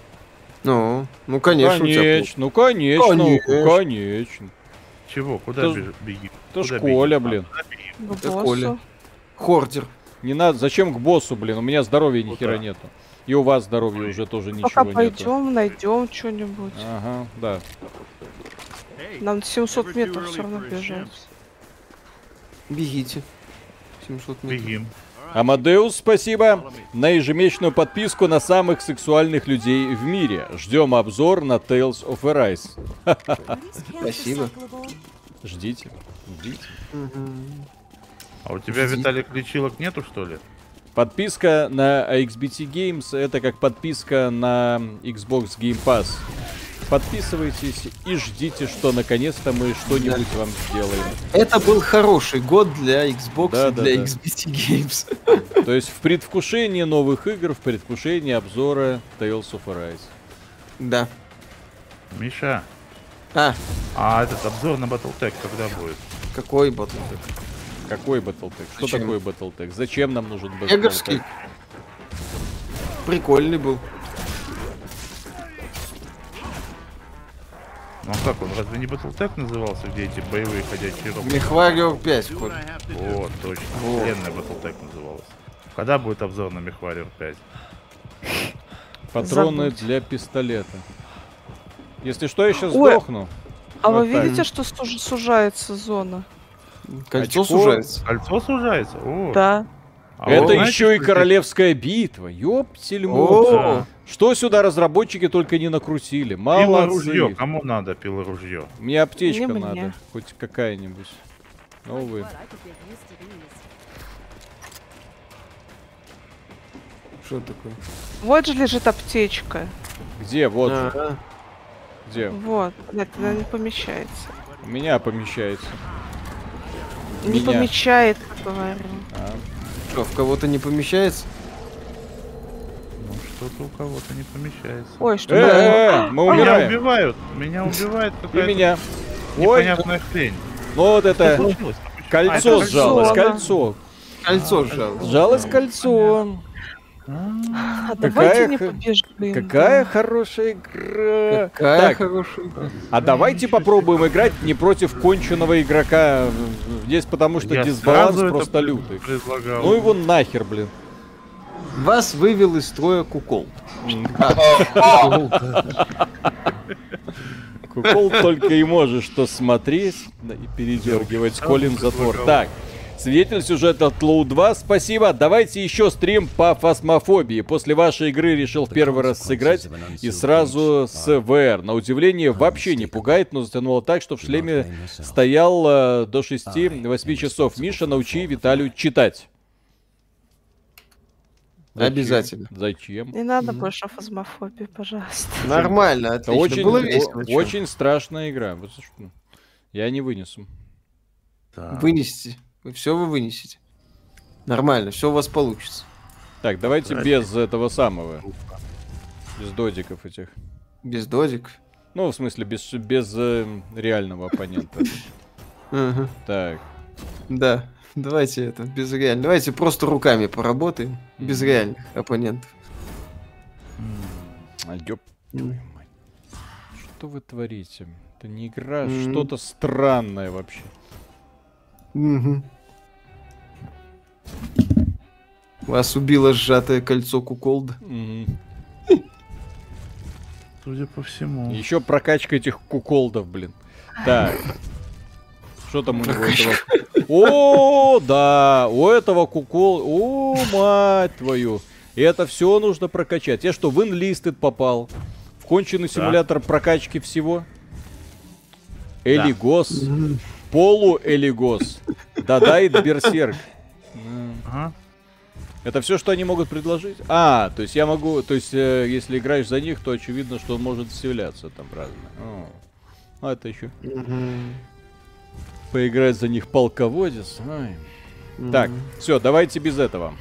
Ну, ну конечно, у тебя Конечно, ну конечно, Конечно. конечно. Чего? Куда Это- бежи- беги? Это ж Куда Коля, беги? блин. К Это боссу. Коля. пол- Хортер. Не надо, зачем к боссу, блин? У меня здоровья ни Вот хера так. нету. И у вас здоровья уже тоже Пока ничего нету. пойдем, найдем что-нибудь. Ага, да. Нам 700 метров все равно бежать. Бегите. 700 метров. Бегим. Амадеус, спасибо. На ежемесячную подписку на самых сексуальных людей в мире. Ждем обзор на Tales of Arise. Спасибо. Ждите. Ждите. А у тебя, Виталик, лечилок нету, что ли? Подписка на XBT Games это как подписка на Xbox Game Pass. Подписывайтесь и ждите, что наконец-то мы что-нибудь вам сделаем. Это был хороший год для Xbox Да, и да, для да. XBT Games. То есть в предвкушении новых игр, в предвкушении обзора Tales of Arise. Да. Миша, А, а этот обзор на Battletech когда будет? какой батл? Какой Battletech? Что Зачем? такое Battletech? Зачем нам нужен Battletech? Эгерский. Прикольный был. Ну а как он, разве не Battletech назывался, где эти боевые ходячие роботы? Мехвариор 5, Коль. Вот, точно. Вот. Вселенная Battletech называлась. Когда будет обзор на Мехвариор 5? Патроны Забудь. для пистолета. Если что, я сейчас Ой. сдохну. А вы Вот так. видите, что суж- сужается зона? Кольцо Очко. сужается. Кольцо сужается? О, Да. а вот Это знаете, еще и что королевская битва. Ёптель О, Да. Что сюда разработчики только не накрутили. здесь? Пило Молодцы. ружье, кому надо пило ружье? Мне Не аптечка мне. надо. Хоть какая-нибудь. Но, увы. Что такое? Вот же лежит аптечка. Где? Вот. же, Ага. Где? Вот. Нет, она не помещается. У меня помещается. Не Меня. помечает, говорю. А, Что, в кого-то не помещается? Ну, что-то у кого-то не помещается. Ой, что Э, э, э, мы Меня умираем. убивают, меня убивает И какая-то меня. Ой, непонятная хрень. ну вот Что это случилось? А почему- а, это кольцо кольцо, сжалось, да. кольцо. А. Кольцо сжалось. Сжалось кольцо. А давайте не х- побежим. Какая хорошая игра. Какая Э, Так, хорошая игра. а давайте попробуем играть не против конченного игрока. Здесь потому что Я дисбаланс сразу это просто пред- лютый. Предлагал. Ну его нахер, блин. Вас вывел из строя кукол. Кукол только и можешь что смотреть да, и передергивать. Колин затвор. Так, свидетель сюжета от Лоу 2, спасибо. Давайте еще стрим по фасмофобии. После вашей игры решил в первый раз сыграть и сразу с VR. На удивление вообще не пугает, но затянуло так, что в шлеме стоял э, до 6-8 часов. Миша, научи Виталию читать. Зачем? Обязательно. Зачем? Не надо больше фазмофобии, пожалуйста. Нормально, Это отлично. очень, Было весело. о- чё. очень страшная игра. Вот за что. Я не вынесу. А. Так. Вынесите. Все вы вынесете. Нормально, все у вас получится. Так, давайте без этого самого. Без додиков этих. Без додик. Ну, в смысле, без, без э, реального оппонента. Ага. Так. Да, давайте это, без реальных. Давайте просто руками поработаем, без реальных оппонентов. А, ёб твою мать. Что вы творите? Это не игра, а что-то странное вообще. Мгм. Вас убило сжатое кольцо куколда. Судя по всему. Еще прокачка этих куколдов, блин. Так. Что там у него этого? О, да, у этого кукол... О, мать твою. И Это все нужно прокачать. Я что, в инлистед попал? В конченый симулятор прокачки всего? Элигос. Полу-элигос. Дадайт Берсерк. Ага. Это все, что они могут предложить? А, то есть я могу, то есть э, если играешь за них, то очевидно, что он может вселяться там разное. О. А это еще поиграть за них полководец. Ай. Так, все, давайте без этого.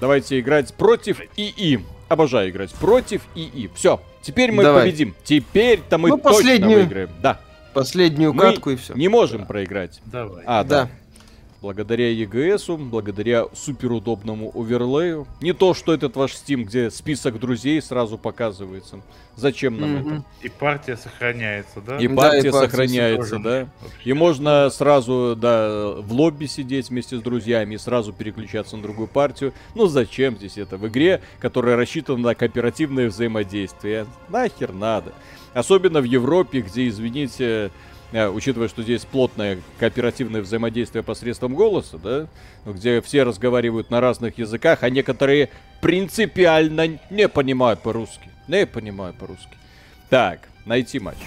Давайте играть против ИИ. Обожаю играть против ИИ. Все, теперь мы Давай. победим. Теперь-то мы Ну, точно последнюю. выиграем. Да. Последнюю Мы катку и все. не можем проиграть. Давай. А, да. Да. Благодаря EGS, благодаря суперудобному оверлею. Не то, что этот ваш Steam, где список друзей сразу показывается. Зачем нам Мгм. И партия сохраняется, да? это? И Да, и партия партия сохраняется, тоже да? Вообще. И можно сразу, да, в лобби сидеть вместе с друзьями и сразу переключаться на другую партию. Ну зачем здесь это в игре, которая рассчитана на кооперативное взаимодействие? Нахер надо. Особенно в Европе, где, извините, э, учитывая, что здесь плотное кооперативное взаимодействие посредством голоса, да, ну, где все разговаривают на разных языках, а некоторые принципиально не понимают по-русски. Не понимают по-русски. Так, найти матч.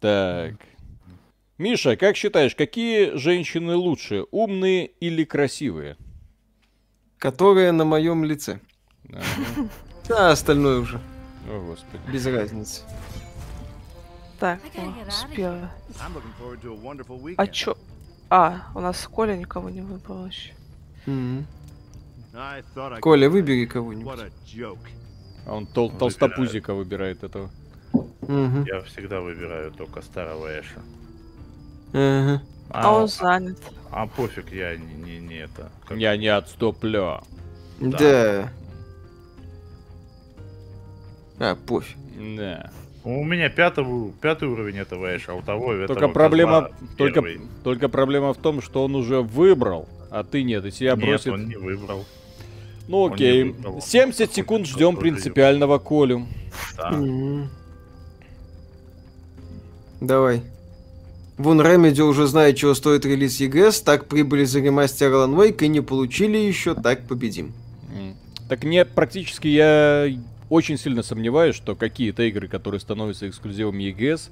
Так. Миша, как считаешь, какие женщины лучше, умные или красивые? Которая на моем лице. Ага. А остальное уже О, господи. без разницы. Так, о, успела. А чё? А, у нас Коля никого не выбрал еще. Мгм. Коля, Коля, выбери. выбери кого-нибудь. А он тол- Ну, толстопузика выбирает этого. Мгм. Я всегда выбираю только старого Эша. Ага. А А, он занят. а пофиг, я не, не, не это. как- Я не отступлю. Да. А, пофиг. Да. У меня пятого, пятый уровень этого Эша, а у того этого Только проблема, козла только, первый. Нет, только проблема в том, что он уже выбрал, а ты нет, и тебя бросит. он не выбрал. Ну он не окей. выбрал. 70 секунд Хоть ждем кто-то принципиального Колю. Да. Мгм. Давай. Вон Remedy уже знает, чего стоит релиз EGS, так прибыли за ремастер Alan Wake и не получили еще, так победим. М. Так не практически я очень сильно сомневаюсь, что какие-то игры, которые становятся эксклюзивом EGS,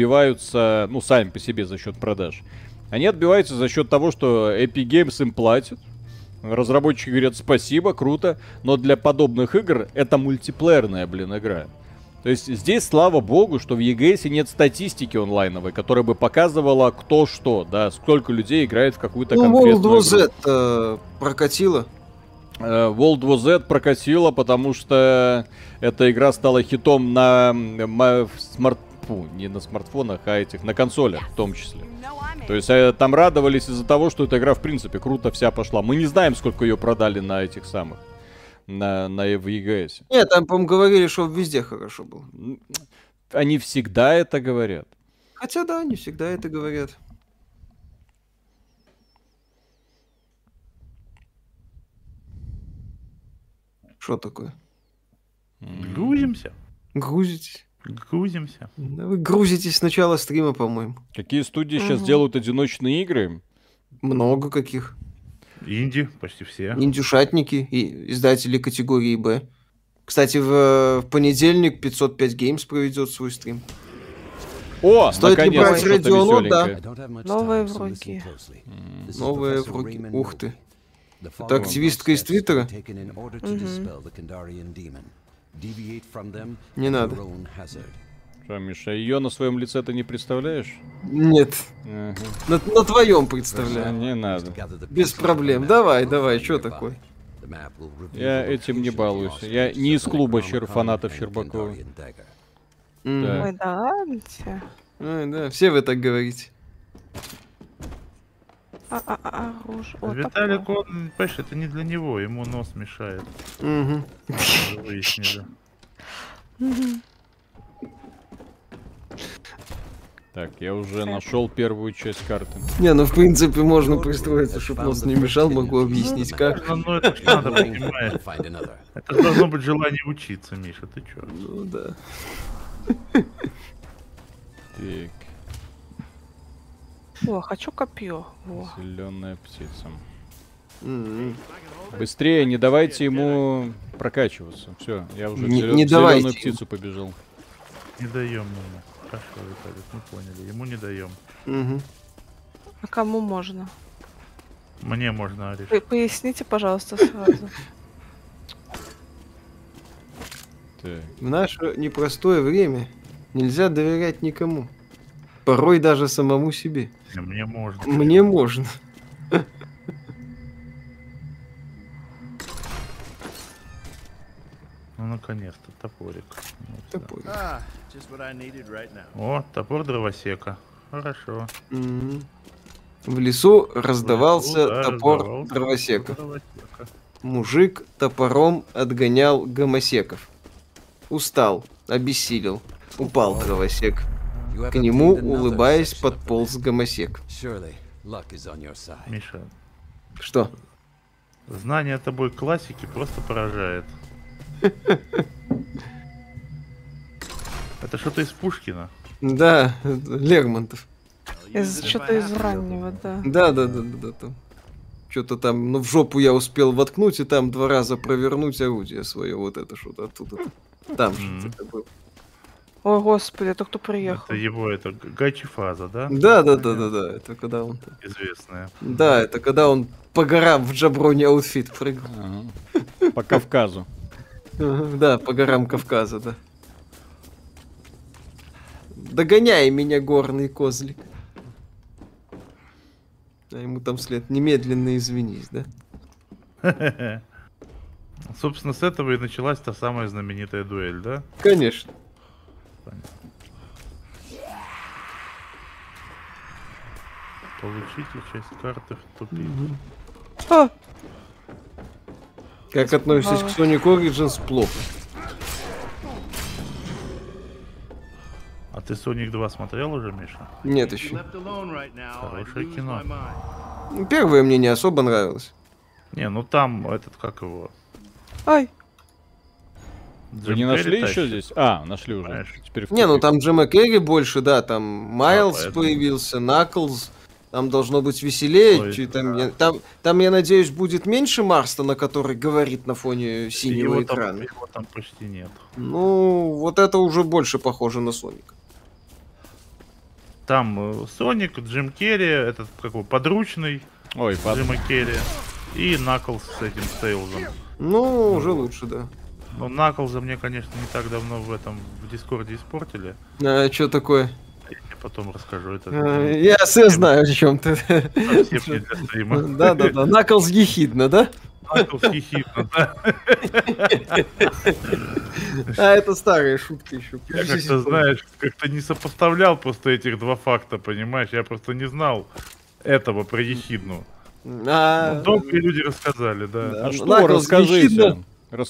отбиваются, ну, сами по себе за счет продаж. Они отбиваются за счет того, что Epic Games им платит. Разработчики говорят спасибо, круто, но для подобных игр это мультиплеерная, блин, игра. То есть здесь, слава богу, что в EGS нет статистики онлайновой, которая бы показывала кто что, да, сколько людей играет в какую-то ну, конкретную World War игру. Z э, прокатила. Э, World War Z прокатила, потому что эта игра стала хитом на м, м- в смарт... фу, не на смартфонах, а этих, на консолях в том числе. То есть э, там радовались из-за того, что эта игра в принципе круто вся пошла. Мы не знаем, сколько ее продали на этих самых, на, на Э, в EGS. Нет, там, по-моему, говорили, что везде хорошо было. М, Они всегда это говорят. Хотя да, не всегда это говорят. Что такое? Грузимся. Грузитесь? Грузимся. Да вы грузитесь с начала стрима, по-моему. Какие студии сейчас делают одиночные игры? Много каких. Инди, почти все. Индюшатники и издатели категории Б. Кстати, в, в понедельник 505 Games проведет свой стрим. О, Стоит ли наконец-то брать что-то Radeon? Да. весёленькое. Новые враги. Новые Новые враги. враги. Ух ты. Это активистка из Твиттера? Не надо. Что, Миша, ее на своем лице ты не представляешь? Нет, Ага. на, на твоем А, представляю. Не надо. Без проблем. Давай, давай, что такое? Я этим не балуюсь. Я не из клуба щер- фанатов Щербакова. М. Да. Ой, да ладно тебе. Ай, да, все вы так говорите. А, а, а, оружие. Вот Виталик, такое. он, понимаешь, это не для него, ему нос мешает, Мгм. уже выяснили. Так, я уже нашел первую часть карты. Не, ну в принципе можно пристроиться, чтобы нос не мешал, могу объяснить как. Ну, ну это ж надо, понимаешь. Find another. Это ж должно быть желание учиться, Миша, ты чё? Ну да. Так, О, хочу копье. Во. зеленая птица. М. Быстрее, не давайте ему прокачиваться. Все, я уже в Не- зелё- не в зелёную давайте им. птицу побежал. Не даем ему. Хорошо, Виталик, мы поняли, ему не даем. Мгм. А кому можно? Мне можно, Ариш. Вы поясните, пожалуйста, сразу. Так, В наше непростое время нельзя доверять никому. Порой даже самому себе. Не, Мне можно. Мне можно. Ну, наконец-то, топорик. Ну, всё. Я понял. Ah, just what I needed right now. О, топор дровосека. Хорошо. Мгм. В лесу раздавался Ну да, топор раздавался дровосеков. топор дровосека. Мужик топором отгонял гомосеков. Устал, обессилел, упал дровосек. You have К нему, obtained another улыбаясь, section of the подполз гомосек. map. Surely, luck is on your side. Миша, Что? знание тобой классики просто поражает. Это что-то из Пушкина. Да, Лермонтов. Из, что-то из раннего, да. Да, да, да, да, да. Там. Что-то там, ну, в жопу я успел воткнуть и там два раза провернуть орудие свое, вот это что-то оттуда. Там же Мгм. это было. Ой, господи, это кто приехал? Это его, это Г- Гачи Фаза, да? Да, да, да, да, да, это когда он... там- Известная. Да, это когда он по горам в джаброне аутфит прыгал. ага. По Кавказу. Ага, Да, по горам Кавказа, да. Догоняй меня, горный козлик. А ему там след. Немедленно извинись, да? Собственно, с этого и началась та самая знаменитая дуэль, да? Конечно. Получите часть карты в тупик. А, Как относитесь к Sonic Origins? Плохо. А ты Соник 2 смотрел уже, Миша? Нет еще. Left alone right now, I'd Хорошее lose кино. my mind. Первое мне не особо нравилось. Не, ну там этот, как его? ай, Вы Джим не Керри нашли тащит? еще здесь? А, нашли уже. Знаешь. Теперь в Не, ну тупик. там Джима Керри больше, да, там Майлз А, поэтому. появился, Наклз. Там должно быть веселее. Ой, чё да. там, я, там, там, я надеюсь, будет меньше Марстона, который говорит на фоне синего Его там, экрана. его там почти нет. Ну, вот это уже больше похоже на Соника. Там э, Соник, Джим Керри, этот как его, подручный Ой, под- Джима Керри и Наклз с этим Сейлзом. Ну, уже лучше, да. Но Наклза мне, конечно, не так давно в этом в Дискорде испортили. А, что такое? Я потом расскажу это. А, я, я ну знаю, о чем ты. Совсем не для стрима. Да-да-да, Наклз ехидно, да? Наклз хихикнул, да. А это старые шутки еще. Я как-то, знаешь, как-то не сопоставлял просто этих два факта, понимаешь? Я просто не знал этого про ехидну. Ну, А, Добрые люди рассказали, да. Да. А что, Наклз расскажите. ехидно.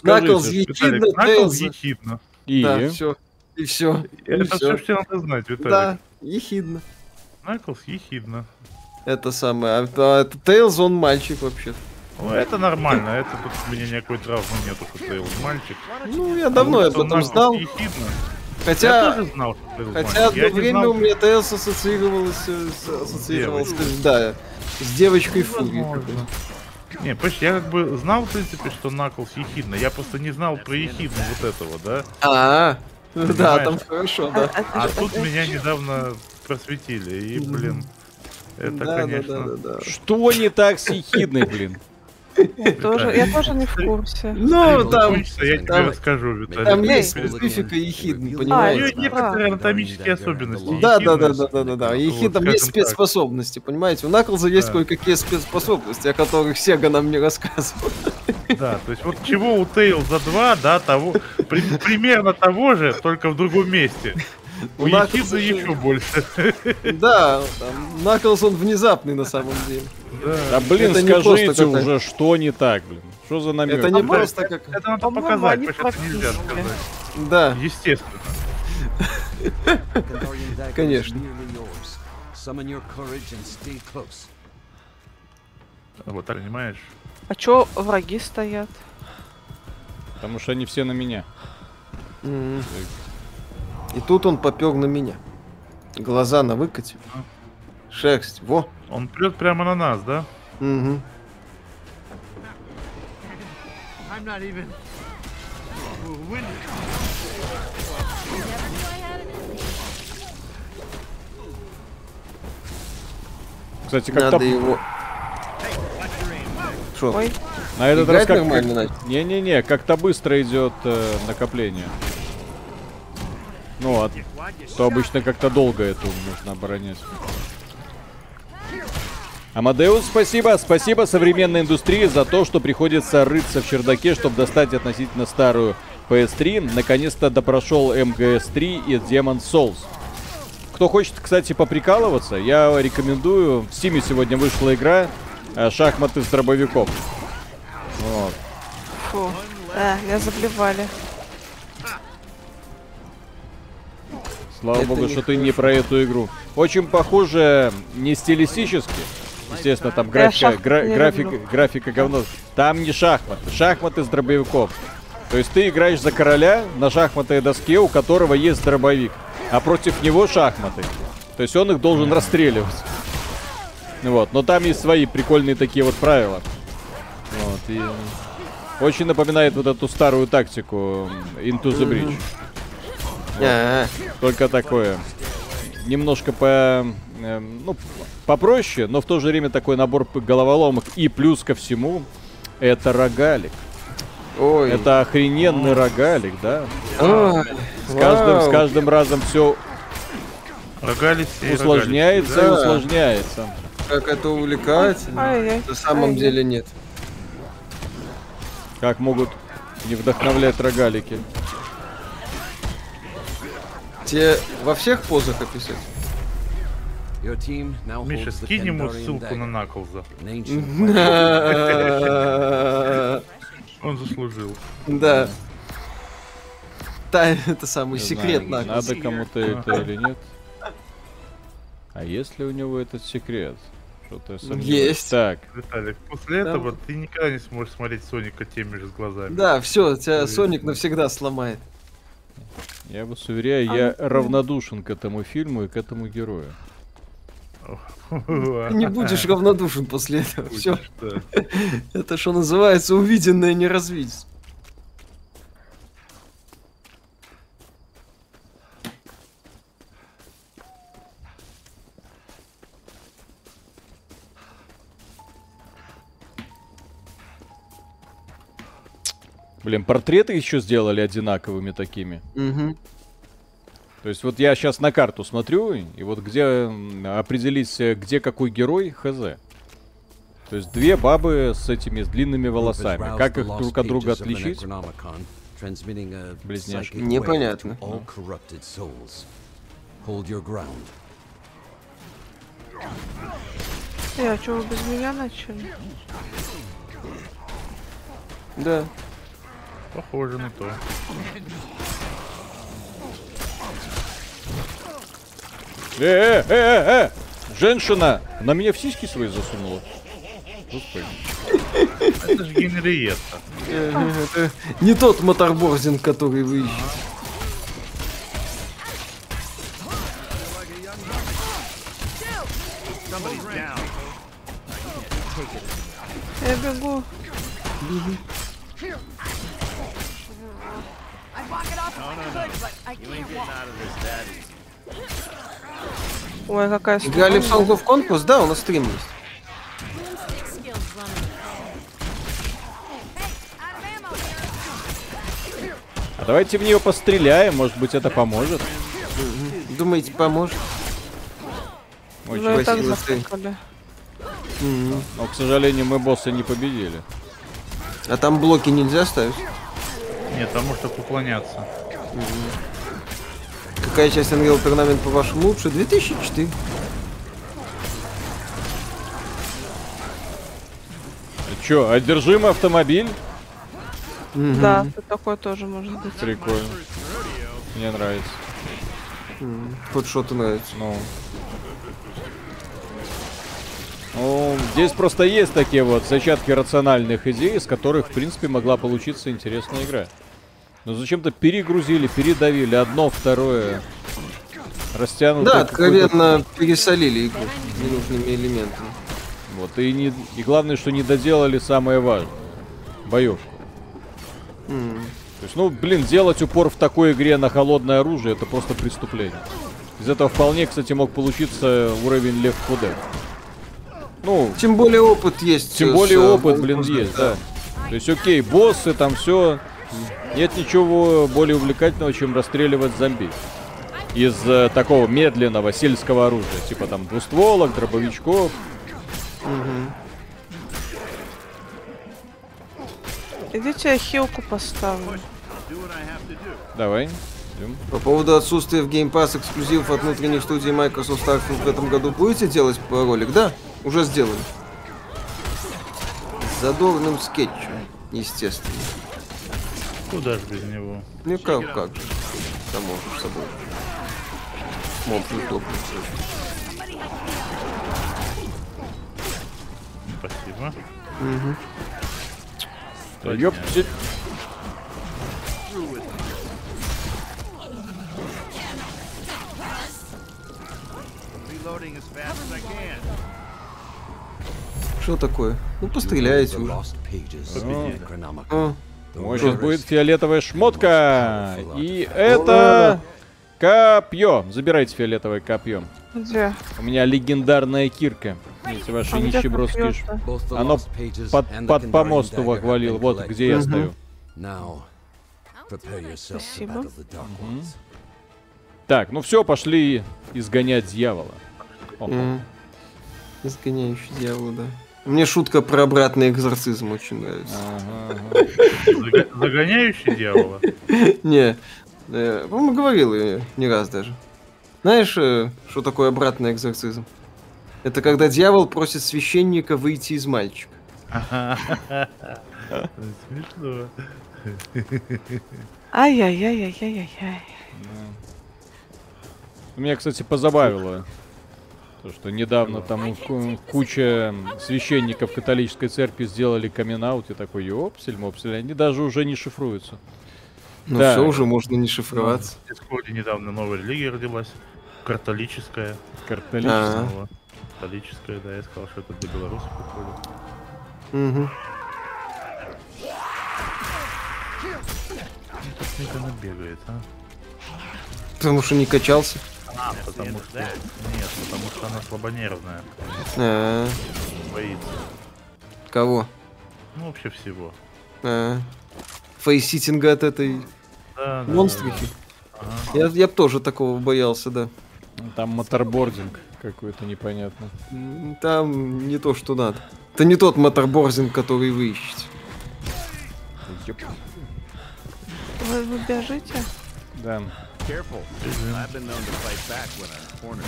Наклз Расскажите. Виталик, ехидно, Наклз Тейлз. ехидно. И... Да, все. И все. И Это все, все. что тебе надо знать, Да, Виталик. ехидно. Наклз ехидно. Это самое. А, а это Тейлз, он мальчик вообще. Ну, это нормально, это тут у меня никакой травмы нету, что Тейлз мальчик. Ну, я давно А вот об что этом Наклз знал. ехидно, Я Хотя, тоже знал, что Тейлз мальчик. хотя одно Я не время знал, у меня Тейлз ассоциировалось, э, с- ассоциировался, да, с девочкой Фури. Возможно. Не, понимаешь, я как бы знал, в принципе, что Наклз ехидно. Я просто не знал про ехидну вот этого, да? А, да, Понимаешь? там хорошо, да. А тут меня недавно просветили, и, блин, это, Да, да, конечно... да, да, да. Что не так с ехидной, блин? я тоже, я тоже не в курсе. Ну, Ну, там, Кончится, я тебе там- расскажу, Виталий. там Эй. есть Перед- специфика ехидна, У А, нее есть, понимаешь? некоторые да. анатомические Да, особенности. да, ехидность. да, да, да, да, да. Вот, Ехи там есть скажем так. спецспособности, понимаете? У Наклза есть Да. кое-какие спецспособности, о которых Сега нам не рассказывал. Да, то есть вот чего у Тейл за два, да, того, при- примерно того же, только в другом месте. У У Наклза Якиза еще больше. Да, там, Наклз он внезапный на самом деле. Да блин, Это не скажите просто как-то- уже, что не так, блин. Что за намек? Это не А мы- просто как... Это надо По-моему, показать, они потому что это нельзя практически. сказать. Да, Естественно. Kandarian dagger is Конечно. merely yours. Summon your courage and stay close. Вот, а, понимаешь? А чё враги стоят? Потому что они все на меня. и тут он попер на меня. Глаза на выкате. Шерсть, во. Он прет прямо на нас, да? Мгм. I'm not even. When Кстати, как-то Надо его... Шо, Ой, на этот раз играть как... нормально как- начал? Не-не-не, как-то быстро идет э, накопление. Ну, а то обычно как-то долго эту нужно оборонять. Амадеус, спасибо. Спасибо современной индустрии за то, что приходится рыться в чердаке, чтобы достать относительно старую PS3. Наконец-то допрошел MGS3 и Demon Souls. Кто хочет, кстати, поприкалываться, я рекомендую. В Стиме сегодня вышла игра э, «Шахматы с дробовиком». Вот. фу. Да, меня заблевали. Слава Это богу, не что ты не про эту игру. Очень похоже, не стилистически. Естественно, там графика, шахмат гра- не графика, люблю. графика говно. Там не шахматы. Шахматы с дробовиком. То есть ты играешь за короля на шахматной доске, у которого есть дробовик. А против него шахматы. То есть он их должен расстреливать. Вот. Но там есть свои прикольные такие вот правила. Вот. И очень напоминает вот эту старую тактику м, Into the Bridge. а, Только такое. Немножко по, эм, ну, попроще, но в то же время такой набор п- головоломок. И плюс ко всему, это рогалик. Ой. Это охрененный рогалик, да? А, С каждым, с вау. каждым разом все Рогались и усложняется и да. усложняется. Как это увлекательно. Ай-яй. На самом Ай-яй. деле нет. Как могут не вдохновлять рогалики. Те во всех позах описать? Your team now рогались. Миша, holds the скинь ему Kandarian ссылку на dagger, Наклза. an ancient Да. Он заслужил. Та, это самый Не секрет знаю, нахуй. Надо кому-то это или нет. А если у него этот секрет? Что-то я сомневаюсь. Есть. Так, Виталик, после Да. этого ты никогда не сможешь смотреть Соника теми же глазами. Да, все, тебя Ой. Соник навсегда сломает. я вас уверяю, А, я ну. равнодушен к этому фильму и к этому герою. Ты не будешь равнодушен после этого. Будешь, Все, да. это что называется, увиденное не развить. Блин, портреты еще сделали одинаковыми такими. Мгм. То есть вот я сейчас на карту смотрю, и и вот где м, определить, э, где какой герой, хз. То есть две бабы с этими с длинными волосами. Как их друг от друга отличить? Близняшки. Непонятно. Hold your ground. Э, а чё вы без меня начали? Да. Похоже на то. Э, э, э, э, э! Женщина! Она меня в сиськи свои засунула. Господи. Это же Генриетта. Э, это Не тот моторбординг, который вы ищете. somebody's down. Я бегу. I'd walk it off if I could, but I can't walk. Out of this dad. Ой, какая Играли в сложная. Song of Conquest? Да, у нас стрим есть. Stick skills running. Hey, out of ammo here. А давайте в нее постреляем, может быть это поможет. Думаете, поможет? Очень. Уже и так красиво стоит. захлопали. Но, к сожалению, мы босса не победили. А там блоки нельзя ставить? Нет, там может только уклоняться. Какая часть Unreal Tournament по-вашему лучше? 2004. Че, одержимый автомобиль? Да, тут такое тоже может быть. Прикольно. Мне нравится. Хоть что-то нравится. Ну. Ну, здесь просто есть такие вот зачатки рациональных идей, из которых, в принципе, могла получиться интересная игра. Но зачем-то перегрузили, передавили одно, второе. Растянуто. Да, откровенно пересолили игру ненужными элементами. Вот, и, не, и главное, что не доделали самое важное. Боевку. То есть, ну, блин, делать упор в такой игре на холодное оружие, это просто преступление. Из этого вполне, кстати, мог получиться уровень Лев Худер. Ну, Тем более опыт есть. тем э, более с, э, опыт, блин, Wolfenstein, есть, да. То есть, окей, боссы, там все. Нет ничего более увлекательного, чем расстреливать зомби. Из э, такого медленного сельского оружия. Типа там двустволок, дробовичков. Идите я хилку поставлю. Давай. идём. По поводу отсутствия в Game Pass эксклюзивов от внутренних студий Microsoft Starfield в этом году будете делать ролик? Да, уже сделали. С задорным скетчем, естественно. Куда же без него? Ну как, как же. Там можешь с собой. Моб удобно. Спасибо. Да ёп, си- Reloading as fast as I can. Что такое? Ну Read постреляйте the уже. lost pages of the Necronomicon. А, Ой, сейчас будет фиолетовая шмотка. И это копье. Забирайте фиолетовое копье. Где? У меня легендарная кирка. Эти ваши А где нищебродские ш- копьё-то? Both the Оно lost pages под, and the под Kandarian помосту dagger have вохвалил. been Вот collected. где я стою. Now, prepare yourself to Спасибо. battle the Dark Ones. Так, ну все, пошли изгонять дьявола. О, м. Изгоняющий дьявол, да. Мне шутка про обратный экзорцизм очень нравится. Заг- Загоняющий дьявола? Не, э, по-моему, говорил я не раз даже. Знаешь, э, что такое обратный экзорцизм? Это когда дьявол просит священника выйти из мальчика. Смешно. Ай-яй-яй-яй-яй-яй. Меня, кстати, позабавило. То, что недавно там ку- куча священников католической церкви сделали камин и такой, ёпсель, мопсель, они даже уже не шифруются. Ну Да. все, уже можно не шифроваться. В Дискорде недавно новая религия родилась. Католическая. Картолически. А. Снова. Католическая, да, я сказал, что это для белорусов, походу. Мгм. Как она бегает, а? Потому что не качался. Потому что... Нет, потому что она слабонервная. А, Боится. Кого? Ну, вообще всего. А, Фейситинга от этой Да, да, да. монстрихи. Я, я б тоже такого боялся, да. Ну, Там моторбординг какой-то непонятно. М, Там не то, что надо. Это не тот моторборзинг, который вы ищете. Вы, вы бежите? Да. Careful. I've been known to fight back when I'm cornered.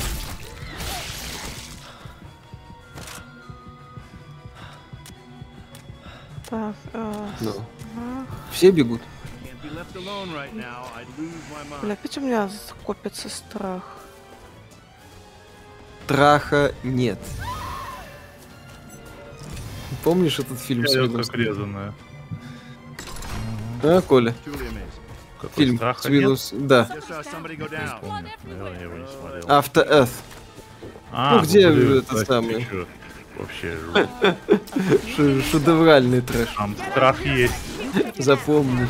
Так, э, Ну. Все бегут. Can't be left alone right now. I'd lose my mind. бля, опять у меня копится страх. Траха нет. Помнишь этот фильм с Я Уиллом как резаная. Смитом? А, Коля? Truly amazing. Какой Фильм страха с нет? Уиллом С- Да. Just saw somebody go down. Помню, наверное, я его не смотрел. After Earth. А, ну, где блин, этот Настя, ты самый? чё? Вообще, жу- Ш- шедевральный трэш. там страх есть. Запомни.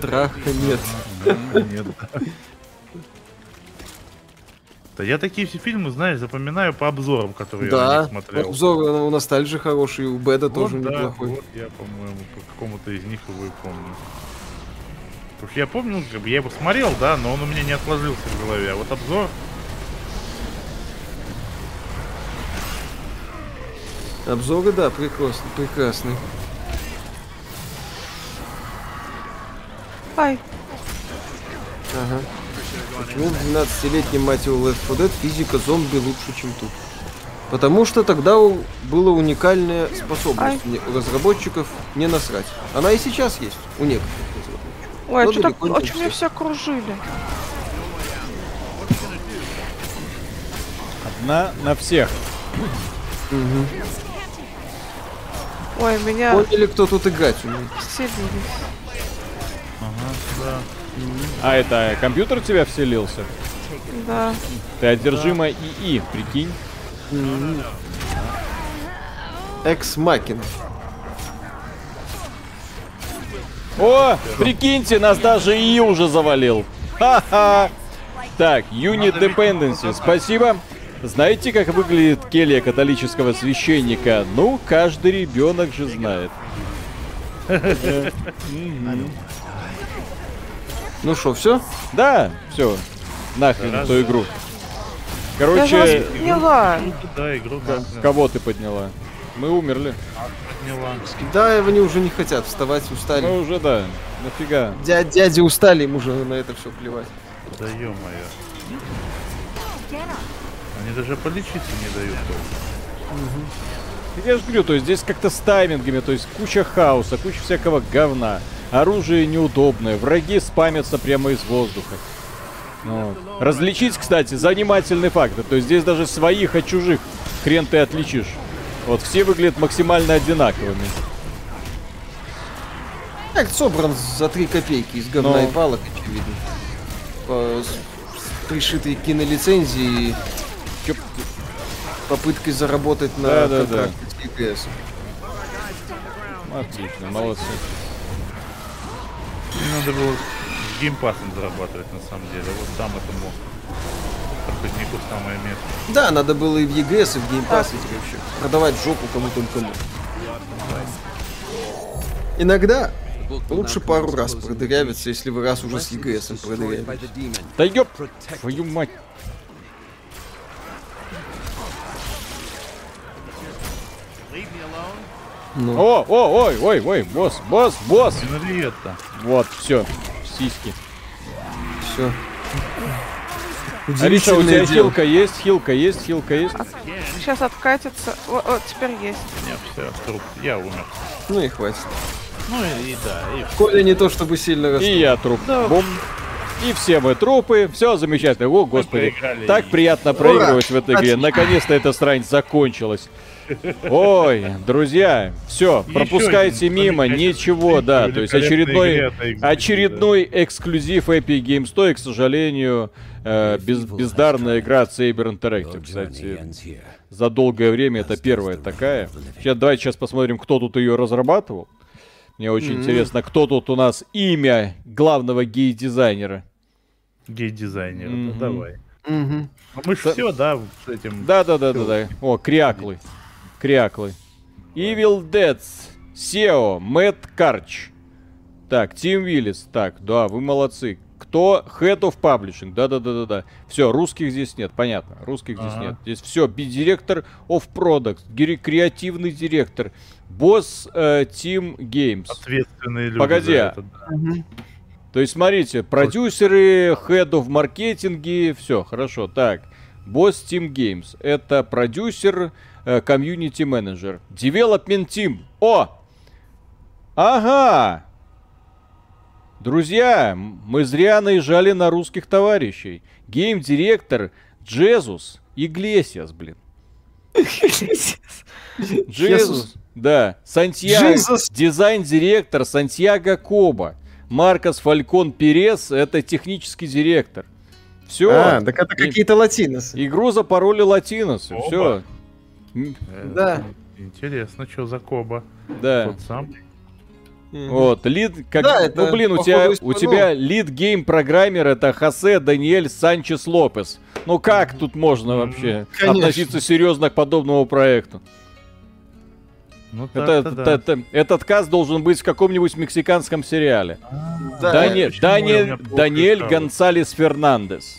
Траха нет. Нет. Да я такие все фильмы, знаешь, запоминаю по обзорам, которые я на Да. них смотрел. Обзор у нас же хороший, у Беда Вот тоже да, неплохой. вот я, по-моему, по какому-то из них его и помню. Потому что я помню, ну, как бы я его смотрел, да, но он у меня не отложился в голове. А вот обзор, Обзоры, да, прекрасный, прекрасный. Ай, Почему в 12-летнем мать его Left 4 Dead физика зомби лучше, чем тут? Потому что тогда у- была уникальная способность не- у разработчиков не насрать. Она и сейчас есть у некоторых разработчиков. ой, а Кто что так, далеко а не чё меня все. все окружили? На, на всех. Ой, меня Поняли, кто тут играть умеет. вселились. А это компьютер в тебя вселился? Да. Ты одержима ИИ, прикинь. Экс Макин. О, прикиньте, нас даже ИИ уже завалил. Ха-ха. Так, Unit Dependency, спасибо. Знаете, как выглядит келья католического священника? Ну, каждый ребенок же знает. Ну что, все? Да, все, нахрен эту игру. Я же Короче, вас поняла. ну Да, игру да. кого ты подняла? Мы умерли. Поняла. Да, они уже не хотят вставать, устали. Мы уже, да, нафига. Дя- дяди устали, им уже на это все плевать. Да ё-моё. Они даже полечиться не дают. Я же говорю, то есть здесь как-то с таймингами, то есть куча хаоса, куча всякого говна. Оружие неудобное, враги спамятся прямо из воздуха. Ну Вот. Различить, кстати, занимательный фактор. То есть здесь даже своих от чужих хрен ты отличишь. Вот все выглядят максимально одинаковыми. Так, собран за три копейки из говна Ну. и палок, очевидно. По- с- с пришитой кинолицензии и Чё- попыткой заработать на Да, да, контракт с EPS. Отлично, молодцы. Мне надо было с геймпасом зарабатывать на самом деле. Вот там этому проходнику самое место. Да, надо было и в EGS, и в Game Pass идти вообще. Продавать жопу кому только можно. Иногда лучше пару раз продырявиться, если вы раз уже с EGS продырявились. Да ёп, твою мать. О, о, ой, ой, ой, босс, босс, босс. Минолиетта. Вот, все, сиськи. Все. Ариша, А у тебя Удивительное дело. хилка есть, хилка есть, хилка есть. Сейчас откатится. О, о, теперь есть. Не, все, труп. Я умер. Ну и хватит. Ну и, и да, и Коля не то чтобы сильно рас- И я труп. Бум. И все мы трупы. Все замечательно. О, господи. проиграли. Так приятно проигрывать в этой игре. Наконец-то эта срань закончилась. Ой, друзья, все, Еще пропускайте один мимо, замечательный ничего, эксклюзив да, то есть великолепной очередной, игре от Xbox, да. очередной эксклюзив Epic Game Store, к сожалению, э, без- бездарная игра от Saber Interactive, кстати, за долгое время это первая такая. Сейчас давайте сейчас посмотрим, кто тут ее разрабатывал. Мне очень интересно, кто тут у нас имя главного гей-дизайнера. Гей-дизайнер. Мгм. Да, давай. Мгм. Ну, мы же все, да, с этим. Да, да, да, да, да. О, кряклы. Кряклы. Evil Dead. SEO. Мэтт Карч. Так, Тим Виллис. Так, да, вы молодцы. Кто? Head of Publishing. Да, да, да, да, да. Все, русских здесь нет, понятно. Русских здесь Ага. нет. Здесь все. Директор of Product. гири- Креативный директор. Босс э, Team Games. Ответственные люди. Погоди, за а- это, да. То есть, смотрите, продюсеры, head of маркетинге, все, хорошо, так. Босс Team Games, это продюсер, э, комьюнити менеджер. Development Team, о! Ага! Друзья, м- мы зря наезжали на русских товарищей. Гейм-директор Джезус Иглесиас, блин. Джезус, Иглесиас? да. Сантьяго, Джезус. дизайн-директор Сантьяго Коба. Маркос Фалькон Перес, это технический директор. Все. А, так это какие-то латиносы. Игру запороли латиносы. Оба. Все. Э, Да. Интересно, что за Коба? Да. Тот сам. Вот, лид, как, Да, ну это, блин, у походу, тебя, у испанул. тебя лид гейм программер это Хосе Даниэль Санчес Лопес. Ну как тут можно вообще Конечно. относиться серьезно к подобному проекту? Ну, так-то Это, да. это- этот каст должен быть в каком-нибудь мексиканском сериале. Да, Дани- почему я Дани- меня плохо Даниэль искала? Гонсалес Фернандес.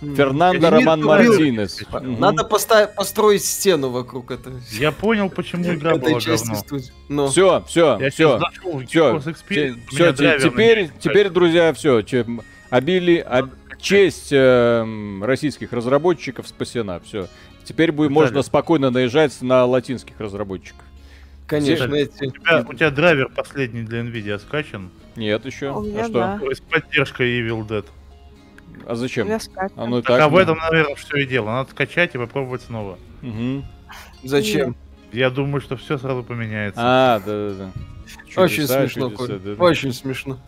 Фернандо Хм. Я не Роман говорил. Мартинес. Мгм. Надо поста- построить стену вокруг этого. Я понял, почему игра этой была части говно. студии. Ну, Все, все, все. Я сейчас зашел в Все, Xbox те- Experience, все, те- меня драйвер теперь, начинает теперь, друзья, все, чем обили, об- честь эм, российских разработчиков спасена, все. Теперь будет Виталий. можно спокойно наезжать на латинских разработчиков. конечно, Слушай, эти- У тебя, у тебя драйвер последний для Nvidia скачан. Нет еще. У А меня что? да. С поддержкой Evil Dead. А У меня зачем? скачано. Оно и Так, так. а в ну. этом, наверное, все и дело. Надо скачать и попробовать снова. Мгм. зачем? Я думаю, что все сразу поменяется. А, да, да, да. Очень Чудеса, смешно, чудеса, Коль. да, да. Очень смешно.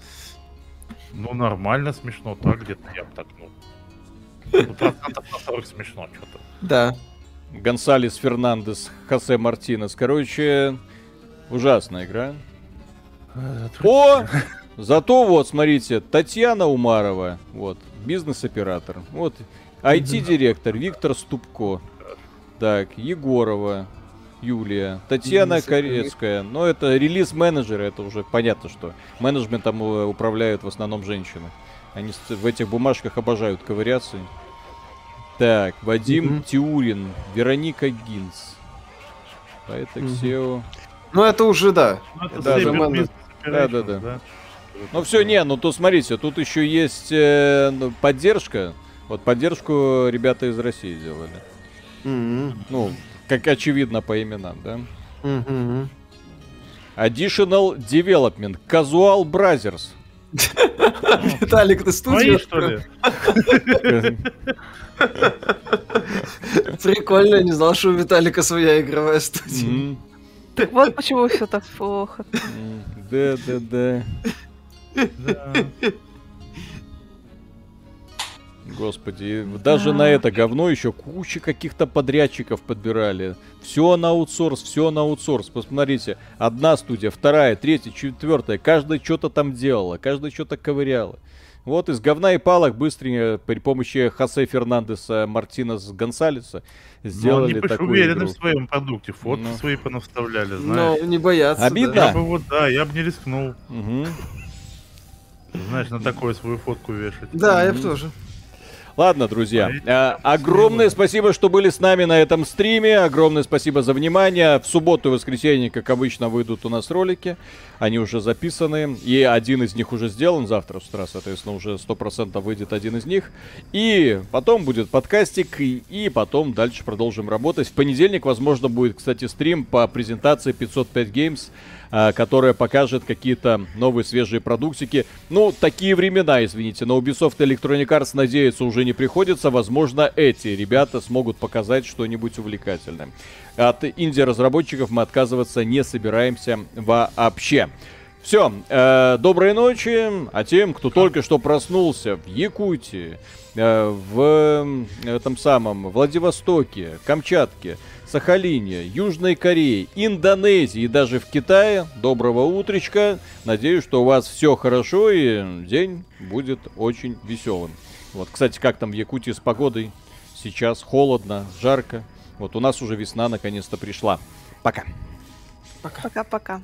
Ну, нормально, смешно, так где-то я бы так, ну. Ну, процентов на 40 смешно что-то. Да. Гонсалес Фернандес, Хосе Мартинес. Короче, ужасная игра. О! Зато вот, смотрите, Татьяна Умарова, вот, бизнес-оператор, вот, IT-директор Виктор Ступко, так, Егорова Юлия, Татьяна Бизнес-оператор. Корецкая, но это релиз-менеджеры, это уже понятно, что менеджментом э, управляют в основном женщины. Они с- в этих бумажках обожают ковыряться. Так, Вадим Мгм. Тиурин, Вероника Гинс. Поэт Мгм. SEO. Ну, это уже, да. Ну, это Да, Saber заманно. Business Operations, Да-да-да. Ну все, не, ну то смотрите, тут еще есть э, ну, поддержка. Вот поддержку ребята из России делали. Мгм. Ну, как очевидно по именам, да? Мгм. Additional Development, Casual Brothers. Виталик, ты Твои, студию? что ли? Прикольно, я не знал, что у Виталика своя игровая студия. М, Вот почему все так плохо. м, Да, да, да. Да. Господи, даже на это говно еще куча каких-то подрядчиков подбирали. Все на аутсорс, все на аутсорс. Посмотрите, одна студия, вторая, третья, четвертая. Каждая что-то там делала, каждая что-то ковыряла. Вот из говна и палок быстренько при помощи Хосе Фернандеса Мартинес Гонсалеса Но они сделали больше такую уверены игру. в своем продукте. Фото Ну. свои понаставляли, Но знаешь. не боятся. Обидно. да. Я бы вот, да, я бы не рискнул, Мгм. знаешь, на такое свою фотку вешать. Да, я бы М-м. тоже. Ладно, друзья, Смотрите, э, огромное спасибо, что были с нами на этом стриме. Огромное спасибо за внимание. В субботу и воскресенье, как обычно, выйдут у нас ролики. Они уже записаны. И один из них уже сделан. Завтра с утра, соответственно, уже 100% выйдет один из них. И потом будет подкастик. И, и потом дальше продолжим работать. В понедельник, возможно, будет, кстати, стрим по презентации 505 Games а, которая покажет какие-то новые свежие продуктики. Ну, такие времена, извините, на Ubisoft и Electronic Arts надеяться уже не приходится. Возможно, эти ребята смогут показать что-нибудь увлекательное. От инди-разработчиков мы отказываться не собираемся вообще. Все, э, доброй ночи. А тем, кто только что проснулся в Якутии, э, в э, этом самом Владивостоке, Камчатке, Сахалине, Южной Корее, Индонезии и даже в Китае, доброго утречка. Надеюсь, что у вас все хорошо и день будет очень веселым. Вот, кстати, как там в Якутии с погодой? Сейчас холодно, жарко. Вот у нас уже весна наконец-то пришла. Пока. Пока-пока.